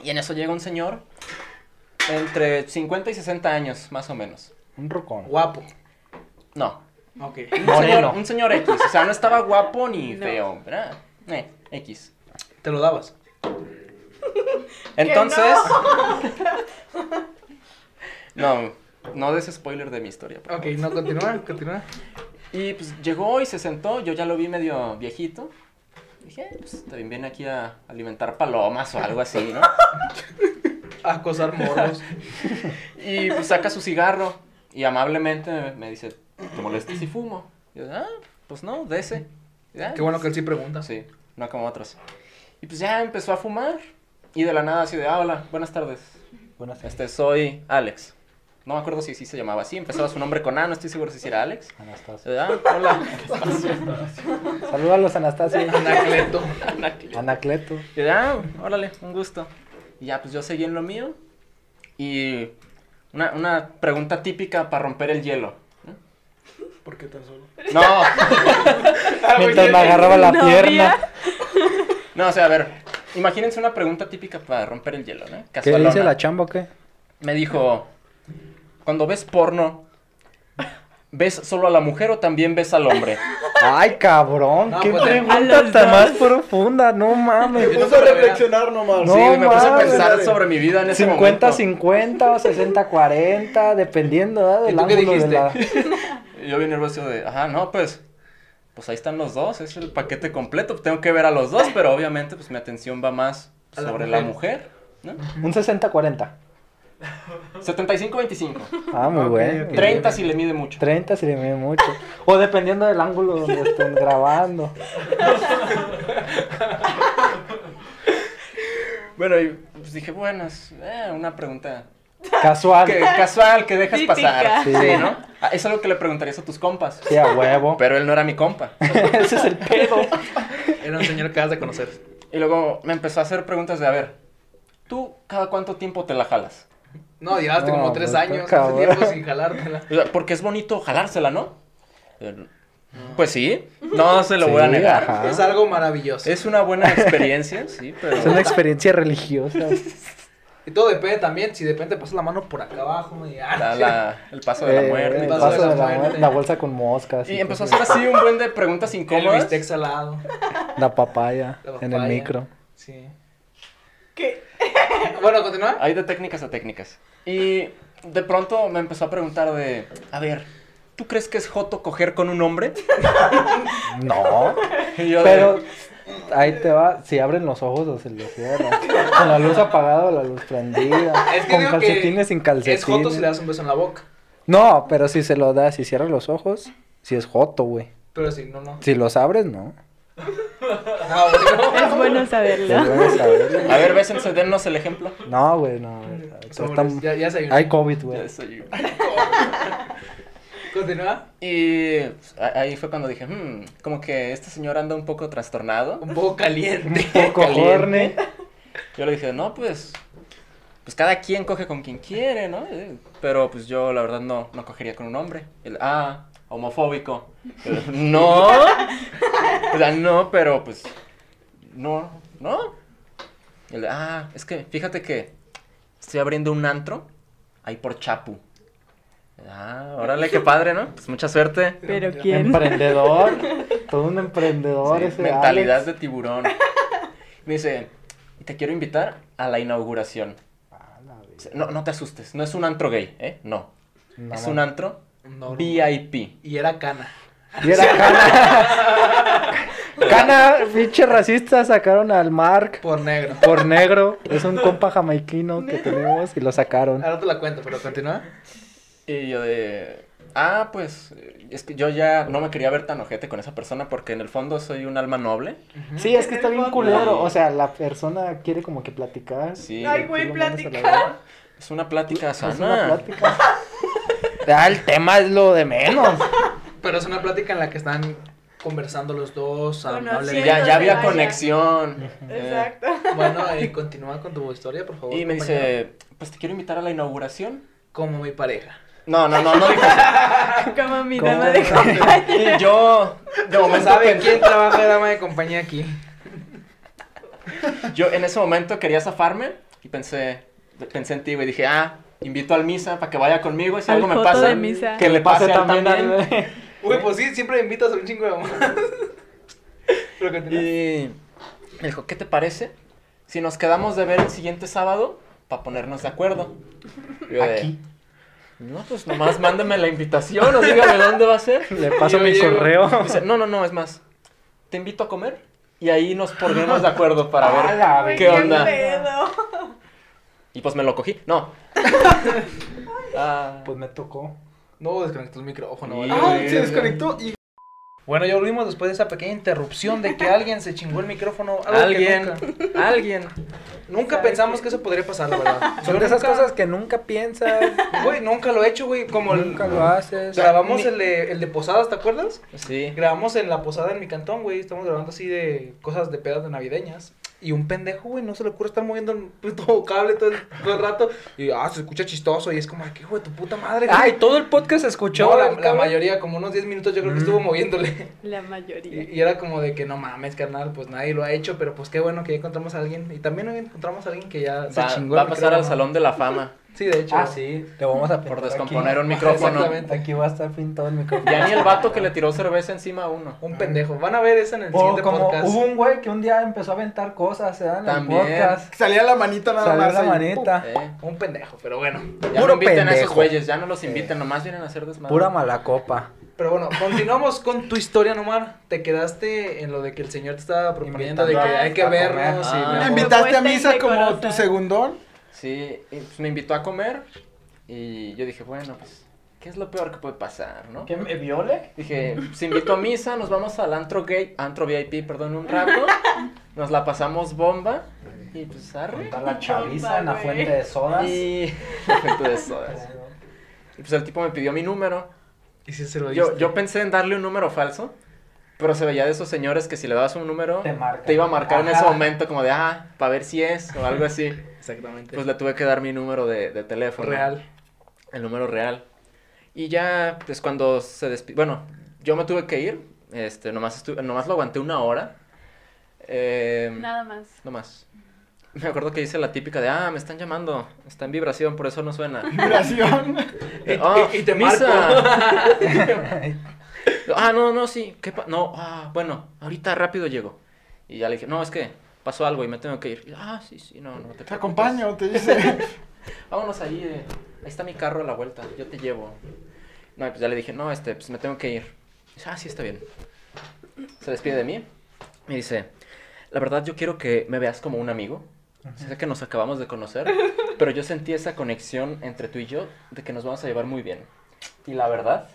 Speaker 5: y en eso llega un señor entre 50 y 60 años, más o menos.
Speaker 1: Un rocón.
Speaker 2: Guapo.
Speaker 5: No,
Speaker 2: Ok.
Speaker 5: un señor,
Speaker 1: Moreno.
Speaker 5: un señor X, o sea, no estaba guapo ni
Speaker 4: No.
Speaker 5: feo, ¿verdad? Eh, X.
Speaker 2: Te lo dabas.
Speaker 5: Entonces... No, no des spoiler de mi historia. por
Speaker 2: Ok, no, continúa, continúa.
Speaker 5: Y pues llegó y se sentó, yo ya lo vi medio viejito. Dije, "Eh, pues también viene aquí a alimentar palomas o algo así, ¿no?
Speaker 2: Acosar morros.
Speaker 5: Y pues saca su cigarro y amablemente me, me dice, ¿te molesta si fumo? Y yo, ah, pues no, de ese. Y, "Ah,
Speaker 2: Qué bueno que él sí pregunta.
Speaker 5: Sí, no como otros. Y pues ya empezó a fumar y de la nada así de, "Ah, hola, buenas tardes.
Speaker 1: Buenas tardes.
Speaker 5: Este, soy Alex. No me acuerdo si sí se llamaba así, empezaba su nombre con A, no estoy seguro si sí era Alex.
Speaker 1: Anastasio.
Speaker 5: Y yo, "Ah, hola.
Speaker 1: Saluda a los Anastasio.
Speaker 2: Anacleto.
Speaker 1: Anacleto.
Speaker 5: Y ya, "Ah, órale, un gusto. Y ya, pues yo seguí en lo mío. Y una, una pregunta típica para romper el hielo.
Speaker 3: ¿Por qué tan solo?
Speaker 5: No,
Speaker 2: Ah,
Speaker 1: Mientras me agarraba la
Speaker 4: ¿Novia?
Speaker 1: pierna.
Speaker 5: no, o sea, a ver, imagínense una pregunta típica para romper el hielo, ¿no?
Speaker 1: ¿Qué dice
Speaker 5: Casualona.
Speaker 1: la chamba o qué?
Speaker 5: Me dijo, Cuando ves porno, ¿ves solo a la mujer o también ves al hombre?
Speaker 1: Ay, cabrón,
Speaker 2: No,
Speaker 1: qué
Speaker 2: pues,
Speaker 4: a
Speaker 1: pregunta
Speaker 4: los
Speaker 1: tan más
Speaker 4: dos.
Speaker 1: profunda, no
Speaker 3: Me
Speaker 1: mames.
Speaker 2: Yo no
Speaker 3: puso a
Speaker 2: creo que
Speaker 3: reflexionar nomás.
Speaker 1: No,
Speaker 5: sí, me puse a
Speaker 1: mames.
Speaker 5: pensar sobre mi vida en ese momento.
Speaker 1: 50-50 o 60-40, dependiendo ¿verdad?
Speaker 2: ¿Y
Speaker 1: del
Speaker 2: tú qué
Speaker 1: ángulo de
Speaker 2: dijiste?
Speaker 1: la...
Speaker 5: Y Yo bien nervioso de, ajá, no, pues, pues ahí están los dos, es el paquete completo, pues tengo que ver a los dos, pero obviamente pues mi atención va más
Speaker 2: A la
Speaker 5: sobre
Speaker 2: mujer.
Speaker 5: la mujer, ¿no?
Speaker 1: Un 60-40.
Speaker 5: 75-25,
Speaker 1: Ah, muy
Speaker 2: Ok,
Speaker 1: bueno.
Speaker 2: ok.
Speaker 5: 30 si le mide mucho.
Speaker 1: 30 se le mide mucho. O dependiendo del ángulo donde estén grabando.
Speaker 5: Bueno, y pues dije, bueno, es eh, una pregunta
Speaker 1: Casual.
Speaker 5: que- casual que dejas
Speaker 4: Típica.
Speaker 5: pasar,
Speaker 1: Ah, Sí.
Speaker 5: sí, ¿no? Ah, Es algo que le preguntarías a tus compas,
Speaker 1: Sí, a huevo.
Speaker 5: pero él no era mi compa.
Speaker 1: Ese es el pedo.
Speaker 2: Era un señor que acabas de conocer.
Speaker 5: Y luego me empezó a hacer preguntas de, a ver, ¿tú cada cuánto tiempo te la jalas?
Speaker 2: No, llevaste
Speaker 1: No,
Speaker 2: como tres
Speaker 1: pues,
Speaker 2: años,
Speaker 1: cabrón.
Speaker 2: ese tiempo sin jalártela.
Speaker 5: O sea, Porque es bonito jalársela, ¿no? Eh, Pues sí, no se lo voy a
Speaker 1: Sí,
Speaker 5: negar.
Speaker 1: ajá.
Speaker 2: Es algo maravilloso.
Speaker 5: Ah. Es una buena experiencia, sí, pero...
Speaker 1: Es una experiencia religiosa.
Speaker 2: Y todo depende también, si de repente pasas la mano por acá abajo y ah,
Speaker 5: la- la- el paso de la
Speaker 1: Eh,
Speaker 5: muerte.
Speaker 1: el
Speaker 5: y,
Speaker 2: paso
Speaker 5: todo
Speaker 2: de
Speaker 1: paso
Speaker 5: eso.
Speaker 1: de la,
Speaker 2: muerte.
Speaker 1: muerte, la bolsa con moscas.
Speaker 5: Y empezó a hacer
Speaker 1: cosas
Speaker 5: así un buen de preguntas
Speaker 2: el
Speaker 5: incómodas.
Speaker 2: bistec salado.
Speaker 1: así. La papaya,
Speaker 2: La
Speaker 1: en
Speaker 2: papaya.
Speaker 1: el micro.
Speaker 2: Sí.
Speaker 4: ¿Qué?
Speaker 2: Bueno, continúa.
Speaker 5: Hay de técnicas a técnicas. Y de pronto me empezó a preguntar de, a ver, ¿tú crees que es joto coger con un hombre?
Speaker 1: No.
Speaker 5: Y yo de,
Speaker 1: Pero ahí te va, si abren los ojos o se los cierran. Con la luz apagada o la luz prendida.
Speaker 2: Es que
Speaker 1: con
Speaker 2: digo
Speaker 1: calcetines
Speaker 2: que
Speaker 1: sin calcetines.
Speaker 2: Es joto si le das un beso en la boca.
Speaker 1: No, pero si se lo das, si cierras los ojos, si es joto, güey.
Speaker 2: Pero si no, no.
Speaker 1: Si los abres, no.
Speaker 2: Ah, bueno.
Speaker 4: Es bueno
Speaker 1: Es
Speaker 4: saberlo.
Speaker 1: bueno saberlo.
Speaker 5: a ver, bésense, dennos el ejemplo.
Speaker 1: No, güey, no. güey.
Speaker 2: Sobres,
Speaker 1: Están-
Speaker 2: Ya, ya se ayunó.
Speaker 1: Hay COVID,
Speaker 5: Ya
Speaker 1: güey.
Speaker 5: soy yo.
Speaker 2: Continúa.
Speaker 5: Y pues, a- ahí fue cuando dije, "Hmm, como que este señor anda un poco trastornado.
Speaker 2: Un poco caliente.
Speaker 1: Poco
Speaker 5: Caliente.
Speaker 1: horny.
Speaker 5: Yo le dije, no, pues, pues cada quien coge con quien quiere, ¿no? Eh, Pero pues yo la verdad no, no cogería con un hombre. Él, ah, homofóbico. Yo, no. O sea, no, pero pues, no, no. Él, ah, es que fíjate que estoy abriendo un antro ahí por Chapu. Ah, órale, qué padre, ¿no? Pues mucha suerte.
Speaker 4: Pero quién.
Speaker 1: Emprendedor. Todo un emprendedor
Speaker 5: Sí,
Speaker 1: ese.
Speaker 5: mentalidad
Speaker 1: Alex.
Speaker 5: de tiburón. Me dice, "Y te quiero invitar a la inauguración.
Speaker 1: Ah, la verga.
Speaker 5: Dice, No, no te asustes, no es un antro gay, ¿eh? No.
Speaker 1: No,
Speaker 5: es
Speaker 1: no.
Speaker 5: un antro
Speaker 2: No, no.
Speaker 5: VIP.
Speaker 2: Y era cana.
Speaker 1: Y era Cana. Cana, pinche racista, sacaron al Mark
Speaker 2: Por negro.
Speaker 1: por negro. Es un compa jamaiquino que tenemos y lo sacaron.
Speaker 2: Ahora te la cuento, pero continúa.
Speaker 5: Y yo de... Ah, pues, eh, es que yo ya no me quería ver tan ojete con esa persona porque en el fondo soy un alma noble.
Speaker 1: Sí, es que está bien culero. O sea, la persona quiere como que platicar.
Speaker 5: Sí.
Speaker 4: Ay,
Speaker 1: tú
Speaker 4: güey,
Speaker 1: lo mandas a la
Speaker 4: platicar.
Speaker 1: verga.
Speaker 5: Es una plática sana.
Speaker 1: Es una plática. Ah, el tema es lo de menos.
Speaker 2: Pero es una plática en la que están conversando los dos
Speaker 5: Y
Speaker 2: amablemente.
Speaker 5: ya, ya había
Speaker 4: Vaya.
Speaker 5: conexión. eh,
Speaker 4: Exacto.
Speaker 2: Bueno, eh, continúa con tu historia, por favor.
Speaker 5: Y me
Speaker 2: compañero.
Speaker 5: dice, pues te quiero invitar a la inauguración.
Speaker 2: Como mi pareja.
Speaker 5: No, no, no, no dijo eso.
Speaker 4: Como mi
Speaker 1: ¿Cómo?
Speaker 4: dama de compañía.
Speaker 5: Y yo, de
Speaker 2: Como
Speaker 5: momento, pues,
Speaker 2: saben
Speaker 5: pen-
Speaker 2: quién trabaja de dama de compañía aquí.
Speaker 5: yo en ese momento quería zafarme y pensé, pensé en ti, güey. Dije, ah, invito al misa para que vaya conmigo y si
Speaker 4: Al
Speaker 5: algo me
Speaker 4: joto
Speaker 5: pasa,
Speaker 4: de misa.
Speaker 5: que le pase, a él también. ¿Eh?
Speaker 2: Uy, pues sí, siempre invitas a un chingo de mamás. Pero continúa.
Speaker 5: Y me dijo, ¿qué te parece si nos quedamos de ver el siguiente sábado para ponernos de acuerdo? Yo de,
Speaker 1: Aquí.
Speaker 5: no, pues nomás mándeme la invitación o dígame dónde va a ser.
Speaker 1: Le paso
Speaker 2: Yo
Speaker 1: mi
Speaker 2: llego.
Speaker 1: correo.
Speaker 5: Dice, no, no, no, es más, te invito a comer y ahí nos ponemos de acuerdo para ver.
Speaker 1: A la verga.
Speaker 4: Güey,
Speaker 5: ¿Qué onda?
Speaker 4: pedo.
Speaker 5: Y pues me lo cogí. No. Ah,
Speaker 1: Pues me tocó.
Speaker 2: No, desconectó el micrófono.
Speaker 5: Y-
Speaker 2: vale.
Speaker 3: Ah, se desconectó y...
Speaker 2: Bueno, ya volvimos después de esa pequeña interrupción de que alguien se chingó el micrófono. algo que
Speaker 5: alguien.
Speaker 2: nunca-
Speaker 5: Alguien.
Speaker 2: Nunca pensamos que eso podría pasar, la verdad.
Speaker 1: Son
Speaker 2: Yo
Speaker 1: de esas
Speaker 2: nunca-
Speaker 1: cosas que nunca piensas,
Speaker 2: Güey, nunca lo he hecho, güey. Como el-
Speaker 1: nunca lo haces.
Speaker 2: Grabamos
Speaker 5: Ni-
Speaker 2: el de, el de posadas, ¿te acuerdas?
Speaker 5: Sí.
Speaker 2: Grabamos en la posada en mi cantón, güey. Estamos grabando así de cosas de pedas de navideñas. Y un pendejo, güey, no se le ocurre estar moviendo el puto cable todo el, todo el rato. Y, ah, se escucha chistoso. Y es como, ¿qué, güey, tu puta madre? güey.
Speaker 1: Ay, todo el podcast se escuchó.
Speaker 2: No, la, la
Speaker 1: cabrón.
Speaker 2: mayoría, como unos 10 minutos, yo creo que estuvo moviéndole.
Speaker 4: La
Speaker 2: Y,
Speaker 4: mayoría.
Speaker 2: y era como de que, no mames, carnal, pues nadie lo ha hecho. Pero pues qué bueno que ya encontramos a alguien. Y también hoy encontramos a alguien que ya se
Speaker 5: Va,
Speaker 2: chingó.
Speaker 5: va
Speaker 2: el
Speaker 5: a pasar al
Speaker 2: micrófono.
Speaker 5: Salón de la Fama.
Speaker 2: Sí, de hecho.
Speaker 1: Ah, sí. Le vamos a
Speaker 5: Por
Speaker 1: pintar
Speaker 5: descomponer
Speaker 1: aquí.
Speaker 5: un micrófono.
Speaker 2: Exactamente.
Speaker 1: Aquí va a estar pintado el micrófono.
Speaker 5: Ya ni el vato que le tiró cerveza encima a uno.
Speaker 2: Un pendejo. Van a ver eso en el
Speaker 1: O
Speaker 2: siguiente
Speaker 1: como
Speaker 2: podcast.
Speaker 1: Ah. hubo un güey que un día empezó a aventar cosas, se dan en el
Speaker 5: También.
Speaker 1: podcast.
Speaker 3: Salía la manita nada
Speaker 1: Salió
Speaker 3: más.
Speaker 1: la
Speaker 3: ahí.
Speaker 1: manita.
Speaker 5: Eh,
Speaker 2: Un pendejo, pero bueno.
Speaker 5: Ya
Speaker 1: Ah, Puro
Speaker 5: no inviten a
Speaker 1: pendejo.
Speaker 5: esos güeyes, ya no los inviten, nomás vienen a hacer desmadre.
Speaker 1: Eh, Pura mala copa.
Speaker 2: Pero bueno, continuamos con tu historia, Nomar. Te quedaste en lo de que el señor te estaba proponiendo de que
Speaker 1: Invitando a-
Speaker 2: hay que
Speaker 1: a comer.
Speaker 2: vernos.
Speaker 5: Ah.
Speaker 2: y
Speaker 3: Me
Speaker 2: mi amor.
Speaker 3: invitaste a
Speaker 4: Propuesta
Speaker 3: misa como
Speaker 4: indecorosa.
Speaker 3: tu segundón.
Speaker 5: Sí, y, pues, me invitó a comer y yo dije, bueno, pues, ¿qué es lo peor que puede pasar, no?
Speaker 1: ¿Que me viole?
Speaker 5: Dije, se invitó a misa, nos vamos al antro gay, antro VIP, perdón, un rato, nos la pasamos bomba y pues arre.
Speaker 1: Está la chaviza en la
Speaker 4: Compa, güey.
Speaker 1: fuente de sodas.
Speaker 5: Y Entonces, sodas. Y, pues el tipo me pidió mi número.
Speaker 2: Y sí se lo diste.
Speaker 5: Yo, yo pensé en darle un número falso, pero se veía de esos señores que si le dabas un número
Speaker 1: Te marca.
Speaker 5: te iba a marcar en ese
Speaker 1: Ajá.
Speaker 5: momento como de, ah, para ver si es o algo así.
Speaker 2: Exactamente.
Speaker 5: Pues le tuve que dar mi número de, de teléfono.
Speaker 2: Real.
Speaker 5: El número real. Y ya, pues cuando se despidió, bueno, yo me tuve que ir, este, nomás, estu- nomás lo aguanté una hora. Eh,
Speaker 4: Nada más.
Speaker 5: Nomás. Me acuerdo que hice la típica de, ah, me están llamando, está en vibración, por eso no suena.
Speaker 3: Vibración.
Speaker 5: Eh, "Ah,
Speaker 2: y- y te
Speaker 5: ah, no, no, sí, ¿qué pa- No, ah, bueno, ahorita rápido llego. Y ya le dije, no, es que pasó algo y me tengo que ir. Y, ah, sí, sí, no, no te
Speaker 3: Te
Speaker 5: preocupes.
Speaker 3: acompaño, te dice.
Speaker 5: Vámonos ahí, eh, ahí está mi carro a la vuelta, yo te llevo. No, y pues ya le dije, no, este, pues me tengo que ir. Dice, ah, sí, está bien. Se despide de mí. Me dice, la verdad yo quiero que me veas como un amigo. Sé que nos acabamos de conocer, pero yo sentí esa conexión entre tú y yo de que nos vamos a llevar muy bien. Y la verdad,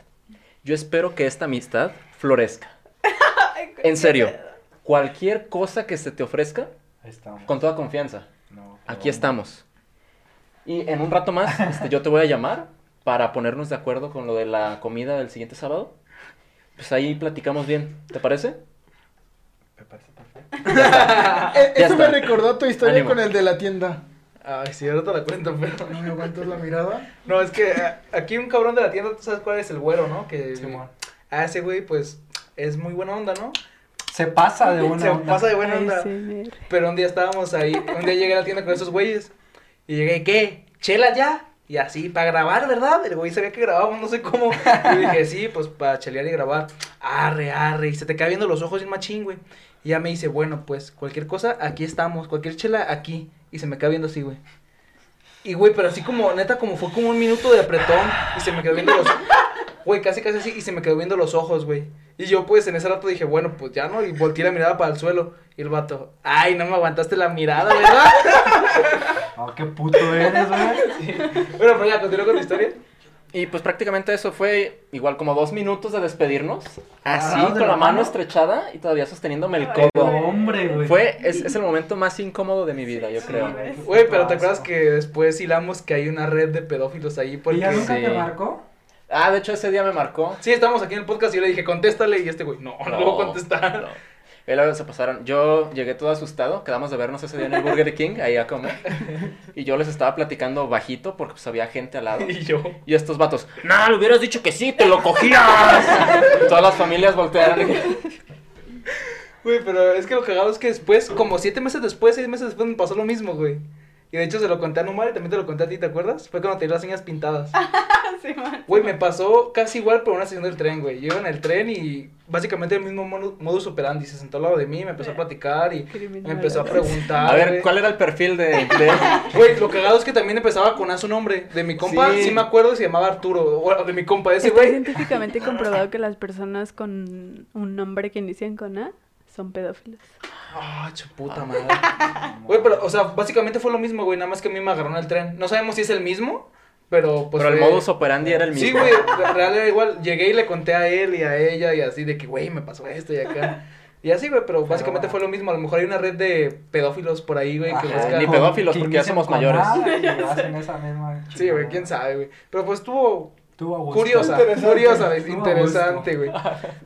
Speaker 5: yo espero que esta amistad florezca.
Speaker 4: Ay, güey,
Speaker 5: En serio,
Speaker 4: qué pedo.
Speaker 5: cualquier cosa que se te ofrezca,
Speaker 1: Ahí estamos.
Speaker 5: con toda confianza.
Speaker 1: No, pero-
Speaker 5: Aquí estamos. Y en un rato más, este, yo te voy a llamar para ponernos de acuerdo con lo de la comida del siguiente sábado. Pues ahí platicamos bien, ¿te parece?
Speaker 1: Me parece perfecto.
Speaker 3: Eh,
Speaker 5: Ya
Speaker 3: Eso
Speaker 5: está.
Speaker 3: me recordó tu historia
Speaker 5: Ánimo.
Speaker 3: con el de la tienda.
Speaker 2: Ay, sí, ahorita la cuento, pero.
Speaker 3: ¿Me aguantas la mirada?
Speaker 2: No, es que eh, aquí un cabrón de la tienda, tú sabes cuál es el güero, ¿no? Que.
Speaker 1: Simón.
Speaker 2: ah, ese güey, pues, es muy buena onda, ¿no?
Speaker 1: Se pasa de una
Speaker 2: Se
Speaker 1: onda.
Speaker 2: pasa de buena onda.
Speaker 4: ASMR.
Speaker 2: Pero un día estábamos ahí, un día llegué a la tienda con esos güeyes. Y llegué, ¿y ¿qué? ¿Chela ya? Y así, para grabar, ¿verdad? El güey sabía que grabábamos, no sé cómo. Yo dije, sí, pues para chelear y grabar. Arre, arre. Y se te cae viendo los ojos bien machín, güey. Y ya me dice, bueno, pues cualquier cosa, aquí estamos. Cualquier chela, aquí. Y se me cae viendo así, güey. Y güey, pero así como, neta, como fue como un minuto de apretón. Y se me quedó viendo los Güey, casi, casi así. Y se me quedó viendo los ojos, güey. Y yo, pues, en ese rato dije, bueno, pues ya no. Y volteé la mirada para el suelo. Y el vato, ay, no me aguantaste la mirada, ¿verdad?
Speaker 1: Oh, qué puto eres, güey.
Speaker 2: bueno, pero ya, continúo con tu historia.
Speaker 5: Y pues prácticamente eso fue igual como dos minutos de despedirnos. Así,
Speaker 1: Agarrados de
Speaker 5: Ah, con
Speaker 1: la
Speaker 5: la mano
Speaker 1: mano.
Speaker 5: estrechada y todavía sosteniéndome el
Speaker 4: Ay,
Speaker 5: codo.
Speaker 4: güey.
Speaker 1: Hombre, güey.
Speaker 5: Fue, es, es el momento más incómodo de mi vida, yo
Speaker 4: Sí,
Speaker 5: creo.
Speaker 4: güey.
Speaker 2: Güey, pero ¿te acuerdas que después hilamos que hay una red de pedófilos ahí?
Speaker 1: ¿Y ya
Speaker 2: Porque...
Speaker 1: nunca te
Speaker 5: Sí.
Speaker 1: marcó?
Speaker 5: Ah, de hecho ese día me marcó.
Speaker 2: Sí, estábamos aquí en el podcast y yo le dije, contéstale. Y este güey, no, no, voy a contestar.
Speaker 5: no. Y luego se pasaron. Yo llegué todo asustado. Quedamos de vernos ese día en el Burger King, ahí a comer. Y yo les estaba platicando bajito porque pues había gente al lado.
Speaker 2: Y yo,
Speaker 5: Y estos vatos, no, le hubieras dicho que sí, te lo cogías. Todas las familias voltearon. y-
Speaker 2: güey, pero es que lo cagado es que después, como siete meses después, seis meses después, me pasó lo mismo, güey. Y de hecho se lo conté a Numar y también te lo conté a ti, ¿te acuerdas? Fue cuando te di las señas pintadas.
Speaker 4: Sí, man.
Speaker 2: Güey, me pasó casi igual por una estación del tren, güey. Yo iba en el tren y básicamente el mismo mono- modus operandi. Se sentó al lado de mí, me empezó a platicar y
Speaker 4: Criminal.
Speaker 2: me empezó a preguntar.
Speaker 5: A ver,
Speaker 2: Ah, güey.
Speaker 5: ¿cuál era el perfil de...? de-
Speaker 2: Güey, lo cagado es que también empezaba con A su nombre. De mi compa, sí,
Speaker 5: Sí.
Speaker 2: me acuerdo, se llamaba Arturo. O de mi compa ese,
Speaker 4: Está
Speaker 2: güey.
Speaker 4: científicamente comprobado que las personas con un nombre que inician con A son pedófilos.
Speaker 2: Ah, chu puta madre. Güey, pero, o sea, básicamente fue lo mismo, güey. Nada más que a mí me agarró en el tren. No sabemos si es el mismo, pero pues.
Speaker 5: Pero el
Speaker 2: fue-
Speaker 5: modus operandi era el mismo.
Speaker 2: Sí, güey, en real era igual. Llegué y le conté a él y a ella y así de que, güey, me pasó esto y acá. Y así, güey, pero básicamente
Speaker 1: bueno.
Speaker 2: fue lo mismo. A lo mejor hay una red de pedófilos por ahí, güey, que
Speaker 1: Ajá,
Speaker 2: buscan-
Speaker 5: ni
Speaker 1: con-
Speaker 5: pedófilos,
Speaker 1: que
Speaker 5: porque ya
Speaker 1: inician
Speaker 5: somos
Speaker 1: con
Speaker 5: mayores.
Speaker 1: nada, y hacen esa misma
Speaker 2: Sí, güey, quién sabe, güey. Pero pues estuvo
Speaker 1: Tú, Augusto.
Speaker 2: curiosa,
Speaker 3: Interesante.
Speaker 2: curiosa, güey,
Speaker 1: Pues, Estuvo
Speaker 2: interesante, güey.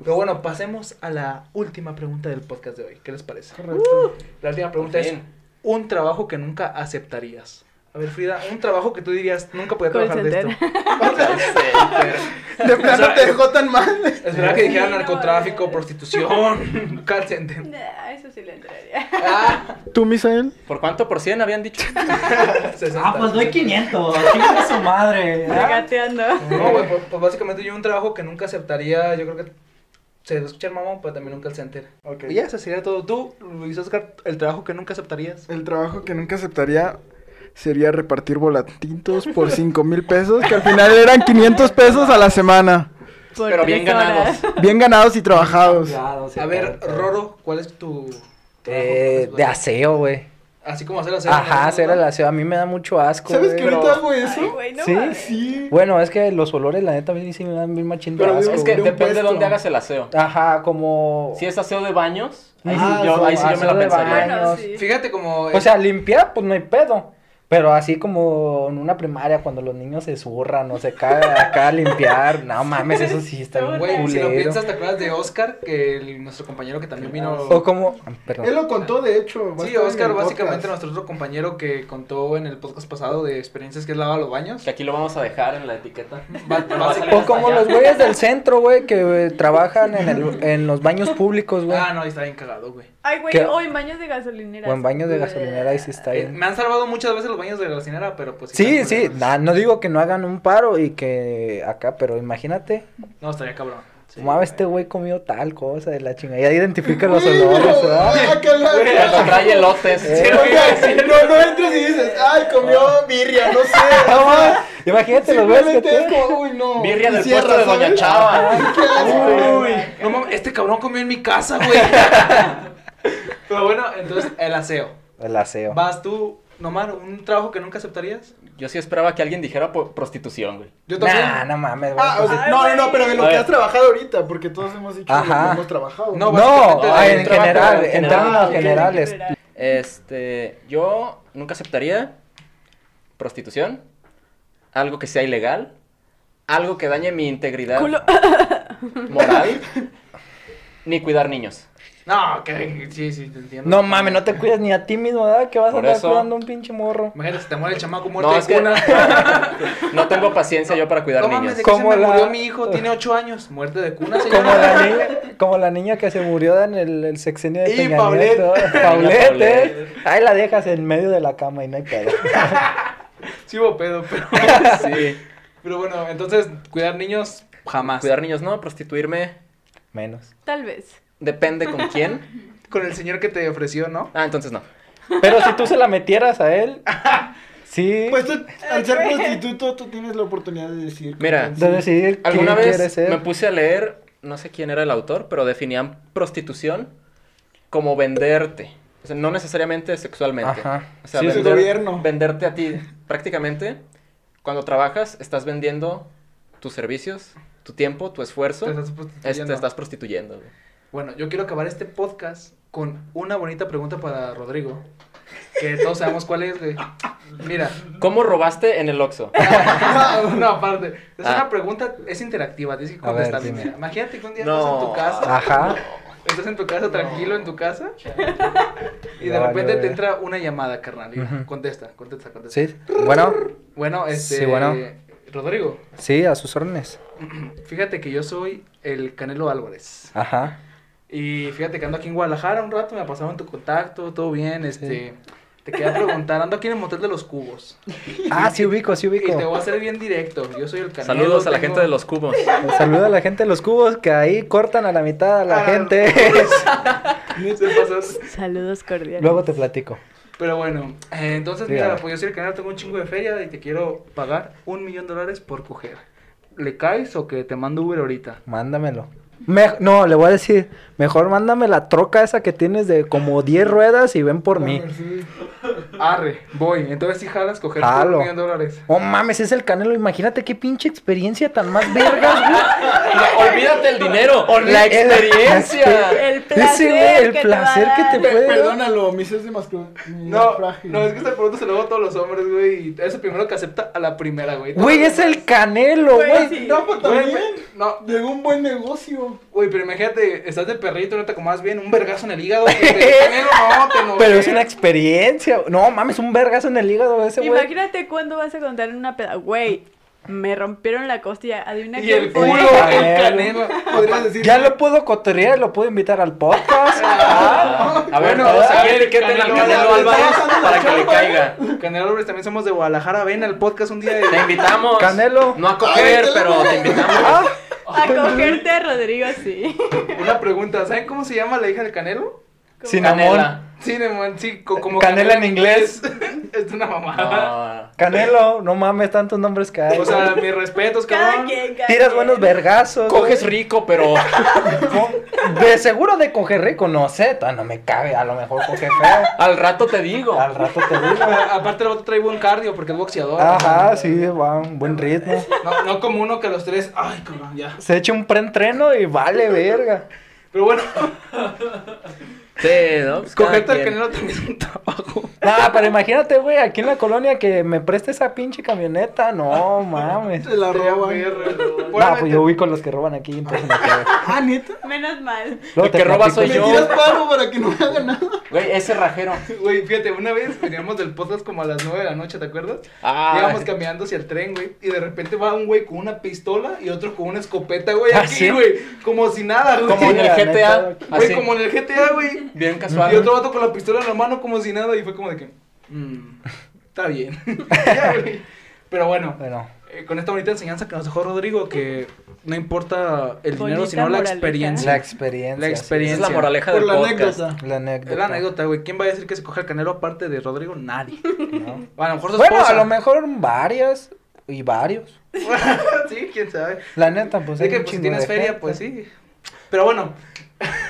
Speaker 2: Pero bueno, pasemos a la última pregunta del podcast de hoy. ¿Qué les parece? Uh, La última pregunta es:
Speaker 5: Bien.
Speaker 2: un trabajo que nunca aceptarías. A ver, Frida, un trabajo que tú dirías, nunca podía
Speaker 4: Call
Speaker 2: trabajar de esto.
Speaker 4: center.
Speaker 3: De plano te dejó tan mal.
Speaker 2: Esperaba que dijeran
Speaker 4: Sí, no,
Speaker 2: narcotráfico,
Speaker 4: eh.
Speaker 2: prostitución, call center.
Speaker 4: Nah, eso sí le entraría.
Speaker 2: Ah,
Speaker 3: ¿Tú, Misael?
Speaker 5: ¿Por cuánto por cien habían dicho?
Speaker 2: 60.
Speaker 6: Ah, pues doy 500. Chinga su madre. ¿verdad?
Speaker 4: regateando.
Speaker 2: No, güey, pues, pues básicamente yo un trabajo que nunca aceptaría, yo creo que se escucha el mamón, pero también nunca el center.
Speaker 3: Ok.
Speaker 2: Y ya, eso sería todo. Tú, Luis Oscar, el trabajo que nunca aceptarías.
Speaker 3: El trabajo que nunca aceptaría sería repartir volatitos por 5 mil pesos, que al final eran 500 pesos a la semana.
Speaker 4: Por
Speaker 5: Pero bien
Speaker 4: tres horas.
Speaker 5: ganados.
Speaker 3: Bien ganados y trabajados.
Speaker 6: Cuidado, sí,
Speaker 2: A ver,
Speaker 6: claro.
Speaker 2: Roro, ¿cuál es tu trabajo pues, que
Speaker 1: Eh,
Speaker 2: nunca
Speaker 1: de
Speaker 2: aceptarías?
Speaker 1: aseo, güey.
Speaker 2: Así como hacer aseo.
Speaker 1: Ajá,
Speaker 2: ¿no?
Speaker 1: hacer el aseo. A mí me da mucho asco,
Speaker 3: ¿Sabes
Speaker 1: güey.
Speaker 3: que ahorita hago eso?
Speaker 4: Ay, güey, no
Speaker 1: Sí,
Speaker 4: mames.
Speaker 3: Sí.
Speaker 1: Bueno, es que los olores, la neta, a mí sí me dan bien machín de
Speaker 3: Pero
Speaker 1: asco,
Speaker 5: Es que
Speaker 3: de un
Speaker 1: güey.
Speaker 5: depende de
Speaker 3: puesto.
Speaker 5: dónde hagas el aseo.
Speaker 1: Ajá, como...
Speaker 5: Si es aseo de baños, ahí
Speaker 3: Ah,
Speaker 5: sí yo, ahí
Speaker 3: sí,
Speaker 5: sí yo me
Speaker 1: aseo
Speaker 5: la
Speaker 1: de
Speaker 5: pensaría.
Speaker 1: baño.
Speaker 4: Bueno, sí.
Speaker 2: Fíjate como.
Speaker 1: O sea, limpiar, pues no hay pedo. Pero así como en una primaria, cuando los niños se zurran o se cagan acá a limpiar. No mames, eso sí está bien
Speaker 2: Güey, si lo
Speaker 1: culero.
Speaker 2: piensas, te acuerdas de Oscar, que el- nuestro compañero que también vino.
Speaker 1: O como... ah,
Speaker 3: Él
Speaker 1: Perdón.
Speaker 3: lo contó, de hecho. va a
Speaker 2: Sí,
Speaker 3: estar en
Speaker 2: Oscar,
Speaker 3: el
Speaker 2: básicamente
Speaker 3: podcast.
Speaker 2: nuestro otro compañero que contó en el podcast pasado de experiencias que es lava los baños.
Speaker 5: Que aquí lo vamos a dejar en la etiqueta.
Speaker 2: Va-
Speaker 5: No
Speaker 2: va a
Speaker 5: va a
Speaker 2: ser-
Speaker 5: salir
Speaker 1: O
Speaker 5: hasta
Speaker 1: como
Speaker 5: allá.
Speaker 1: los güeyes del centro, güey, que eh, trabajan en, el- en los baños públicos, güey.
Speaker 2: Ah, no, está bien cagado, güey.
Speaker 4: Ay, güey,
Speaker 1: ¿Qué?
Speaker 4: o en baños de gasolineras.
Speaker 1: O en baños de gasolinera, ahí sí está
Speaker 2: Eh,
Speaker 1: bien.
Speaker 2: me han salvado muchas veces los baños de gasolinera, pero pues.
Speaker 1: Sí,
Speaker 2: están
Speaker 1: sí,
Speaker 2: culeros.
Speaker 1: nah, no digo que no hagan un paro y que acá, pero imagínate,
Speaker 2: No, estaría cabrón. Sí,
Speaker 1: mamá,
Speaker 2: güey.
Speaker 1: este güey comió tal cosa de la chingada, ya identifica los
Speaker 3: Güey,
Speaker 1: olores,
Speaker 3: no,
Speaker 1: ¿verdad?
Speaker 3: ah, que la-
Speaker 5: Cuando trae elotes.
Speaker 1: Eh.
Speaker 3: O sea, no, no entres y dices, ay, comió birria, no sé.
Speaker 1: No, mames, Imagínate los güeyes que
Speaker 3: Simplemente es
Speaker 1: tienen.
Speaker 3: como, uy, no.
Speaker 5: Birria del
Speaker 3: Cierra,
Speaker 5: puesto de Doña
Speaker 3: ¿sabes?
Speaker 5: Chava.
Speaker 3: Qué asco.
Speaker 2: Uy, no mames, este cabrón comió en mi casa, güey. pero bueno, entonces, el aseo.
Speaker 1: El aseo.
Speaker 2: ¿Vas tú, Nomar, un trabajo que nunca aceptarías?
Speaker 5: Yo sí esperaba que alguien dijera po- prostitución, güey.
Speaker 3: Yo también.
Speaker 1: Nah, no mames, güey.
Speaker 3: Ah, o sea,
Speaker 4: Ay,
Speaker 3: no, no, no,
Speaker 4: güey.
Speaker 3: pero de lo
Speaker 5: A
Speaker 3: que
Speaker 5: ver.
Speaker 3: has trabajado ahorita, porque todos hemos dicho lo
Speaker 1: Ajá.
Speaker 3: que hemos trabajado.
Speaker 1: no,
Speaker 2: No, básicamente,
Speaker 1: ah,
Speaker 2: de
Speaker 1: en,
Speaker 5: un trabajo
Speaker 1: general,
Speaker 5: en
Speaker 1: en
Speaker 5: general.
Speaker 1: términos
Speaker 3: Ah, ok.
Speaker 1: generales.
Speaker 5: Este, yo nunca aceptaría prostitución, algo que sea ilegal, algo que dañe mi integridad
Speaker 4: Culo.
Speaker 5: moral, ni cuidar niños.
Speaker 2: No, que sí, sí, te entiendo.
Speaker 1: No mames, no te cuidas ni a ti mismo, ¿verdad? Que vas a
Speaker 5: Por
Speaker 1: andar
Speaker 5: eso.
Speaker 1: cuidando un pinche morro.
Speaker 2: Imagínate, se te muere el chamaco muerto
Speaker 5: No,
Speaker 2: de
Speaker 5: es que
Speaker 2: cuna.
Speaker 5: no tengo paciencia yo para cuidar
Speaker 2: No
Speaker 5: niños.
Speaker 2: mames, de que se
Speaker 1: Como
Speaker 2: me
Speaker 1: la-
Speaker 2: murió mi hijo, tiene 8 años. Muerte de cuna, señor.
Speaker 1: Como la niña, como la niña que se murió en el, el sexenio de
Speaker 3: Y
Speaker 1: Peña
Speaker 3: Paulette.
Speaker 1: Nieto.
Speaker 5: Niña
Speaker 1: Paulette,
Speaker 5: Paulette.
Speaker 1: ¿eh? Ahí la dejas en medio de la cama y no hay pedo.
Speaker 2: Sí hubo pedo, pero...
Speaker 5: Sí.
Speaker 2: Pero bueno, entonces, cuidar niños, jamás.
Speaker 5: Cuidar niños no, prostituirme
Speaker 1: Menos.
Speaker 4: Tal vez.
Speaker 5: depende con quién.
Speaker 2: Con el señor que te ofreció, ¿no?
Speaker 5: Ah, entonces no.
Speaker 1: Pero si tú se la metieras a él, sí.
Speaker 3: Pues tú, al ser
Speaker 4: Ay, güey.
Speaker 3: prostituto, tú tienes la oportunidad de decir.
Speaker 5: Mira,
Speaker 1: de decidir qué
Speaker 5: Alguna
Speaker 1: quieres
Speaker 5: vez
Speaker 1: ser.
Speaker 5: me puse a leer, no sé quién era el autor, pero definían prostitución como venderte. O sea, no necesariamente sexualmente.
Speaker 1: Ajá.
Speaker 5: O sea,
Speaker 3: Sí, es el gobierno.
Speaker 5: venderte a ti. Prácticamente, cuando trabajas, estás vendiendo tus servicios, tu tiempo, tu esfuerzo.
Speaker 2: Te
Speaker 5: Es-
Speaker 2: estás
Speaker 1: Este,
Speaker 5: Te
Speaker 2: prostituyendo.
Speaker 5: estás prostituyendo. güey.
Speaker 2: Bueno, yo quiero acabar este podcast con una bonita pregunta para Rodrigo. Que todos sabemos cuál es, güey. Mira.
Speaker 5: ¿Cómo robaste en el Oxxo?
Speaker 2: no, aparte. Es
Speaker 5: Ah.
Speaker 2: una pregunta, es interactiva, tienes que
Speaker 1: A ver,
Speaker 2: contestar.
Speaker 1: dime. Ah.
Speaker 2: Mira, Imagínate que un día
Speaker 5: No.
Speaker 2: estás en tu casa.
Speaker 1: Ajá.
Speaker 2: Estás en tu casa, tranquilo en tu casa. Y de
Speaker 1: Ya valió,
Speaker 2: repente te
Speaker 1: ya.
Speaker 2: entra una llamada, carnal. y
Speaker 1: Ujú.
Speaker 2: Contesta, contesta, contesta.
Speaker 1: Sí. Bueno,
Speaker 2: Bueno, este.
Speaker 1: Sí, bueno.
Speaker 2: Rodrigo,
Speaker 1: sí, a sus órdenes.
Speaker 2: fíjate que yo soy el Canelo Álvarez.
Speaker 1: Ajá.
Speaker 2: Y fíjate que ando aquí en Guadalajara un rato, me pasaron tu contacto, todo bien, este. Te quería preguntar, ando aquí en el motel de los cubos.
Speaker 1: Ah, sí ubico, sí
Speaker 2: Y te
Speaker 1: ubico.
Speaker 2: voy a ser bien directo. Yo soy el Canelo.
Speaker 5: Saludos a la
Speaker 2: tengo-
Speaker 5: gente de los cubos.
Speaker 1: Saluda a la gente de los cubos que ahí cortan a la mitad a la
Speaker 2: Ah,
Speaker 1: gente.
Speaker 2: Se pasó.
Speaker 4: Saludos cordiales.
Speaker 1: Luego te platico.
Speaker 2: Pero bueno, eh, entonces, mira,
Speaker 1: Dígame.
Speaker 2: pues yo soy el canal, tengo un chingo de feria y te quiero pagar un millón de dólares por coger. ¿Le caes o que te mando Uber ahorita?
Speaker 1: Mándamelo. Me- no, le voy a decir, mejor mándame la troca esa que tienes de como 10 ruedas y ven por mí.
Speaker 2: Arre, voy. Entonces, si jalas, coger por
Speaker 1: Jalo.
Speaker 2: un millón de dólares.
Speaker 1: Oh mames, es el canelo, imagínate qué pinche experiencia tan más vergas, güey.
Speaker 5: No, olvídate el dinero, la
Speaker 1: el-
Speaker 5: experiencia.
Speaker 4: El placer.
Speaker 1: Ese, güey, el
Speaker 4: que
Speaker 1: placer
Speaker 4: te va a
Speaker 1: que
Speaker 4: dar.
Speaker 1: te- puede-
Speaker 3: eh, Perdónalo, mis es de masculino.
Speaker 2: No, no, es que esta pregunta se lo hago a todos los hombres, güey. Y es el primero que acepta a la primera, güey.
Speaker 1: Güey, es el canelo,
Speaker 4: Güey,
Speaker 1: güey.
Speaker 4: sí.
Speaker 3: No, pues
Speaker 2: Güey,
Speaker 3: también.
Speaker 2: no.
Speaker 3: Llegó un buen negocio.
Speaker 2: Güey, pero imagínate, estás de perrito, no te comas bien, un vergazo en el hígado. güey, pero Canelo, no, te no,
Speaker 1: Pero es
Speaker 2: güey.
Speaker 1: una experiencia. No mames, un vergazo en el hígado ese, güey.
Speaker 4: Imagínate cuándo vas a contar en una peda. Güey, Me rompieron la costilla. Adivina
Speaker 2: Y
Speaker 4: quién
Speaker 2: el
Speaker 4: fue.
Speaker 2: culo,
Speaker 1: A
Speaker 2: el
Speaker 1: ver.
Speaker 2: canelo.
Speaker 3: Podrías decir.
Speaker 1: Ya lo puedo cotorrear, lo puedo invitar al podcast.
Speaker 5: Ah. A ver,
Speaker 1: Bueno,
Speaker 5: todos aquí
Speaker 1: ah,
Speaker 5: etiqueten al
Speaker 2: Canelo
Speaker 5: Canelo
Speaker 2: Álvarez.
Speaker 5: Álvarez para que le caiga.
Speaker 2: Canelo Álvarez, también somos de Guadalajara. Ven al podcast un día.
Speaker 5: Te
Speaker 2: Y...
Speaker 5: invitamos.
Speaker 1: Canelo.
Speaker 5: No a coger, pero te
Speaker 1: Ah,
Speaker 5: invitamos.
Speaker 4: A cogerte a Rodrigo, sí.
Speaker 2: Una pregunta: ¿saben cómo se llama la hija del Canelo?
Speaker 1: Cinnamon.
Speaker 2: Sí, no, man, sí, co- como.
Speaker 1: Canela en inglés.
Speaker 2: es una mamada.
Speaker 5: No.
Speaker 1: Canelo, no mames tantos nombres que hay.
Speaker 2: O sea, mis respetos,
Speaker 4: Cada
Speaker 2: cabrón.
Speaker 4: quien, cada
Speaker 1: Tiras
Speaker 4: quien.
Speaker 1: buenos vergazos.
Speaker 5: Coges rico, pero.
Speaker 1: rico. De seguro de coger rico, no sé, ta- no me cabe, a lo mejor coge feo.
Speaker 5: Al rato te digo.
Speaker 1: Al rato te digo.
Speaker 2: A- Aparte, el otro trae buen cardio porque es boxeador.
Speaker 1: Ajá,
Speaker 2: ¿no?
Speaker 1: sí, va, un buen ritmo.
Speaker 2: No, no como uno que los tres. Ay, cabrón, ya.
Speaker 1: Se echa un preentreno y vale verga.
Speaker 2: Pero bueno,
Speaker 5: Sí, ¿no? Pues cada
Speaker 2: cogerte al
Speaker 5: quien.
Speaker 2: Canelo también es un trabajo.
Speaker 1: Nah, pero imagínate, güey, aquí en la colonia que me preste esa pinche camioneta. No mames.
Speaker 3: Te la roban.
Speaker 1: No,
Speaker 2: No,
Speaker 1: pues yo ubico a los que roban aquí. entonces no creo.
Speaker 3: Ah, neta.
Speaker 4: Menos mal.
Speaker 1: Luego
Speaker 5: El
Speaker 1: te
Speaker 5: que roba
Speaker 1: platico
Speaker 5: soy
Speaker 3: Me
Speaker 5: yo.
Speaker 3: tiras paro para que no me hagan nada.
Speaker 5: Güey, ese rajero.
Speaker 2: Güey, fíjate, una vez veníamos del podcast como a las 9 de la noche, ¿te acuerdas?
Speaker 5: Ah.
Speaker 2: Íbamos caminando hacia el tren, güey, y de repente va un güey con una pistola y otro con una escopeta, güey,
Speaker 1: Ah,
Speaker 2: aquí,
Speaker 1: ¿sí?
Speaker 2: güey, como si nada, güey.
Speaker 5: Como en el
Speaker 1: la
Speaker 5: GTA.
Speaker 1: neta,
Speaker 2: Güey,
Speaker 5: Así.
Speaker 2: como en el GTA, güey.
Speaker 5: Bien
Speaker 2: Y
Speaker 5: casual.
Speaker 2: otro vato con la pistola en la mano como si nada y fue como de que, mm, está bien. Ya, güey. Pero bueno,
Speaker 1: Bueno,
Speaker 2: eh, con esta bonita enseñanza que nos dejó Rodrigo, que no importa el dinero,
Speaker 4: Bonita
Speaker 2: sino la
Speaker 4: moraleja.
Speaker 2: experiencia.
Speaker 1: la experiencia.
Speaker 2: La
Speaker 1: sí.
Speaker 5: Esa
Speaker 2: experiencia.
Speaker 5: es la moraleja
Speaker 3: Por
Speaker 5: del
Speaker 3: la
Speaker 5: podcast.
Speaker 3: anécdota.
Speaker 1: La anécdota.
Speaker 2: Es la anécdota, güey. ¿Quién va a decir que se coge el canelo aparte de Rodrigo? Nadie.
Speaker 1: ¿no?
Speaker 2: A lo mejor su
Speaker 1: Bueno,
Speaker 2: esposa.
Speaker 1: a lo mejor varias y varios.
Speaker 2: sí, quién sabe.
Speaker 1: La neta, pues.
Speaker 2: Sé
Speaker 1: hay
Speaker 2: que
Speaker 1: un
Speaker 2: pues, si
Speaker 1: chingo
Speaker 2: tienes
Speaker 1: de
Speaker 2: feria,
Speaker 1: gente.
Speaker 2: pues sí. Pero bueno,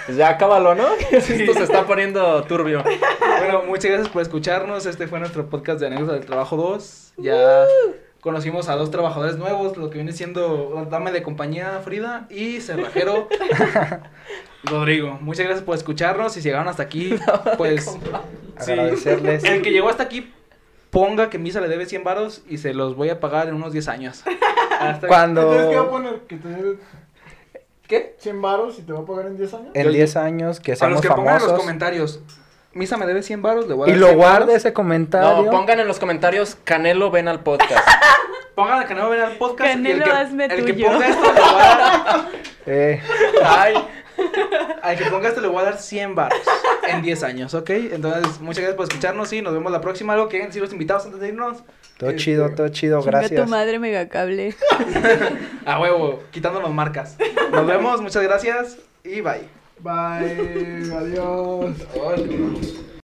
Speaker 5: Pues ya acábalo, ¿no? Esto se está poniendo turbio.
Speaker 2: bueno, muchas gracias por escucharnos. Este fue nuestro podcast de anécdotas del trabajo 2. Ya conocimos a dos trabajadores nuevos, lo que viene siendo la dama de compañía Frida y cerrajero Rodrigo. Muchas gracias por escucharnos y si llegaron hasta aquí, pues sí.
Speaker 1: Agradecerles.
Speaker 2: el que llegó hasta aquí ponga que Misa le debe 100 varos y se los voy a pagar en unos 10 años. Hasta
Speaker 3: Entonces, ¿qué va a
Speaker 1: Cuando
Speaker 3: poner? Que te dé
Speaker 2: ¿Qué?
Speaker 3: 100 baros y te va a pagar en 10 años.
Speaker 1: en 10 años que
Speaker 2: A los
Speaker 1: seamos
Speaker 2: que pongan en los
Speaker 1: famosos
Speaker 2: comentarios, Misa me debe 100 varos, le voy
Speaker 1: y
Speaker 2: a dar
Speaker 1: lo
Speaker 2: 100 varos.
Speaker 1: guarde ese comentario.
Speaker 5: No, pongan en los comentarios Canelo ven al podcast.
Speaker 2: Pongan el canal al podcast. y el
Speaker 4: Canelo,
Speaker 2: que,
Speaker 4: hazme
Speaker 2: el que
Speaker 4: tuyo.
Speaker 2: ponga esto le voy a dar,
Speaker 1: Eh,
Speaker 5: Ay,
Speaker 2: al que ponga esto le voy a dar 100 baros en 10 años, ¿ok? Entonces, muchas gracias por escucharnos y nos vemos la próxima. Algo que si los invitados antes de irnos.
Speaker 1: todo chido, todo chido,
Speaker 4: Chinga
Speaker 1: gracias.
Speaker 4: tu madre megacable.
Speaker 2: A huevo, quitándonos marcas. Nos vemos, muchas gracias y bye.
Speaker 3: Bye. Adiós.